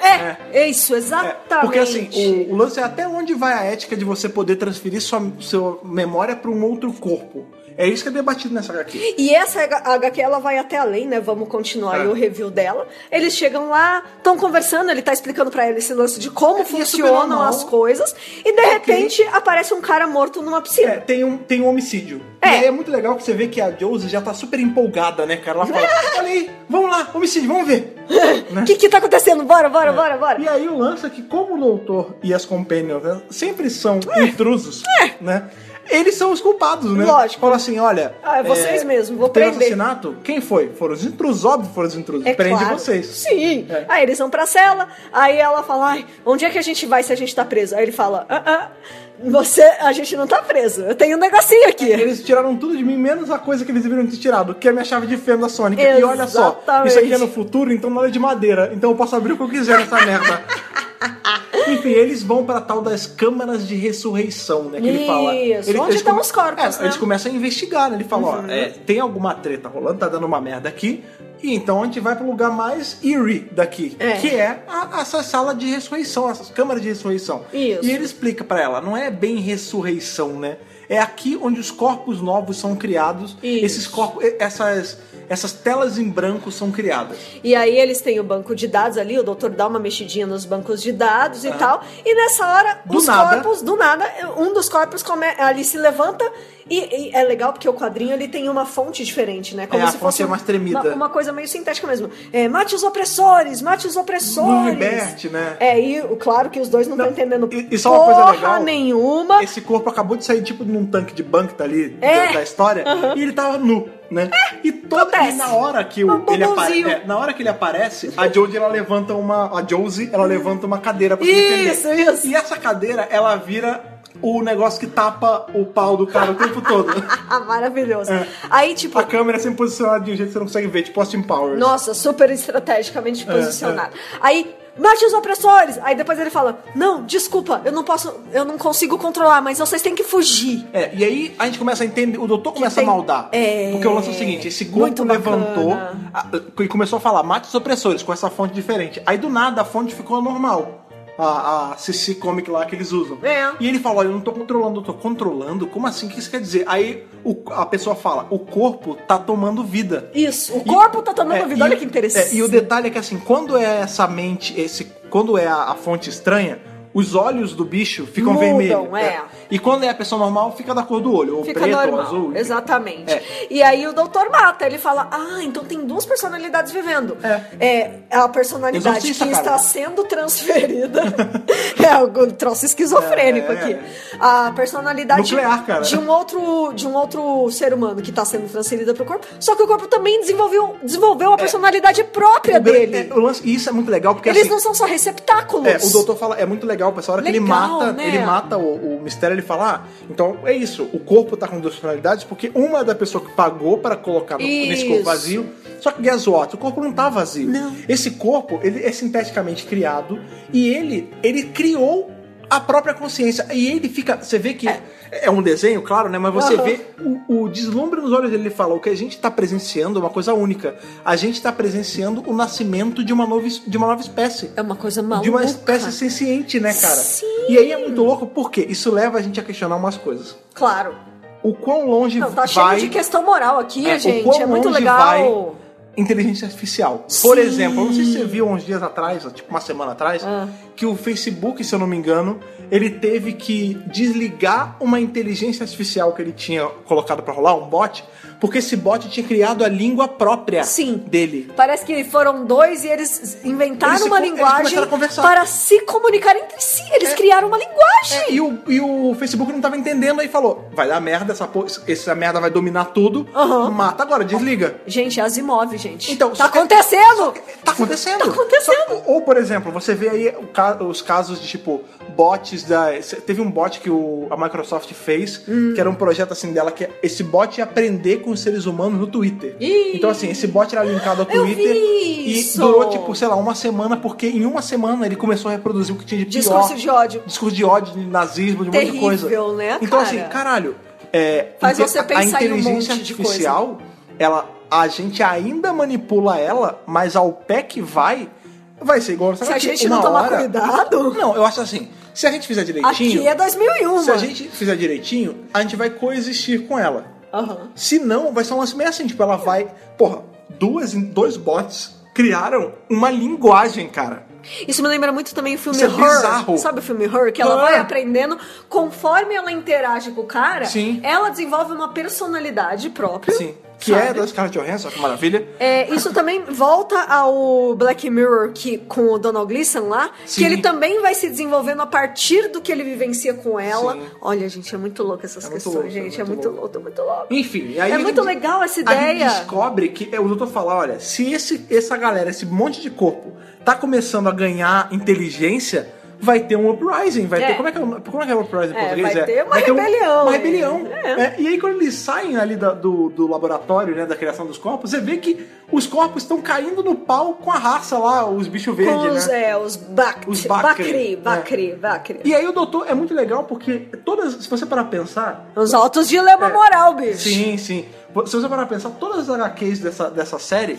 é, é, isso, É, exatamente. porque assim, o, o lance é até onde vai a ética de você poder transferir sua, sua memória para um outro corpo. É isso que é debatido nessa HQ. E essa HQ, ela vai até além, né? Vamos continuar É. aí o review dela. Eles chegam lá, estão conversando, ele tá explicando pra ela esse lance de É, como e é super funcionam normal. as coisas. E de repente aparece um cara morto numa piscina. É, tem um, tem um homicídio. É. E aí é muito legal que você vê que a Josie já tá super empolgada, né, cara? Ela fala, olha aí, vamos lá, homicídio, vamos ver. Né? O que que tá acontecendo? Bora, bora, bora, bora. E aí o lance é que como o doutor e as companions né, sempre são É. intrusos, né? Eles são os culpados, né? Lógco. Fala assim, olha... Ah, é vocês mesmo, vou tem um prender. assassinato? Quem foi? Foram os intrusos, óbvio que foram os intrusos. É Prende claro. vocês. Sim. É. Aí eles vão pra cela, aí ela fala, ai, onde é que a gente vai se a gente tá preso? Aí ele fala, ah, ah, você, a gente não tá preso, eu tenho um negocinho aqui. Eles tiraram tudo de mim, menos a coisa que eles deveriam ter tirado, que é a minha chave de fenda da Sonic. E olha só, Exatamente. isso aqui é no futuro, então não é de madeira. Então eu posso abrir o que eu quiser nessa merda. Enfim, eles vão pra tal das câmaras de ressurreição, né? Que ele fala. Isso, Ele- onde eles estão come- os corpos, É, né? Uhum. Eles começam a investigar, né? Ele fala, ó, é, tem alguma treta rolando, tá dando uma merda aqui. E então a gente vai pro lugar mais eerie daqui, É. que é a- essa sala de ressurreição, essas câmaras de ressurreição. Isso. E ele explica pra ela, não é bem ressurreição, né? É aqui onde os corpos novos são criados, Isso. esses corpos, essas, essas telas em branco são criadas. E aí eles têm o banco de dados ali, o doutor dá uma mexidinha nos bancos de dados e tal. E nessa hora, Ah. Do os nada. corpos, do nada, um dos corpos come, ali se levanta e, e é legal porque o quadrinho ele tem uma fonte diferente, né? Como É, a se fosse fonte é mais tremida. Uma, uma coisa meio sintética mesmo. É, mate os opressores, mate os No opressores. Liberte, né? É, e o- claro que os dois não Não, estão entendendo e- e só uma coisa porra legal. nenhuma. Esse corpo acabou de sair tipo num tanque de banco tá ali É. da, da história e ele tava nu, né? e toda acontece. e na hora que Um o, ele aparece, bombonzinho. na hora que ele aparece, a Josie ela levanta uma a Josie, ela levanta uma cadeira pra se defender. Uhum. Isso, isso. E essa cadeira, ela vira o negócio que tapa o pau do cara o tempo todo. Ah, maravilhoso. É. Aí, tipo, A câmera é sempre posicionada de um jeito que você não consegue ver, tipo Austin Powers. Nossa, super estrategicamente É, posicionado. Aí, mate os opressores! Aí depois ele fala: Não, desculpa, eu não posso, eu não consigo controlar, mas vocês têm que fugir. É, e aí a gente começa a entender, o doutor começa tem- a maldar. É. porque o lance é o seguinte, esse corpo Muito bacana. levantou a- e começou a falar, mate os opressores, com essa fonte diferente. Aí do nada a fonte ficou normal. A, a CC Comic lá que eles usam. É. E ele fala, olha, eu não tô controlando, eu tô controlando? Como assim? O que isso quer dizer? Aí o- a pessoa fala, o corpo tá tomando vida. Isso, o E- corpo tá tomando é, vida, e olha o- que interessante. é, e o detalhe é que assim, quando é essa mente, esse, quando é a, a fonte estranha, os olhos do bicho ficam Mudam, vermelhos. é. E quando é a pessoa normal, fica da cor do olho, ou Fica preto, ou normal, azul. exatamente. É. E aí o doutor mata, ele fala: Ah, então tem duas personalidades vivendo. É. a personalidade que Exorcista, cara. está sendo transferida. é algo troço esquizofrênico É, é, aqui. é. A personalidade Nuclear, cara. de um outro de um outro ser humano que está sendo transferida pro corpo. Só que o corpo também desenvolveu desenvolveu a personalidade própria O grande- dele. é, o lance- e isso é muito legal porque Eles assim, não são só receptáculos. É, o doutor fala, é muito legal, pessoal. A hora que ele Legal, mata, né? ele mata o, o mistério, ele fala: ah, então é isso, o corpo tá com duas personalidades, porque uma é da pessoa que pagou para colocar no- nesse Isso. corpo vazio. Só que guess what? O corpo não tá vazio. Não. Esse corpo, ele é sinteticamente criado e ele, ele criou a própria consciência. E ele fica. Você vê que é, um desenho, claro, né? Mas você Aham. vê o, o deslumbre nos olhos dele. Ele fala: o que a gente tá presenciando é uma coisa única. A gente tá presenciando o nascimento de uma nova, es- de uma nova espécie É uma coisa maluca. de uma espécie senciente, né, cara? Sim. E aí é muito louco porque isso leva a gente a questionar umas coisas. Claro. O quão longe Não, tá cheio vai de questão moral aqui, É, o gente. quão É muito longe legal. inteligência artificial. Por Sim. exemplo, eu não sei se você viu uns dias atrás, tipo uma semana atrás, Ah. que o Facebook, se eu não me engano, ele teve que desligar uma inteligência artificial que ele tinha colocado pra rolar, um bot, porque esse bot tinha criado a língua própria Sim. dele. Parece que foram dois e eles inventaram Eles se uma com- eles linguagem começaram a conversar. para se comunicar entre si. Eles criaram uma linguagem. É, e, o, e o Facebook não tava entendendo aí falou: vai dar merda, essa, po- essa merda vai dominar tudo, Aham. mata agora, desliga. Gente, Asimov, gente. Então, tá só que- acontecendo. Tá acontecendo. Tá acontecendo. Só- ou, por exemplo, você vê aí o ca- os casos de, tipo, bots da... Teve um bot que o- a Microsoft fez, Hum. que era um projeto, assim, dela, que esse bot ia aprender com os seres humanos no Twitter. Ih. Então, assim, esse bot era linkado ao Eu Twitter. vi e isso. durou, tipo, sei lá, uma semana, porque em uma semana ele começou a reproduzir o que tinha de pior. Discurso de ódio. Discurso de ódio, de nazismo, de um monte de Terrível, coisa. né, Então, cara? assim, caralho... É, Faz inte- você a pensar em um inteligência monte de coisa. artificial digital, ela, a gente ainda manipula ela, mas ao pé que vai, vai ser igual. Se a aqui, gente uma não tomar hora- cuidado, Não, eu acho assim. Se a gente fizer direitinho, aqui é 2001, se a mano. gente fizer direitinho, a gente vai coexistir com ela. Aham. Se não, vai ser um lance meio assim, tipo, ela vai. Porra, duas, dois bots criaram uma linguagem, cara. Isso me lembra muito também o filme Isso é Her. bizarro. Sabe o filme Her? Que ela Her. vai aprendendo, conforme ela interage com o cara, Sim. ela desenvolve uma personalidade própria. Assim, que sabe? é das caras de Johansson, que maravilha. É, isso também volta ao Black Mirror que, com o Donald Gleason lá, Sim. que ele também vai se desenvolvendo a partir do que ele vivencia com ela. Sim. Olha, gente, é muito louco essas É muito questões, louco, gente. É muito louco, é muito louco. Enfim, e aí É a muito legal essa A ideia. gente descobre que é, o doutor fala, olha, se esse, essa galera, esse monte de corpo tá começando a ganhar inteligência, vai ter um uprising, vai É. ter como é que é, o- como é que é o uprising em É, português? vai É, ter uma um- rebelião, uma é. rebelião. É. É, e aí quando eles saem ali da- do, do laboratório, né, da criação dos corpos, você vê que os corpos estão caindo no pau com a raça lá, os bichos verdes, com os, né? é, os, Bactri, Os Bactri, Bacri, né? Bacri, Bacri. E aí o doutor é muito legal porque todas, se você parar pra pensar, Uns altos dilema É. moral, bicho. Sim, sim. Se você parar pra pensar, todas as HQs dessa, dessa série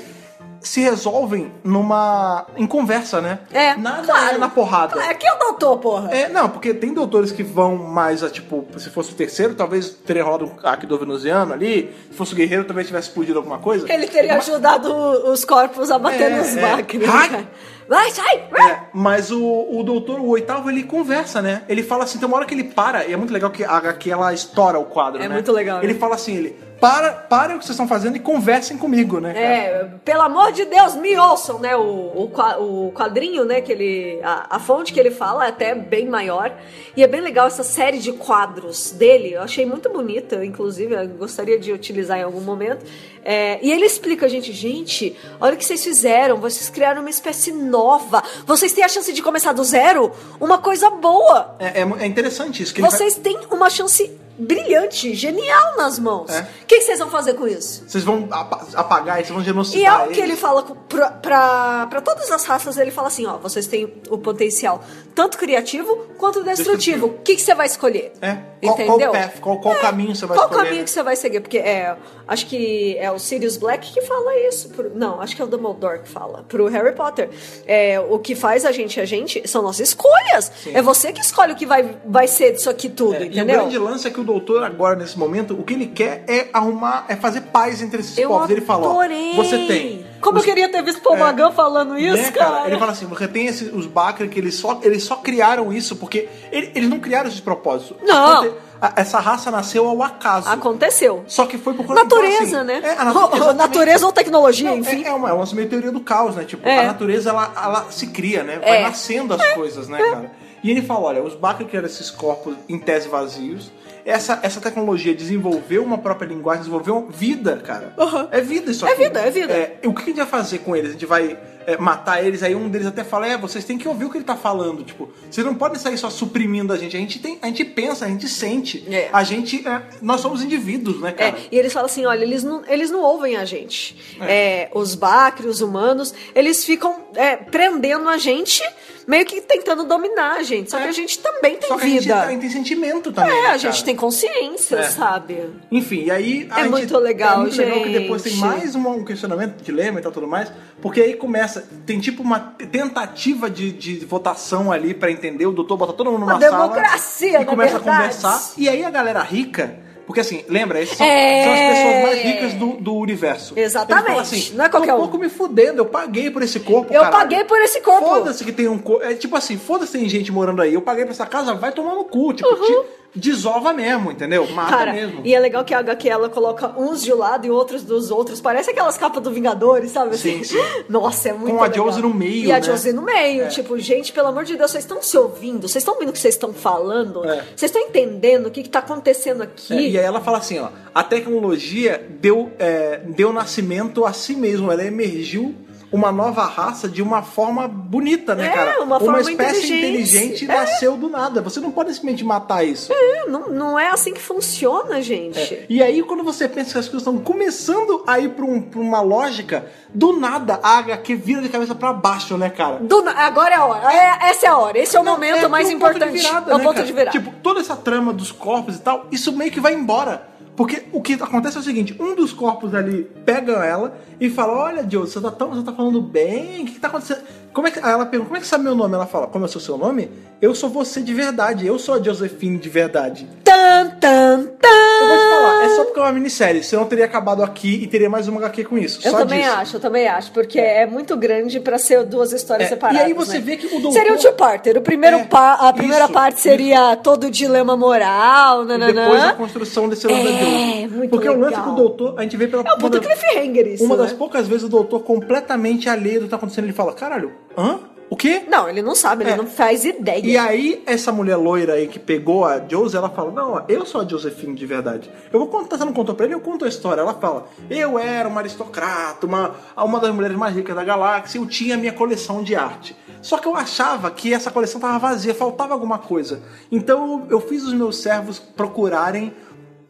se resolvem numa. em conversa, né? É, Nada claro. é na porrada. É que é o doutor, porra. É, não, porque tem doutores que vão mais a tipo, se fosse o terceiro, talvez teria rolado um Akido venusiano ali. Se fosse o guerreiro, talvez tivesse explodido alguma coisa. Ele teria ajudado os corpos a bater É, nos é. Bacri. né? Ai. Vai, sai! É, mas o, o doutor, o oitavo, ele conversa, né? Ele fala assim, tem uma hora que ele para, e é muito legal que a HQ ela estoura o quadro, É né? muito legal, Ele né? fala assim, ele, para, para o que vocês estão fazendo e conversem comigo, né? cara? É, pelo amor de Deus, me ouçam, né? O, o, qua- o quadrinho, né? Que ele, a, a fonte que ele fala é até bem maior. E é bem legal essa série de quadros dele. Eu achei muito bonita, inclusive, eu gostaria de utilizar em algum momento. É, e ele explica, gente, gente, olha o que vocês fizeram. Vocês criaram uma espécie nova. Vocês têm a chance de começar do zero? Uma coisa boa. É, é mu- é interessante isso. Que ele vai- Vocês têm uma chance brilhante, genial nas mãos. É. O que que vocês vão fazer com isso? Vocês vão apa- apagar, vocês vão genocidar. E é o que ele eles. fala com- pra, pra, pra todas as raças, ele fala assim, ó, vocês têm o potencial tanto criativo quanto destrutivo. Destrutivo. O que, que você vai escolher? É. Qual, qual Entendeu? É, path, qual, qual caminho você vai Qual escolher? caminho que você vai seguir? Porque é, acho que é o Sirius Black que fala isso. pro- não, acho que é o Dumbledore que fala. Pro Harry Potter. É, o que faz a gente a gente são nossas escolhas. É você que escolhe o que vai, vai ser disso aqui tudo, É, e o entendeu? grande lance é que o doutor, agora, nesse momento, o que ele quer é arrumar, é fazer paz entre esses Eu povos. Ele fala, ó, adorei. você tem. Como os- eu queria ter visto Paul É. Magan falando isso, né, cara? Ele fala assim, você tem esse- os Bakri que eles só, eles só criaram isso porque ele- eles não criaram isso de propósito. Não. Aconte- a- Essa raça nasceu ao acaso. Aconteceu. Só que foi por conta Natureza, então, assim, né? É, a natu- Ou- ou exatamente. natureza ou tecnologia, Não, enfim. É, é uma, é uma meio teoria do caos, né? Tipo, É. a natureza ela, ela se cria, né? Vai É. nascendo as coisas, né, cara? E ele fala: olha, os Bakri criaram esses corpos em tese vazios. Essa, essa tecnologia desenvolveu uma própria linguagem, desenvolveu uma vida, cara. Aham. É vida isso É aqui. vida, é vida. o que a gente vai fazer com eles? A gente vai é, matar eles? Aí um deles até fala: é, vocês têm que ouvir o que ele tá falando. Tipo, vocês não podem sair só suprimindo a gente. A gente, tem, a gente pensa, a gente sente. É. A gente. é, nós somos indivíduos, né, É, cara? e eles falam assim, olha, eles não, eles não ouvem a gente. É, os Bacri, os humanos, eles ficam é, prendendo a gente, meio que tentando dominar a gente. Só que a gente também tem É. Só que a gente, vida. a gente tem sentimento também. É, né, a gente cara? tem consciência, É. sabe? Enfim, e aí. É gente- muito legal, É muito legal que depois tem gente. mais um, um questionamento, dilema e tal, tudo mais. Porque aí começa. Tem tipo uma tentativa de, de votação ali pra entender. O doutor bota todo mundo numa Uma sala. democracia, E na começa verdade. a conversar. E aí a galera rica. Porque assim, lembra, esses são, É. são as pessoas mais ricas do, do universo. Exatamente. Eles falam assim, Não é qualquer "Tô um." pouco me fudendo, eu paguei por esse corpo, Eu caralho." paguei por esse corpo. Foda-se que tem um corpo. É tipo assim, foda-se tem gente morando aí. Eu paguei pra essa casa, vai tomar no cu. Tipo, te desova mesmo, entendeu? Mata Uhum. Cara, Ah, tá mesmo. e é legal que a HQ ela coloca uns de um lado e outros dos outros. Parece aquelas capas do Vingadores, sabe? Sim, assim? sim. Nossa, é muito Com a legal. Josie no meio, E a né? Josie no meio. É. Tipo, gente, pelo amor de Deus, vocês estão se ouvindo? Vocês estão ouvindo o que vocês estão falando? É. Vocês estão entendendo o que, que tá acontecendo É, e aqui? aí ela fala assim, ó, a tecnologia deu, é, deu nascimento a si mesmo, ela emergiu uma nova raça de uma forma bonita, né, É, cara? uma forma espécie inteligente. inteligente, nasceu do nada. Você não pode simplesmente matar isso. não, não é assim que funciona, gente. E aí, quando você pensa que as coisas estão começando a ir pra, um- pra uma lógica, do nada a HQ vira de cabeça pra baixo, né, cara? Do na- agora é a hora. É- essa é a hora. Esse é o momento é mais um ponto de importante. virada, é o né, ponto cara? de virada. Tipo, toda essa trama dos corpos e tal, isso meio que vai embora. Porque o que acontece é o seguinte: um dos corpos ali pega ela e fala: Olha, Joe, você tá, tão, você tá falando bem? O que, que tá acontecendo? Como é que, aí ela pergunta: Como é que sabe meu nome? Ela fala: Como eu sou seu nome? Eu sou você de verdade. Eu sou a Josephine de verdade. Tan, tan, tan. Eu vou te falar: é só porque é uma minissérie. Você não teria acabado aqui e teria mais uma HQ com isso. Eu só também disso. acho, eu também acho, porque é, muito grande pra ser duas histórias É, separadas. e aí você né? vê que o doutor- Seria um two-parter. O primeiro É, pa- a primeira isso, parte seria todo o dilema moral, E nananã. depois a construção desse lance É, da Joe. muito Porque é o lance legal. que o doutor, a gente vê pela É um puta cliffhanger isso, Uma né? das poucas vezes o doutor completamente alheio do que tá acontecendo, ele fala, caralho, hã? O quê? Não, ele não sabe, ele É. não faz ideia. E aí, essa mulher loira aí que pegou a Jose, ela fala, não, ó, eu sou a Josephine de verdade. Eu vou contar, você não contou pra ele, eu conto a história. Ela fala, eu era uma aristocrata, uma, uma das mulheres mais ricas da galáxia, eu tinha minha coleção de arte. Só que eu achava que essa coleção tava vazia, faltava alguma coisa. Então eu eu fiz os meus servos procurarem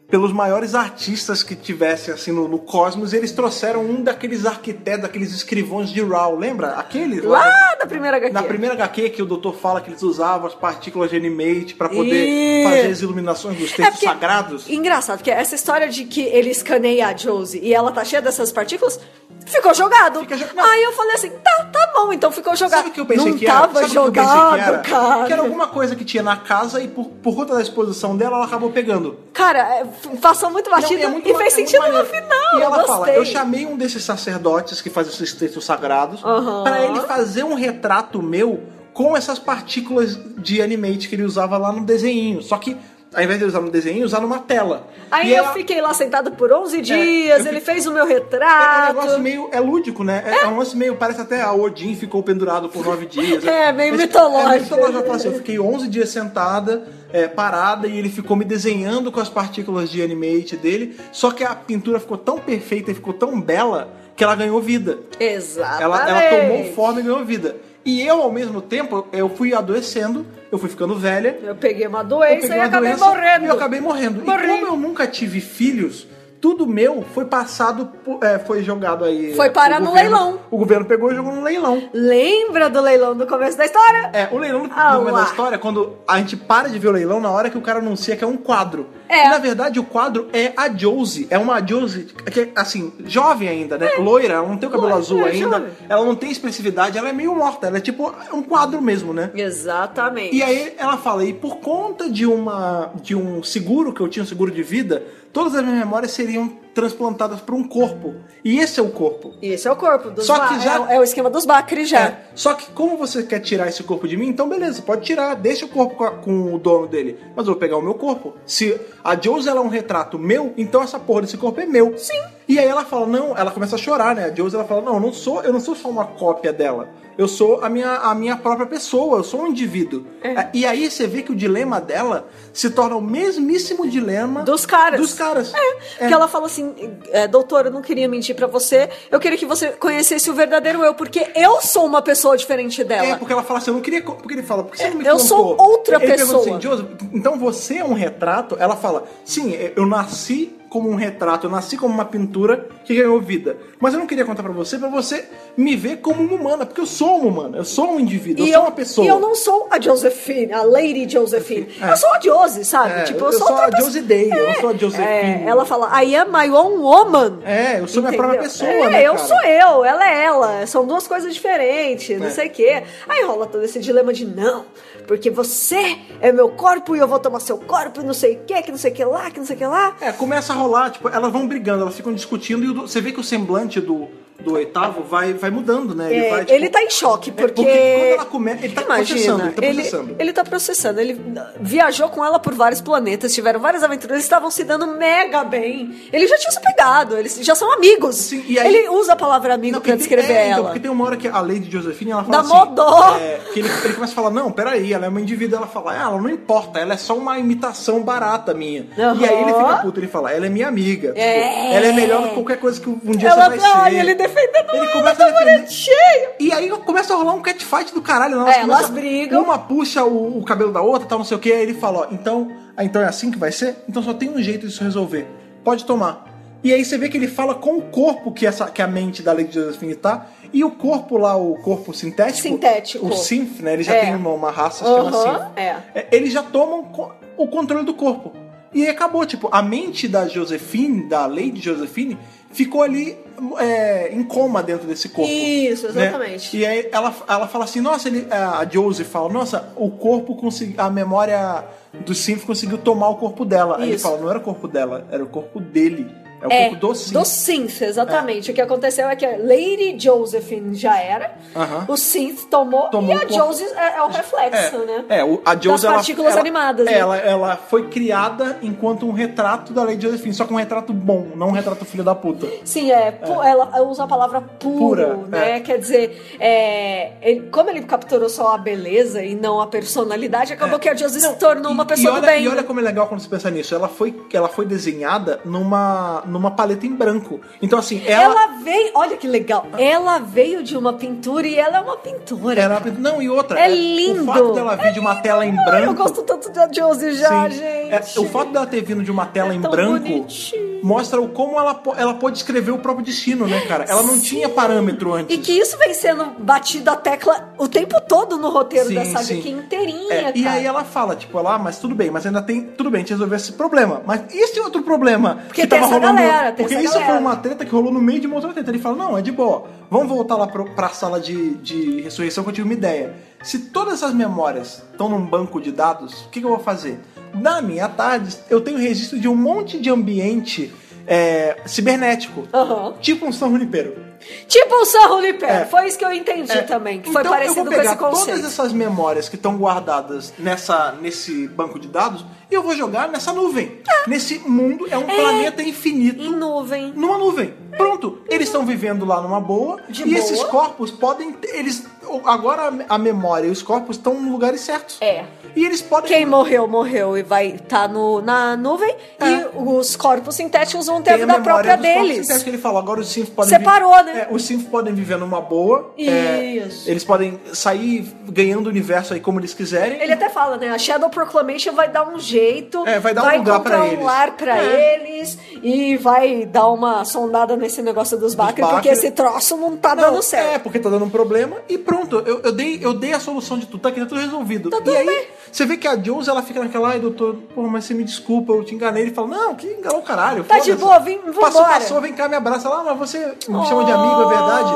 pelos maiores artistas que tivessem assim no, no cosmos, e eles trouxeram um daqueles arquitetos, daqueles escrivãos de Rao, lembra? Aquele Lá da primeira HQ. na primeira HQ que o doutor fala que eles usavam as partículas de Animate pra poder Ih. fazer as iluminações dos textos É porque- sagrados. Engraçado, porque essa história de que ele escaneia a Josie e ela tá cheia dessas partículas, ficou jogado. Fica jo- não. Aí eu falei assim, tá, tá bom, então ficou jogado. Sabe o que eu pensei não que era? tava Sabe o que eu pensei jogado, que era? cara. Que era um- alguma coisa que tinha na casa e por, por conta da exposição dela, ela acabou pegando. Cara, é, f- passou muito batido Não, é muito e ma- fez é muito sentido no maneiro. final. E ela eu fala: gostei. Eu chamei um desses sacerdotes que faz esses textos sagrados Aham. pra ele fazer um retrato meu com essas partículas de animate que ele usava lá no desenho. Só que ao invés de usar no desenho, usar numa tela. Aí E eu ela- É, fiquei lá sentado por 11 eu dias, fiquei- ele fez o meu É um retrato. negócio meio. É lúdico, né? É, é um lance meio. Parece até a Odin ficou pendurado por nove dias. É, meio Esse- mitológico. É meio mitológico. Ela fala assim, eu fiquei 11 dias sentada, é, parada, e ele ficou me desenhando com as partículas de animate dele. Só que a pintura ficou tão perfeita e ficou tão bela que ela ganhou vida. Exatamente. Ela, ela tomou um forma e ganhou vida. E eu, ao mesmo tempo, eu fui adoecendo, eu fui ficando velha. Eu peguei uma Eu doença peguei e uma acabei doença morrendo. E eu acabei morrendo. Morri. E como eu nunca tive filhos, tudo meu foi passado, por- é, foi jogado aí. Foi é, parar pro no governo. leilão. O governo pegou e jogou no leilão. Lembra do leilão do começo da história? É, o leilão Ah, no momento lá. da história, quando a gente para de ver o leilão, na hora que o cara anuncia que é um quadro. É. E, na verdade, o quadro é a Josie. É uma Josie, que é, assim, jovem ainda, né? Loira, ela não tem o cabelo É. Loira, azul é ainda. jovem. Ela não tem expressividade, ela é meio morta. Ela é tipo um quadro mesmo, né? Exatamente. E aí ela fala, e por conta de uma de um seguro que eu tinha, um seguro de vida, todas as minhas memórias seriam transplantadas para um corpo. E esse é o corpo. Esse é o corpo dos Só que ba- já- é, o- é o esquema dos Bacri já. É, só que como você quer tirar esse corpo de mim, então beleza, pode tirar, deixa o corpo com, a- com o dono dele. Mas eu vou pegar o meu corpo. Se a Josie ela é um retrato meu, então essa porra desse corpo é meu. Sim. E aí ela fala, não, ela começa a chorar, né? A Josie ela fala, não, eu não sou, eu não sou só uma cópia dela. Eu sou a minha, a minha própria pessoa, eu sou um indivíduo. É, E aí você vê que o dilema dela se torna o mesmíssimo dilema Dos caras. Dos caras. É, Porque ela fala assim, é, doutor, eu não queria mentir pra você, eu queria que você conhecesse o verdadeiro eu, porque eu sou uma pessoa diferente dela. É, porque ela fala assim, eu não queria. co- Porque ele fala, por que você não me É, eu contou? sou outra ele pergunta pessoa. Assim, "Joseph, então você é um retrato? Ela fala, sim, eu nasci como um retrato, eu nasci como uma pintura que ganhou vida. Mas eu não queria contar para você, para você me ver como uma humana, porque eu sou uma humana, eu sou um indivíduo, eu, eu sou uma pessoa. E eu não sou a Josephine, a Lady Josephine. É. Eu sou a Jose, sabe? É, tipo, eu, eu sou, sou a pessoa. Josie Day, é, eu sou a Josephine. ela fala, I am my own woman. É, eu sou Entendeu? minha própria pessoa, é, né, eu sou eu, ela é ela. São duas coisas diferentes, É. não sei o quê. Aí rola todo esse dilema de não, porque você é meu corpo e eu vou tomar seu corpo e não sei o que, que não sei o que lá, que não sei o que lá. É, começa a rolar, tipo, elas vão brigando, elas ficam discutindo e você vê que o semblante do, do oitavo vai, vai mudando, né? Ele, é, vai, tipo, ele tá em choque, porque. porque quando ela começa. Ele tá Imagina, processando, ele tá processando. Ele, ele tá processando. Ele viajou com ela por vários planetas, tiveram várias aventuras, eles estavam se dando mega bem. Ele já tinha se pegado, eles já são amigos. Sim, e aí, ele usa a palavra amigo não, pra tem, descrever é, ela. Então, porque tem uma hora que a Lady Josephine ela fala. Dá assim, dó. É, que ele, ele, começa a falar: não, peraí, ela é uma indivídua. Ela fala: ah, ela não importa, ela é só uma imitação barata minha. Uhum. E aí ele fica puto, ele fala: ela é minha amiga. É. ela é melhor do que qualquer coisa que um dia ela, você vai ah, ser. ele defendendo ele ela, começa tá bonitinho. E aí começa a rolar um catfight do caralho. Elas, é, elas brigam. Uma puxa o, o, cabelo da outra, tal, não sei o que. Aí ele fala, ó, então, então é assim que vai ser? Então só tem um jeito disso resolver. Pode tomar. E aí você vê que ele fala com o corpo que, essa, que a mente da Lady Josephine tá. E o corpo lá, o corpo sintético. Sintético. O synth, né? Ele já é. tem uma, uma raça que uhum, chama synth. É. Eles já tomam o controle do corpo. E aí acabou, tipo, a mente da Josephine, da Lady Josephine, ficou ali é, em coma dentro desse corpo. Isso, exatamente. Né? E aí ela, ela fala assim, nossa, ele, a Josie fala, nossa, o corpo conseguiu, a memória do Synth conseguiu tomar o corpo dela. Isso. Aí ele fala, não era o corpo dela, era o corpo dele. É o é, corpo do Synth. Do Synth, exatamente. É. O que aconteceu é que a Lady Josephine já era, uh -huh. o Synth tomou, tomou e a corpo... Josie é, é, o reflexo, né? É, o, a Josie... Das ela, partículas ela, animadas. Ela, né? ela, ela foi criada enquanto um retrato da Lady Josephine, só que um retrato bom, não um retrato filho da puta. Sim, é, ela usa a palavra puro, Pura, é. né? Quer dizer, é, ele, como ele capturou só a beleza e não a personalidade, acabou que a Josie não, se tornou É. e, uma pessoa e olha, do bem. E olha como é legal quando você pensa nisso. Ela foi, ela foi desenhada numa numa paleta em branco. Então, assim, ela. Ah. Ela veio. Olha que legal. Ela veio de uma pintura e ela é uma pintora. Ela é Não, e outra. É lindo. O fato dela vir é de uma tela em branco. Eu gosto tanto da Josie já, sim, gente. É, o fato dela ter vindo de uma tela é em branco bonitinho. mostra o como ela, ela pode escrever o próprio destino, né, cara? Ela não sim. tinha parâmetro antes. E que isso vem sendo batido a tecla o tempo todo no roteiro sim, dessa sim. inteirinha. É, e aí ela fala, tipo, ela, ah, mas tudo bem, mas ainda tem. Tudo bem, a gente resolveu esse problema. Mas esse é outro problema. Porque que tem tava rolando Galera, porque isso galera. foi uma treta que rolou no meio de uma outra treta. Ele fala: não, é de boa. Vamos voltar lá pro, pra sala de, de ressurreição que eu tive uma ideia. Se todas essas memórias estão num banco de dados, o que, que, eu vou fazer? Na minha tarde, eu tenho registro de um monte de ambiente é, cibernético. Uhum. Tipo um São Junipero. Tipo o San Junipero, é. foi isso que eu entendi é. também, que então, foi parecido com esse conceito. todas essas memórias que estão guardadas nessa, nesse banco de dados e eu vou jogar nessa nuvem. É. Nesse mundo, é um planeta infinito. Em nuvem. Numa nuvem. Pronto, eles estão vivendo lá numa boa de e boa. esses corpos podem... eles Agora a memória e os corpos estão nos lugares certos. É. E eles podem... Quem morreu, morreu e vai estar tá no, na nuvem e os corpos sintéticos vão ter É. Tem a vida própria dos deles. Corpos que ele falou, agora os cinco podem... Separou, viver... né? É, os Sims podem viver numa boa. É, Isso. eles podem sair ganhando o universo aí como eles quiserem. Ele até fala, né? A Shadow Proclamation vai dar um jeito. É, vai dar um lugar pra eles. um lar pra É. eles. E vai dar uma sondada nesse negócio dos Bakri, porque Bakri. esse troço não tá Não, dando certo. É, porque tá dando um problema. E pronto, eu, eu dei, eu dei a solução de tudo. Tá aqui, tá tudo resolvido. Tá tudo e aí, bem. você vê que a Jones, ela fica naquela, ai, doutor, porra, mas você me desculpa, eu te enganei. Ele fala, não, que enganou o caralho. Tá de foda-se. boa, vim, vambora. Passou, passou, vem cá, me abraça lá, mas você me chama de amigo, é verdade?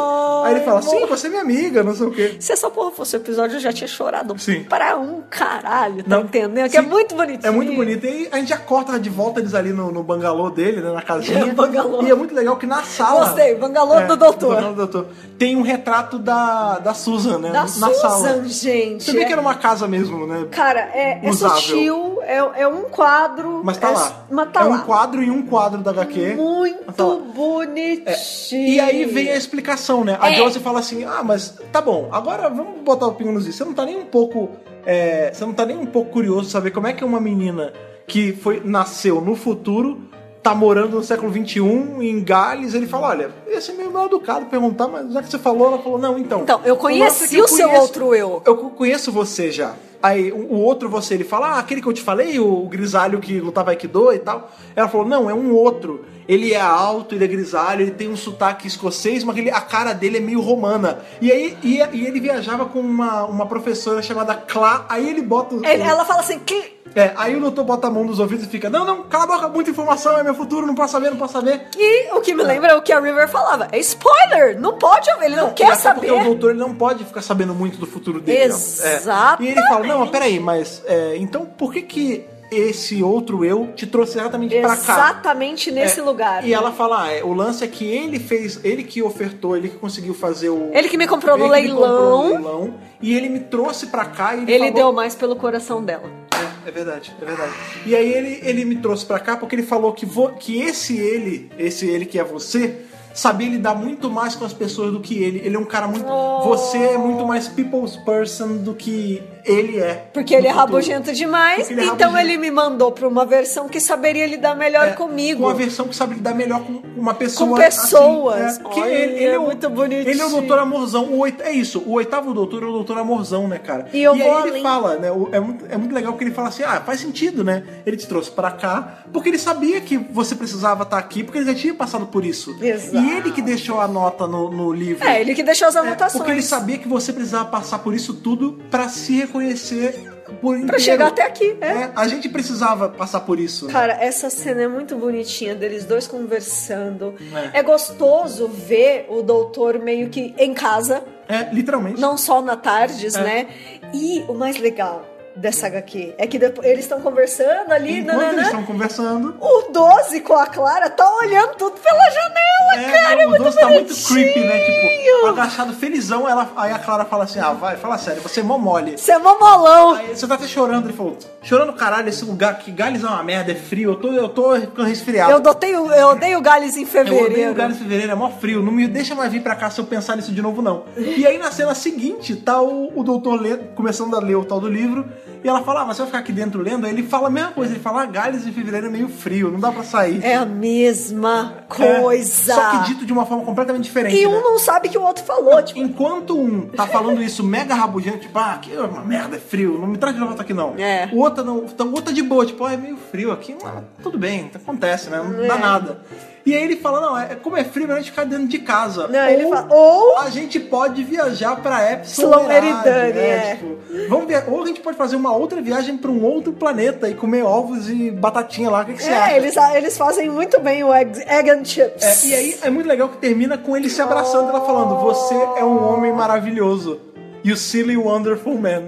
Aí ele fala, Ai, sim, amor. você é minha amiga, não sei o quê. Se essa porra fosse um episódio, eu já tinha chorado Sim. pra um caralho, tá Não. entendendo? Que é Sim. muito bonitinho. É muito bonito. E aí a gente já corta de volta eles ali no, no bangalô dele, né, na casinha. Bangalô. E é muito legal que na sala... É, Gostei, bangalô do doutor. bangalô do doutor. Tem um retrato da, da Susan, né? Da na Susan, sala. gente. Você vê é- que era uma casa mesmo, né? Cara, é, é usável. sutil, é, é um quadro. Mas tá é- lá. Mas tá é um lá. quadro e um quadro da HQ. Muito Tá lá. É, bonitinho. E aí vem a explicação, né? A É. Josie fala assim: ah, mas tá bom, agora vamos botar o pingo nos is. Você não tá nem um pouco. é, você não tá nem um pouco curioso de saber como é que uma menina que foi, nasceu no futuro tá morando no século XXI em Gales. Ele fala: olha, ia ser meio mal educado perguntar, mas já que você falou, ela falou: não, então. Então, eu o lance é que conheci o seu conheço- outro eu. Eu conheço você já. Aí o, o outro você, ele fala, ah, aquele que eu te falei, o, o grisalho que lutava Aikido e tal. Ela falou, não, é um outro. Ele é alto, ele é grisalho, ele tem um sotaque escocês, mas ele- a cara dele é meio romana. E aí e, e ele viajava com uma, uma professora chamada Clá, aí ele bota... o- Ele- ela fala assim, que É, aí o doutor bota a mão nos ouvidos e fica, não, não, cala a boca, muita informação, é meu futuro, não posso saber, não posso saber. E o que me lembra é o que a River falava. É spoiler! Não pode ouvir, ele não, Até quer saber. Porque o doutor ele não pode ficar sabendo muito do futuro dele. não. É. Exatamente. E ele fala, não, mas peraí, mas é, então por que que esse outro eu te trouxe exatamente pra cá? Exatamente nesse É, lugar. E ela fala, ah, é, o lance é que ele fez, ele que ofertou, ele que conseguiu fazer o... Ele que me comprou no ele que me comprou no leilão, leilão, E ele me trouxe pra cá e ele, ele falou, deu mais pelo coração dela. é, é verdade, é verdade. E aí ele, ele me trouxe pra cá porque ele falou que, vo- que esse ele, esse ele que é você, sabia lidar muito mais com as pessoas do que ele. Ele é um cara muito. Oh. Você é muito mais people's person do que ele é. Porque ele é No futuro. rabugento demais, Porque ele é então rabugento. ele me mandou pra uma versão que saberia lidar melhor É, comigo. Com a versão que sabe lidar melhor com uma pessoa. Com pessoas. assim, é. Porque Olha, ele, ele é o- muito bonitinho. Ele é o doutor amorzão. O oit- É isso, o oitavo doutor é o doutor amorzão, né, cara? E eu aí vou ele além. fala, né? o- É muito, é muito legal que ele fala assim: ah, faz sentido, né? Ele te trouxe pra cá porque ele sabia que você precisava estar aqui, porque ele já tinha passado por isso. Exato. E ele que deixou a nota no, no livro. É, ele que deixou as É, anotações. porque ele sabia que você precisava passar por isso tudo pra se reconhecer por inteiro. Pra chegar até aqui, é. É, a gente precisava passar por isso. né? Cara, essa cena é muito bonitinha, deles dois conversando. É. É, gostoso ver o doutor meio que em casa, É, literalmente. não só na tardes, É. né? E o mais legal dessa HQ é que depois, eles estão conversando ali, Enquanto eles nananã, estão conversando. o 12 com a Clara tá olhando tudo pela janela, É, cara, é o muito doce bonitinho. tá muito creepy, né? Tipo, agachado, felizão. Ela, aí a Clara fala assim: Ah, vai, fala sério, você é mó mole. Você é mamolão. Aí você tá até chorando. Ele falou: Chorando caralho, esse lugar que Gales é uma merda, é frio. Eu tô, eu tô ficando resfriado. Eu odeio, eu odeio Gales em Eu fevereiro. odeio lugares em fevereiro, é mó frio. Não me deixa mais vir pra cá se eu pensar nisso de novo, não. E aí na cena seguinte, tá o, o doutor lendo- começando a ler o tal do livro, e ela fala, ah, mas você vai ficar aqui dentro lendo? Aí ele fala a mesma coisa, ele fala, ah, Gales em fevereiro é meio frio, não dá pra sair. É a mesma É, coisa. Só que dito de uma forma completamente diferente. e né? um não sabe que o outro falou, tipo, Enquanto um tá falando isso mega rabugento, tipo, ah, aqui é uma merda, é frio, não me traz de volta aqui não. É. O outro, não, então, o outro é de boa, tipo, ah, é meio frio aqui, mas tudo bem, acontece, né? Não dá É. nada. E aí ele fala, não, é, como é frio, melhor a gente ficar dentro de casa. Não, né? ele fala, ou- a gente pode viajar pra Epsilon Epsilon Eridane, Eridane, né? é. Tipo, vamos ver, ou a gente pode fazer uma outra viagem pra um outro planeta e comer ovos e batatinha lá, o que, que você acha? É, eles, eles fazem muito bem o egg, egg and chips. É, e aí é muito legal que termina com ele se abraçando e ela falando: Você é um homem maravilhoso. You silly wonderful man.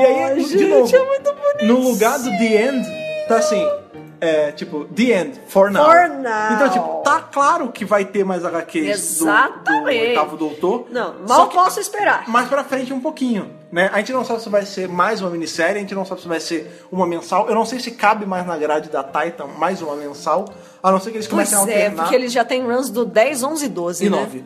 e aí, de gente, novo, é muito bonito. no lugar do The End, tá assim. É, tipo, The End, for now. For now. Então, tipo, tá claro que vai ter mais HQs do- do, Exatamente. oitavo doutor. Não, Só mal que posso esperar. mais pra frente um pouquinho, né? A gente não sabe se vai ser mais uma minissérie, a gente não sabe se vai ser uma mensal. Eu não sei se cabe mais na grade da Titan mais uma mensal, a não ser que eles Pois comecem a é, alternar porque eles já têm runs do 10, 11 e 12, e né? 9.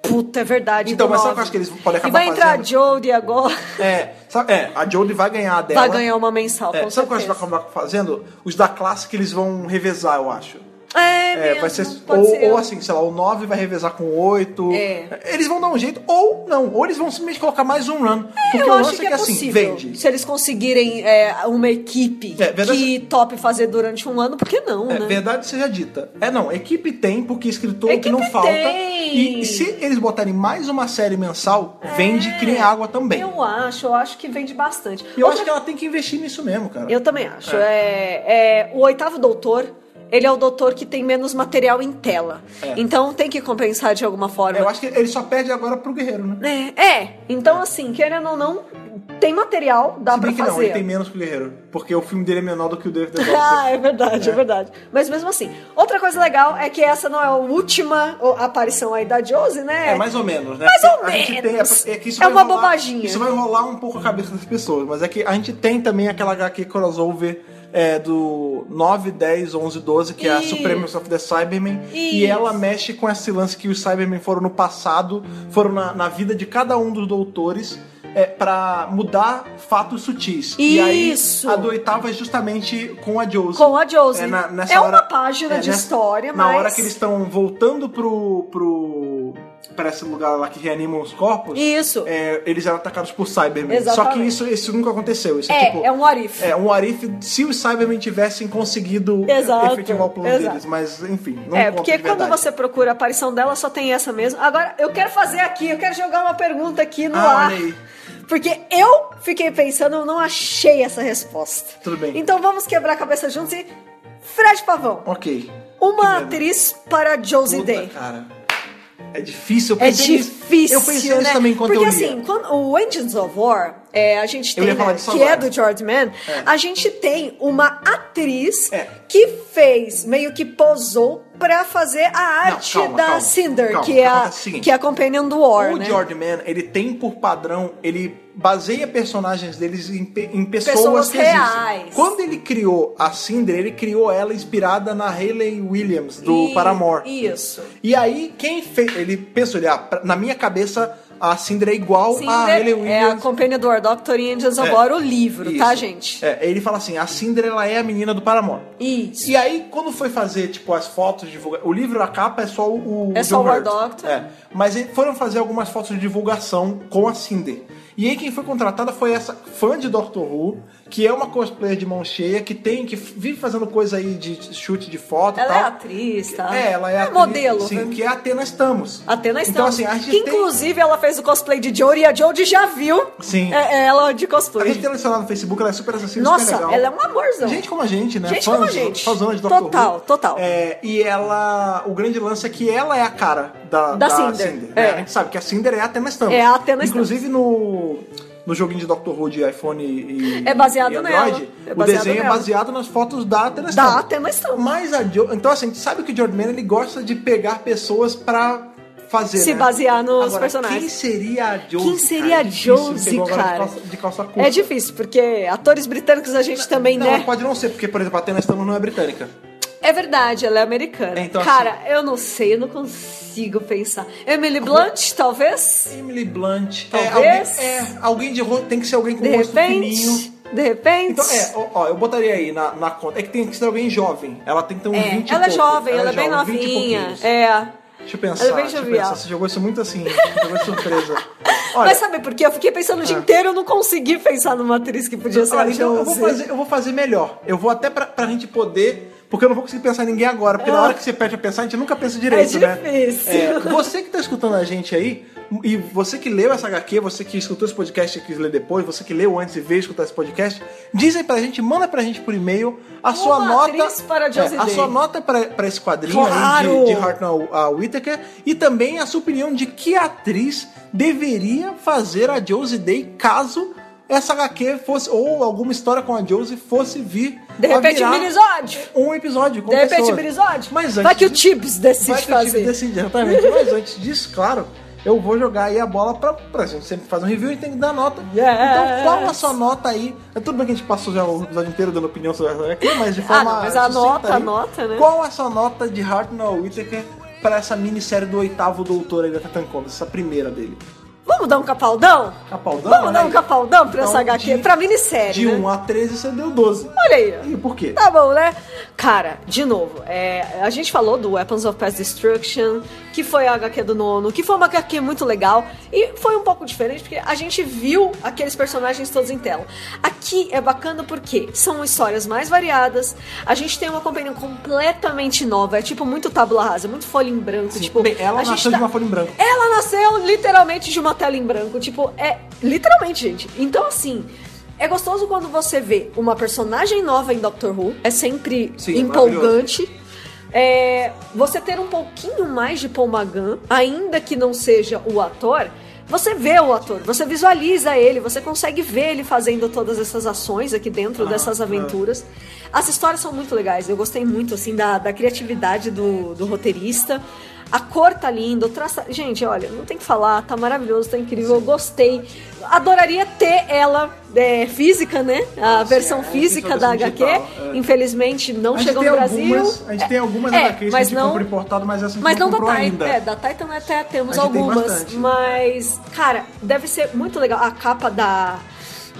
Puta, é verdade. Então, do mas sabe o que nove. eu acho que eles podem acabar E vai entrar fazendo? a Jodie agora. É, sabe- é, a Jodie vai ganhar a dela. Vai ganhar uma mensal, É, com sabe o que eu acho que vai certeza. acabar fazendo? Os da classe que eles vão revezar, eu acho. É, É, mesmo, vai ser, pode ou, ser. ou assim, sei lá, o 9 vai revezar com o 8. É. Eles vão dar um jeito, ou não, ou eles vão simplesmente colocar mais um run. porque eu o acho lance que é é que assim, possível. vende. Se eles conseguirem é, uma equipe É, verdade- que top fazer durante um ano, por que não, É, né? Verdade seja dita. É, não, equipe tem, porque escritor que Equipe não falta. tem. É. E, e se eles botarem mais uma série mensal, vende e cria água também. Eu, Eu acho, eu acho que vende bastante. eu Outra acho que ela tem que investir nisso mesmo, cara. Eu também acho. É, é, o oitavo doutor, ele é o doutor que tem menos material em tela. É. Então tem que compensar de alguma forma. Eu acho que ele só perde agora pro guerreiro, né? É, é. então assim, querendo ou não, tem material, dá Se pra bem que fazer. não, ele tem menos que o Guerreiro. Porque o filme dele é menor do que o David The Ah, é verdade, é. verdade. Mas mesmo assim, outra coisa legal é que essa não é a última ó, aparição aí da Josie, né? É mais ou menos, né? Mais ou A gente tem- menos. é, que isso É vai uma rolar- bobaginha. Isso vai rolar um pouco a cabeça das pessoas, mas é que a gente tem também aquela HQ crossover é, do 9, 10, 11, 12, que é a Isso. Supremacy of the Cybermen. E Isso. ela mexe com esse lance que os Cybermen foram no passado, foram na, na vida de cada um dos doutores. É, pra mudar fatos sutis. E aí, Isso. a do oitava é justamente com a Josie. Com a Josie. É, É, na- nessa uma hora- página é, de nessa- história, Na mas. hora que eles estão voltando pro, pro para esse lugar lá que reanima os corpos, Isso. é, eles eram atacados por Cybermen. Só que Exatamente. isso, isso nunca aconteceu. Isso é, É, tipo. é um arif. É, um Arif se os Cybermen tivessem conseguido é, Exato, efetivar o plano exato. deles, mas enfim, não É, conta porque de quando verdade. você procura a aparição dela, só tem essa mesmo. Agora, eu quero fazer aqui, eu quero jogar uma pergunta aqui tá no Ah, ar. olha aí. Porque eu fiquei pensando, eu não achei essa resposta. Tudo bem. Então vamos quebrar a cabeça juntos e. Fred Pavão, Ok. uma Que merda. atriz para Josie Puta, Day. cara. É difícil. Eu É pensei nisso- difícil, Eu pensei nisso né? também enquanto Porque eu lia. assim, quando, o Engines of War, é, a gente Eu tem, ia falar né, disso que é agora. do George Mann, É. a gente tem uma atriz É. que fez, meio que posou pra fazer a Não, arte calma, da calma, Cinder, calma, que, é a, acontece o seguinte. que é a Companion do War, O né? George Mann, ele tem por padrão, ele baseia personagens deles em, pe- em pessoas, Pessoas que existem. reais. Quando ele criou a Cinder, ele criou ela inspirada na Hayley Williams, do E- Paramore. Isso. E aí, quem fez... Ele pensou, ele, ah, pra- na minha cabeça, a Cinder é igual a Hayley Cinder é a Williams. Companion do War Doctor e Engines of É. War, o livro, Isso. tá, gente? É, ele fala assim, a Cinder, ela é a menina do Paramore. Isso. E aí, quando foi fazer, tipo, as fotos, divulga... o livro, a capa é só o. É John só o War Hurt. Doctor. É. Mas eles foram fazer algumas fotos de divulgação com a Cinder. E aí, quem foi contratada foi essa fã de Doctor Who, que é uma cosplayer de mão cheia, que tem, que vive fazendo coisa aí de chute de foto e Ela tal. é atriz, tá? É, ela é, atriz, modelo. Sim, né? que é a Atena Estamos. Atena Então, Estamos. assim, a gente que tem- inclusive ela fez o cosplay de Jodie e a Jodie já viu Sim. é- é ela de A cosplay. gente tem ela adicionada no Facebook, ela é super acessível, Nossa, super legal. ela é um amorzão. Gente como a gente, né? Gente Fãs- como a gente. fãzona de Doctor Total, Who. total. É, e ela... O grande lance é que ela é a cara da, Da Cinder, né? é. A gente sabe que a Cinder é a Atena Stamps. É a Athena Inclusive no... No joguinho de Doctor Who de iPhone e É baseado e Android, nela. É o baseado desenho é nela. baseado nas fotos da Atena Da Stamp. Athena Stamp. Mas a jo... Então, assim, a gente sabe que o George Mann, ele gosta de pegar pessoas pra fazer, Se né? basear nos Agora, personagens. quem seria a Josie, Quem seria cara? a É difícil, Josie, pegou agora de cara? calça- De calça curta. É difícil, porque atores britânicos a gente também, Não, né? ela pode não ser, porque, por exemplo, a Atena Stamos não é britânica. É verdade, ela é americana. É, então, Cara, eu não sei, eu não consigo pensar. Emily Blunt, talvez? Emily Blunt. Talvez. É, alguém, é, alguém de rosto. Tem que ser alguém com De rosto repente? fininho. De repente? um Então, é, ó, ó, eu botaria aí na, na conta. É que tem que ser alguém jovem. Ela tem que ter uns É, 20 e ela é pouco. jovem, ela, é bem jovem, 20 e novinha. pouquinhos. É. Deixa eu pensar. ela é bem deixa eu jovial. pensar. Você jogou isso muito assim. Você jogou de surpresa. Olha, Ah. Mas sabe por quê? Eu fiquei pensando o dia inteiro, eu não consegui pensar numa atriz que podia ser olha, a então eu vou, Josie. fazer, eu vou fazer melhor. Eu vou até pra, pra gente poder. Porque eu não vou conseguir pensar em ninguém agora. Porque na hora que você pede pra pensar, a gente nunca pensa direito, Ah. É né? difícil. É, você que tá escutando a gente aí, e você que leu essa HQ, você que escutou esse podcast e quis ler depois, você que leu antes e veio escutar esse podcast, dizem pra gente, manda pra gente por e-mail a sua atriz nota. é, para Josie a Day. sua nota pra, pra esse quadrinho aí de, Claro! de Hartnell a Whittaker e também a sua opinião de que atriz deveria fazer a Josie Day caso essa HQ fosse, ou alguma história com a Josie fosse vir. De a repente, virar Mirizódio. um episódio com De repente, pessoas. Mirizódio. Mas antes Vai que o disso- Tibbs decide Vai que eu tive fazer. que decidir, exatamente. Mas antes disso, claro, eu vou jogar aí a bola pra, pra gente sempre fazer um review e tem que dar nota. Yes. Então fala a sua nota aí. É tudo bem que a gente passou já o episódio inteiro dando opinião sobre essa aqui, mas de forma. Ah, não, mas a sucinta nota, a nota, né? Qual a sua nota de Hartnell Whittaker pra essa minissérie do oitavo doutor aí da Titan Comics, essa primeira dele? Vamos dar um capaldão? Capaldão? Vamos olha dar um aí. capaldão pra Então, essa HQ, de- pra minissérie, De né? 1 a 13 você deu 12. Olha aí. E por quê? Tá bom, né? Cara, de novo, é, a gente falou do Weapons of Past Destruction, que foi a HQ do nono, que foi uma HQ muito legal, e foi um pouco diferente porque a gente viu aqueles personagens todos em tela. Aqui é bacana porque são histórias mais variadas, a gente tem uma companhia completamente nova, é tipo muito tabula rasa, muito folha em branco, tipo... Bem, ela a gente nasceu tá- de uma folha em branco. ela nasceu literalmente de uma tela em branco. Tipo, é. Literalmente, gente. Então, assim. É gostoso quando você vê uma personagem nova em Doctor Who. É sempre Sim, é empolgante. É, você ter um pouquinho mais de Paul Magan, ainda que não seja o ator. Você vê o ator, você visualiza ele, você consegue ver ele fazendo todas essas ações aqui dentro Ah, dessas ah. aventuras. As histórias são muito legais, eu gostei muito assim da, da criatividade do, do roteirista. A cor tá linda, o traço. Gente, olha, não tem o que falar, tá maravilhoso, tá incrível, eu gostei. Adoraria ter ela é, física, né? A Ah, sim, versão é, física versão da HQ. digital, é. Infelizmente não A gente chegou tem no Brasil. algumas- a gente tem algumas É, HQs que a mas gente não- compra importado, mas essa a gente Mas não não da comprou Titan. ainda. É, da Titan até temos A gente tem né? algumas. bastante. Mas, cara, deve ser muito legal. A capa da.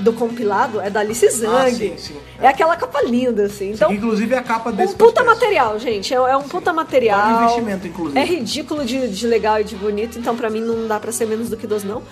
do compilado é da Alice Zang. Ah, sim, sim. É. aquela capa linda, assim. Então, Inclusive é a capa desse um puta podcast. material, gente. É, é um puta material. É um investimento, inclusive. É ridículo de, de legal e de bonito, então pra mim não dá pra ser menos do que 12, não.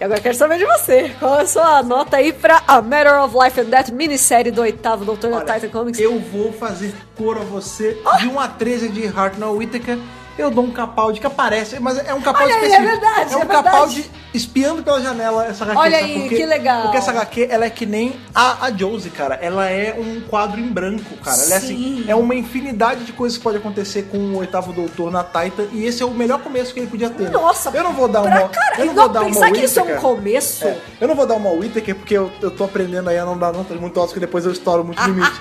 E agora eu quero saber de você. Qual é a sua nota aí pra A Matter of Life and Death, minissérie do oitavo Doutor da Olha, Titan Comics? Eu vou fazer cor a você de 1 a 13 de Hartnell Whittaker. Eu dou um capaldi que aparece, mas é um capaldi Olha aí, é específico. verdade, é um é verdade. capaldi espiando pela janela essa HQ. Olha sabe aí, por quê? que legal. Porque essa HQ, ela é que nem a, a Josie, cara. Ela é um quadro em branco, cara. Ela é assim, Sim. é uma infinidade de coisas que pode acontecer com o oitavo doutor na Titan. E esse é o melhor começo que ele podia ter. né? Nossa, eu não vou dar pra uma. cara- eu não, não, vou dar pensar uma que isso é um Whittaker. começo. É, eu não vou dar uma Whittaker porque eu, eu tô aprendendo aí a não dar notas muito altas, que depois eu estouro muito limite.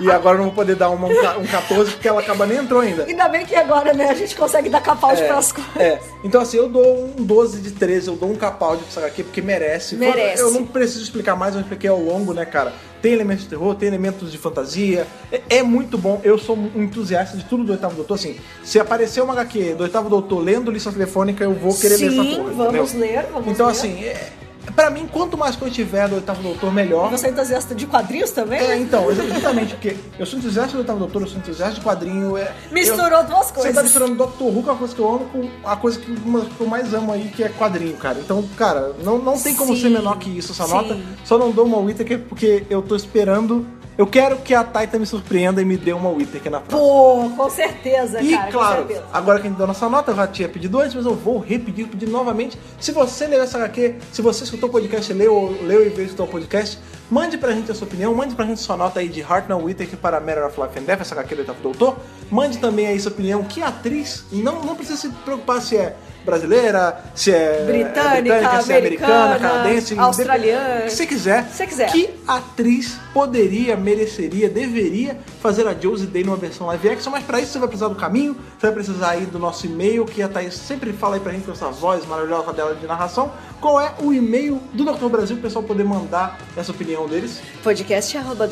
e agora eu não vou poder dar uma, um, ca- um 14 porque ela acaba nem entrou ainda. Ainda bem que agora, né, a gente consegue dar capaldi pras coisas. É, então assim, eu dou um 12 de 13, eu dou um capaldi pra essa HQ porque merece. Merece. Eu não preciso explicar mais, eu expliquei ao longo, né, cara? Tem elementos de terror, tem elementos de fantasia, é, é muito bom. Eu sou um entusiasta de tudo do Oitavo Doutor, assim, se aparecer uma HQ do Oitavo Doutor lendo lista telefônica, eu vou querer ler essa Sim, porra, entendeu? vamos ler, vamos Então ler. assim, é, pra mim, quanto mais que eu tiver do Oitavo Doutor, melhor. Você é entusiasta de quadrinhos também? É, né? então, exatamente, porque eu sou entusiasta do Oitavo Doutor, eu sou entusiasta de quadrinho. É, Misturou eu- duas Você tá coisas. misturando Doctor Who, que é uma coisa que eu amo, com a coisa que, uma das que eu mais amo aí, que é quadrinho, cara. Então, cara, não, não tem como Sim. ser menor que isso essa Sim. nota. Só não dou uma Whittaker porque eu tô esperando. Eu quero que a Titan me surpreenda e me dê uma Whittaker na próxima. Pô, com certeza, E cara. claro, com certeza. agora que a gente deu nossa nota, eu já tinha pedido antes, mas eu vou repetir, pedir novamente. Se você leu essa HQ, se você escutou o podcast, leu, ou- leu e veio escutar o podcast, mande pra gente a sua opinião, mande pra gente sua nota aí de Hartnell Whittaker para Matter of Life and Death, essa HQ do Oitavo Doutor. Mande também aí sua opinião, que atriz, não, não precisa se preocupar se é brasileira, se é Britânica, se é americana, americana, canadense, australiana. o que você quiser. Se quiser. Que atriz poderia, mereceria, deveria fazer a Josie Day numa versão live action, mas pra isso você vai precisar do caminho, você vai precisar aí do nosso e-mail, que a Thaís sempre fala aí pra gente com essa voz maravilhosa dela de narração. Qual é o e-mail do Dr. Brasil pro pessoal poder mandar essa opinião deles? Podcast arroba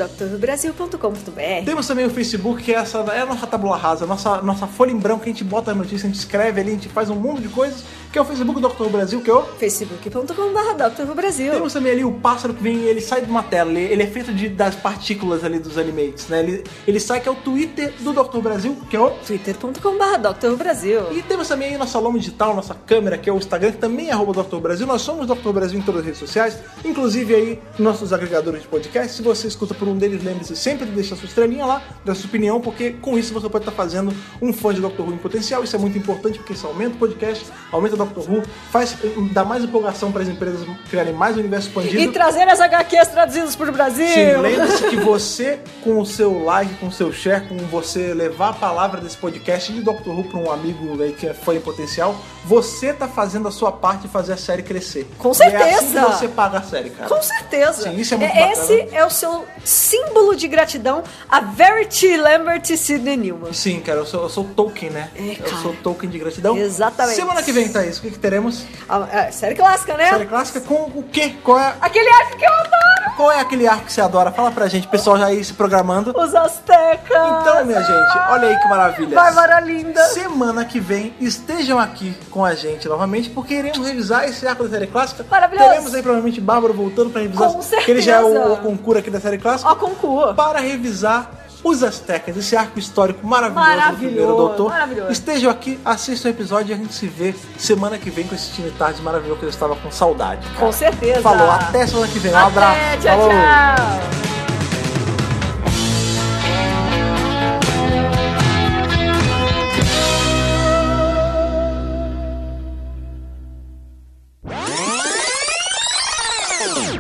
drbrasil.com.br. Temos também o Facebook, que é, essa, é a nossa tabula rasa, a nossa, nossa folha em branco, que a gente bota a notícia, a gente escreve ali, a gente faz um mundo de coisas, que é o Facebook do Dr. Brasil, que é o facebook.com.br Brasil. Temos um também ali o pássaro que vem, ele sai de uma tela, ele, ele é feito de, das partículas ali dos animates, né? Ele, ele sai que é o Twitter do Dr. Brasil, que é o. twitter.com.br Brasil. E temos também aí nossa loma digital, nossa câmera, que é o Instagram, que também é arroba Dr. Brasil. Nós somos Dr. Brasil em todas as redes sociais, inclusive aí nossos agregadores de podcast. Se você escuta por um deles, lembre-se sempre de deixar sua estrelinha lá, da sua opinião, porque com isso você pode estar fazendo um fã de Dr. Who em potencial. Isso é muito importante, porque isso aumenta o podcast, aumenta o Dr. Who, faz, dá mais empolgação para as empresas criarem mais o universo expandido. E trazer as HQs traduzidas por Brasil. Sim, lembre-se que você, com o seu like, com o seu share, com você levar a palavra desse podcast de Dr. Who para um amigo aí que é fã em potencial, você tá fazendo a sua parte de fazer a série crescer. Com E é assim que certeza. você paga a série, cara. Com certeza. Sim, isso é muito bacana. Esse é o seu símbolo de gratidão a Verity Lambert e Sidney Newman. Sim, cara, eu sou, eu sou Tolkien, né? É, eu cara. sou Tolkien de gratidão. Exatamente. Semana que vem, Thaís, o que, que teremos? A- a série clássica, né? Série clássica com o quê? Qual é, Aquele arco que eu adoro. qual é aquele arco que você adora? Fala pra gente, o pessoal já ir se programando. Os Aztecas. Então, minha gente, olha aí que maravilha. Bárbara linda. Semana que vem estejam aqui com a gente novamente, porque iremos revisar esse arco da série clássica. Maravilhoso. Teremos aí provavelmente Bárbara voltando pra revisar, Com que ele já é certeza. o, o concura aqui da série clássica, Ó, com cu. para revisar os Aztecas, esse arco histórico maravilhoso, do primeiro Maravilhoso, doutor. maravilhoso. Estejam aqui, assistam o episódio e a gente se vê semana que vem com esse time tarde maravilhoso que eu estava com saudade. cara. Com certeza. Falou, até semana que vem. Um abraço. Até, tchau, Falou. tchau.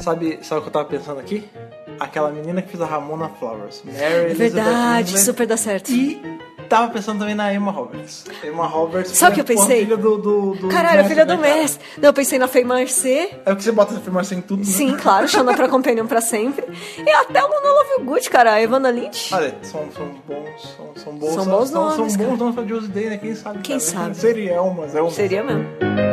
Sabe, sabe o que eu tava pensando aqui? Aquela menina que fez a Ramona Flowers. Mary É verdade, Elizabeth Winstead. super dá certo. E tava pensando também na Emma Roberts. Emma Roberts. Sabe o foi que eu a pensei? Filha do, do, do Caralho, a Mestre, filha do né, cara? Messi. Não, eu pensei na Fei Marcê. É o que você bota essa afirmação em tudo, né? Sim, claro, Xana pra Companion pra sempre. E até o Luna Love You Good, cara. A Evana Lynch. Olha, são, são bons, são, são bons, São bons são, nomes, são bons cara. nomes pra Josie Day, né? Quem sabe? Quem cara? sabe? Seria Elmas, Elmas. Seria mesmo.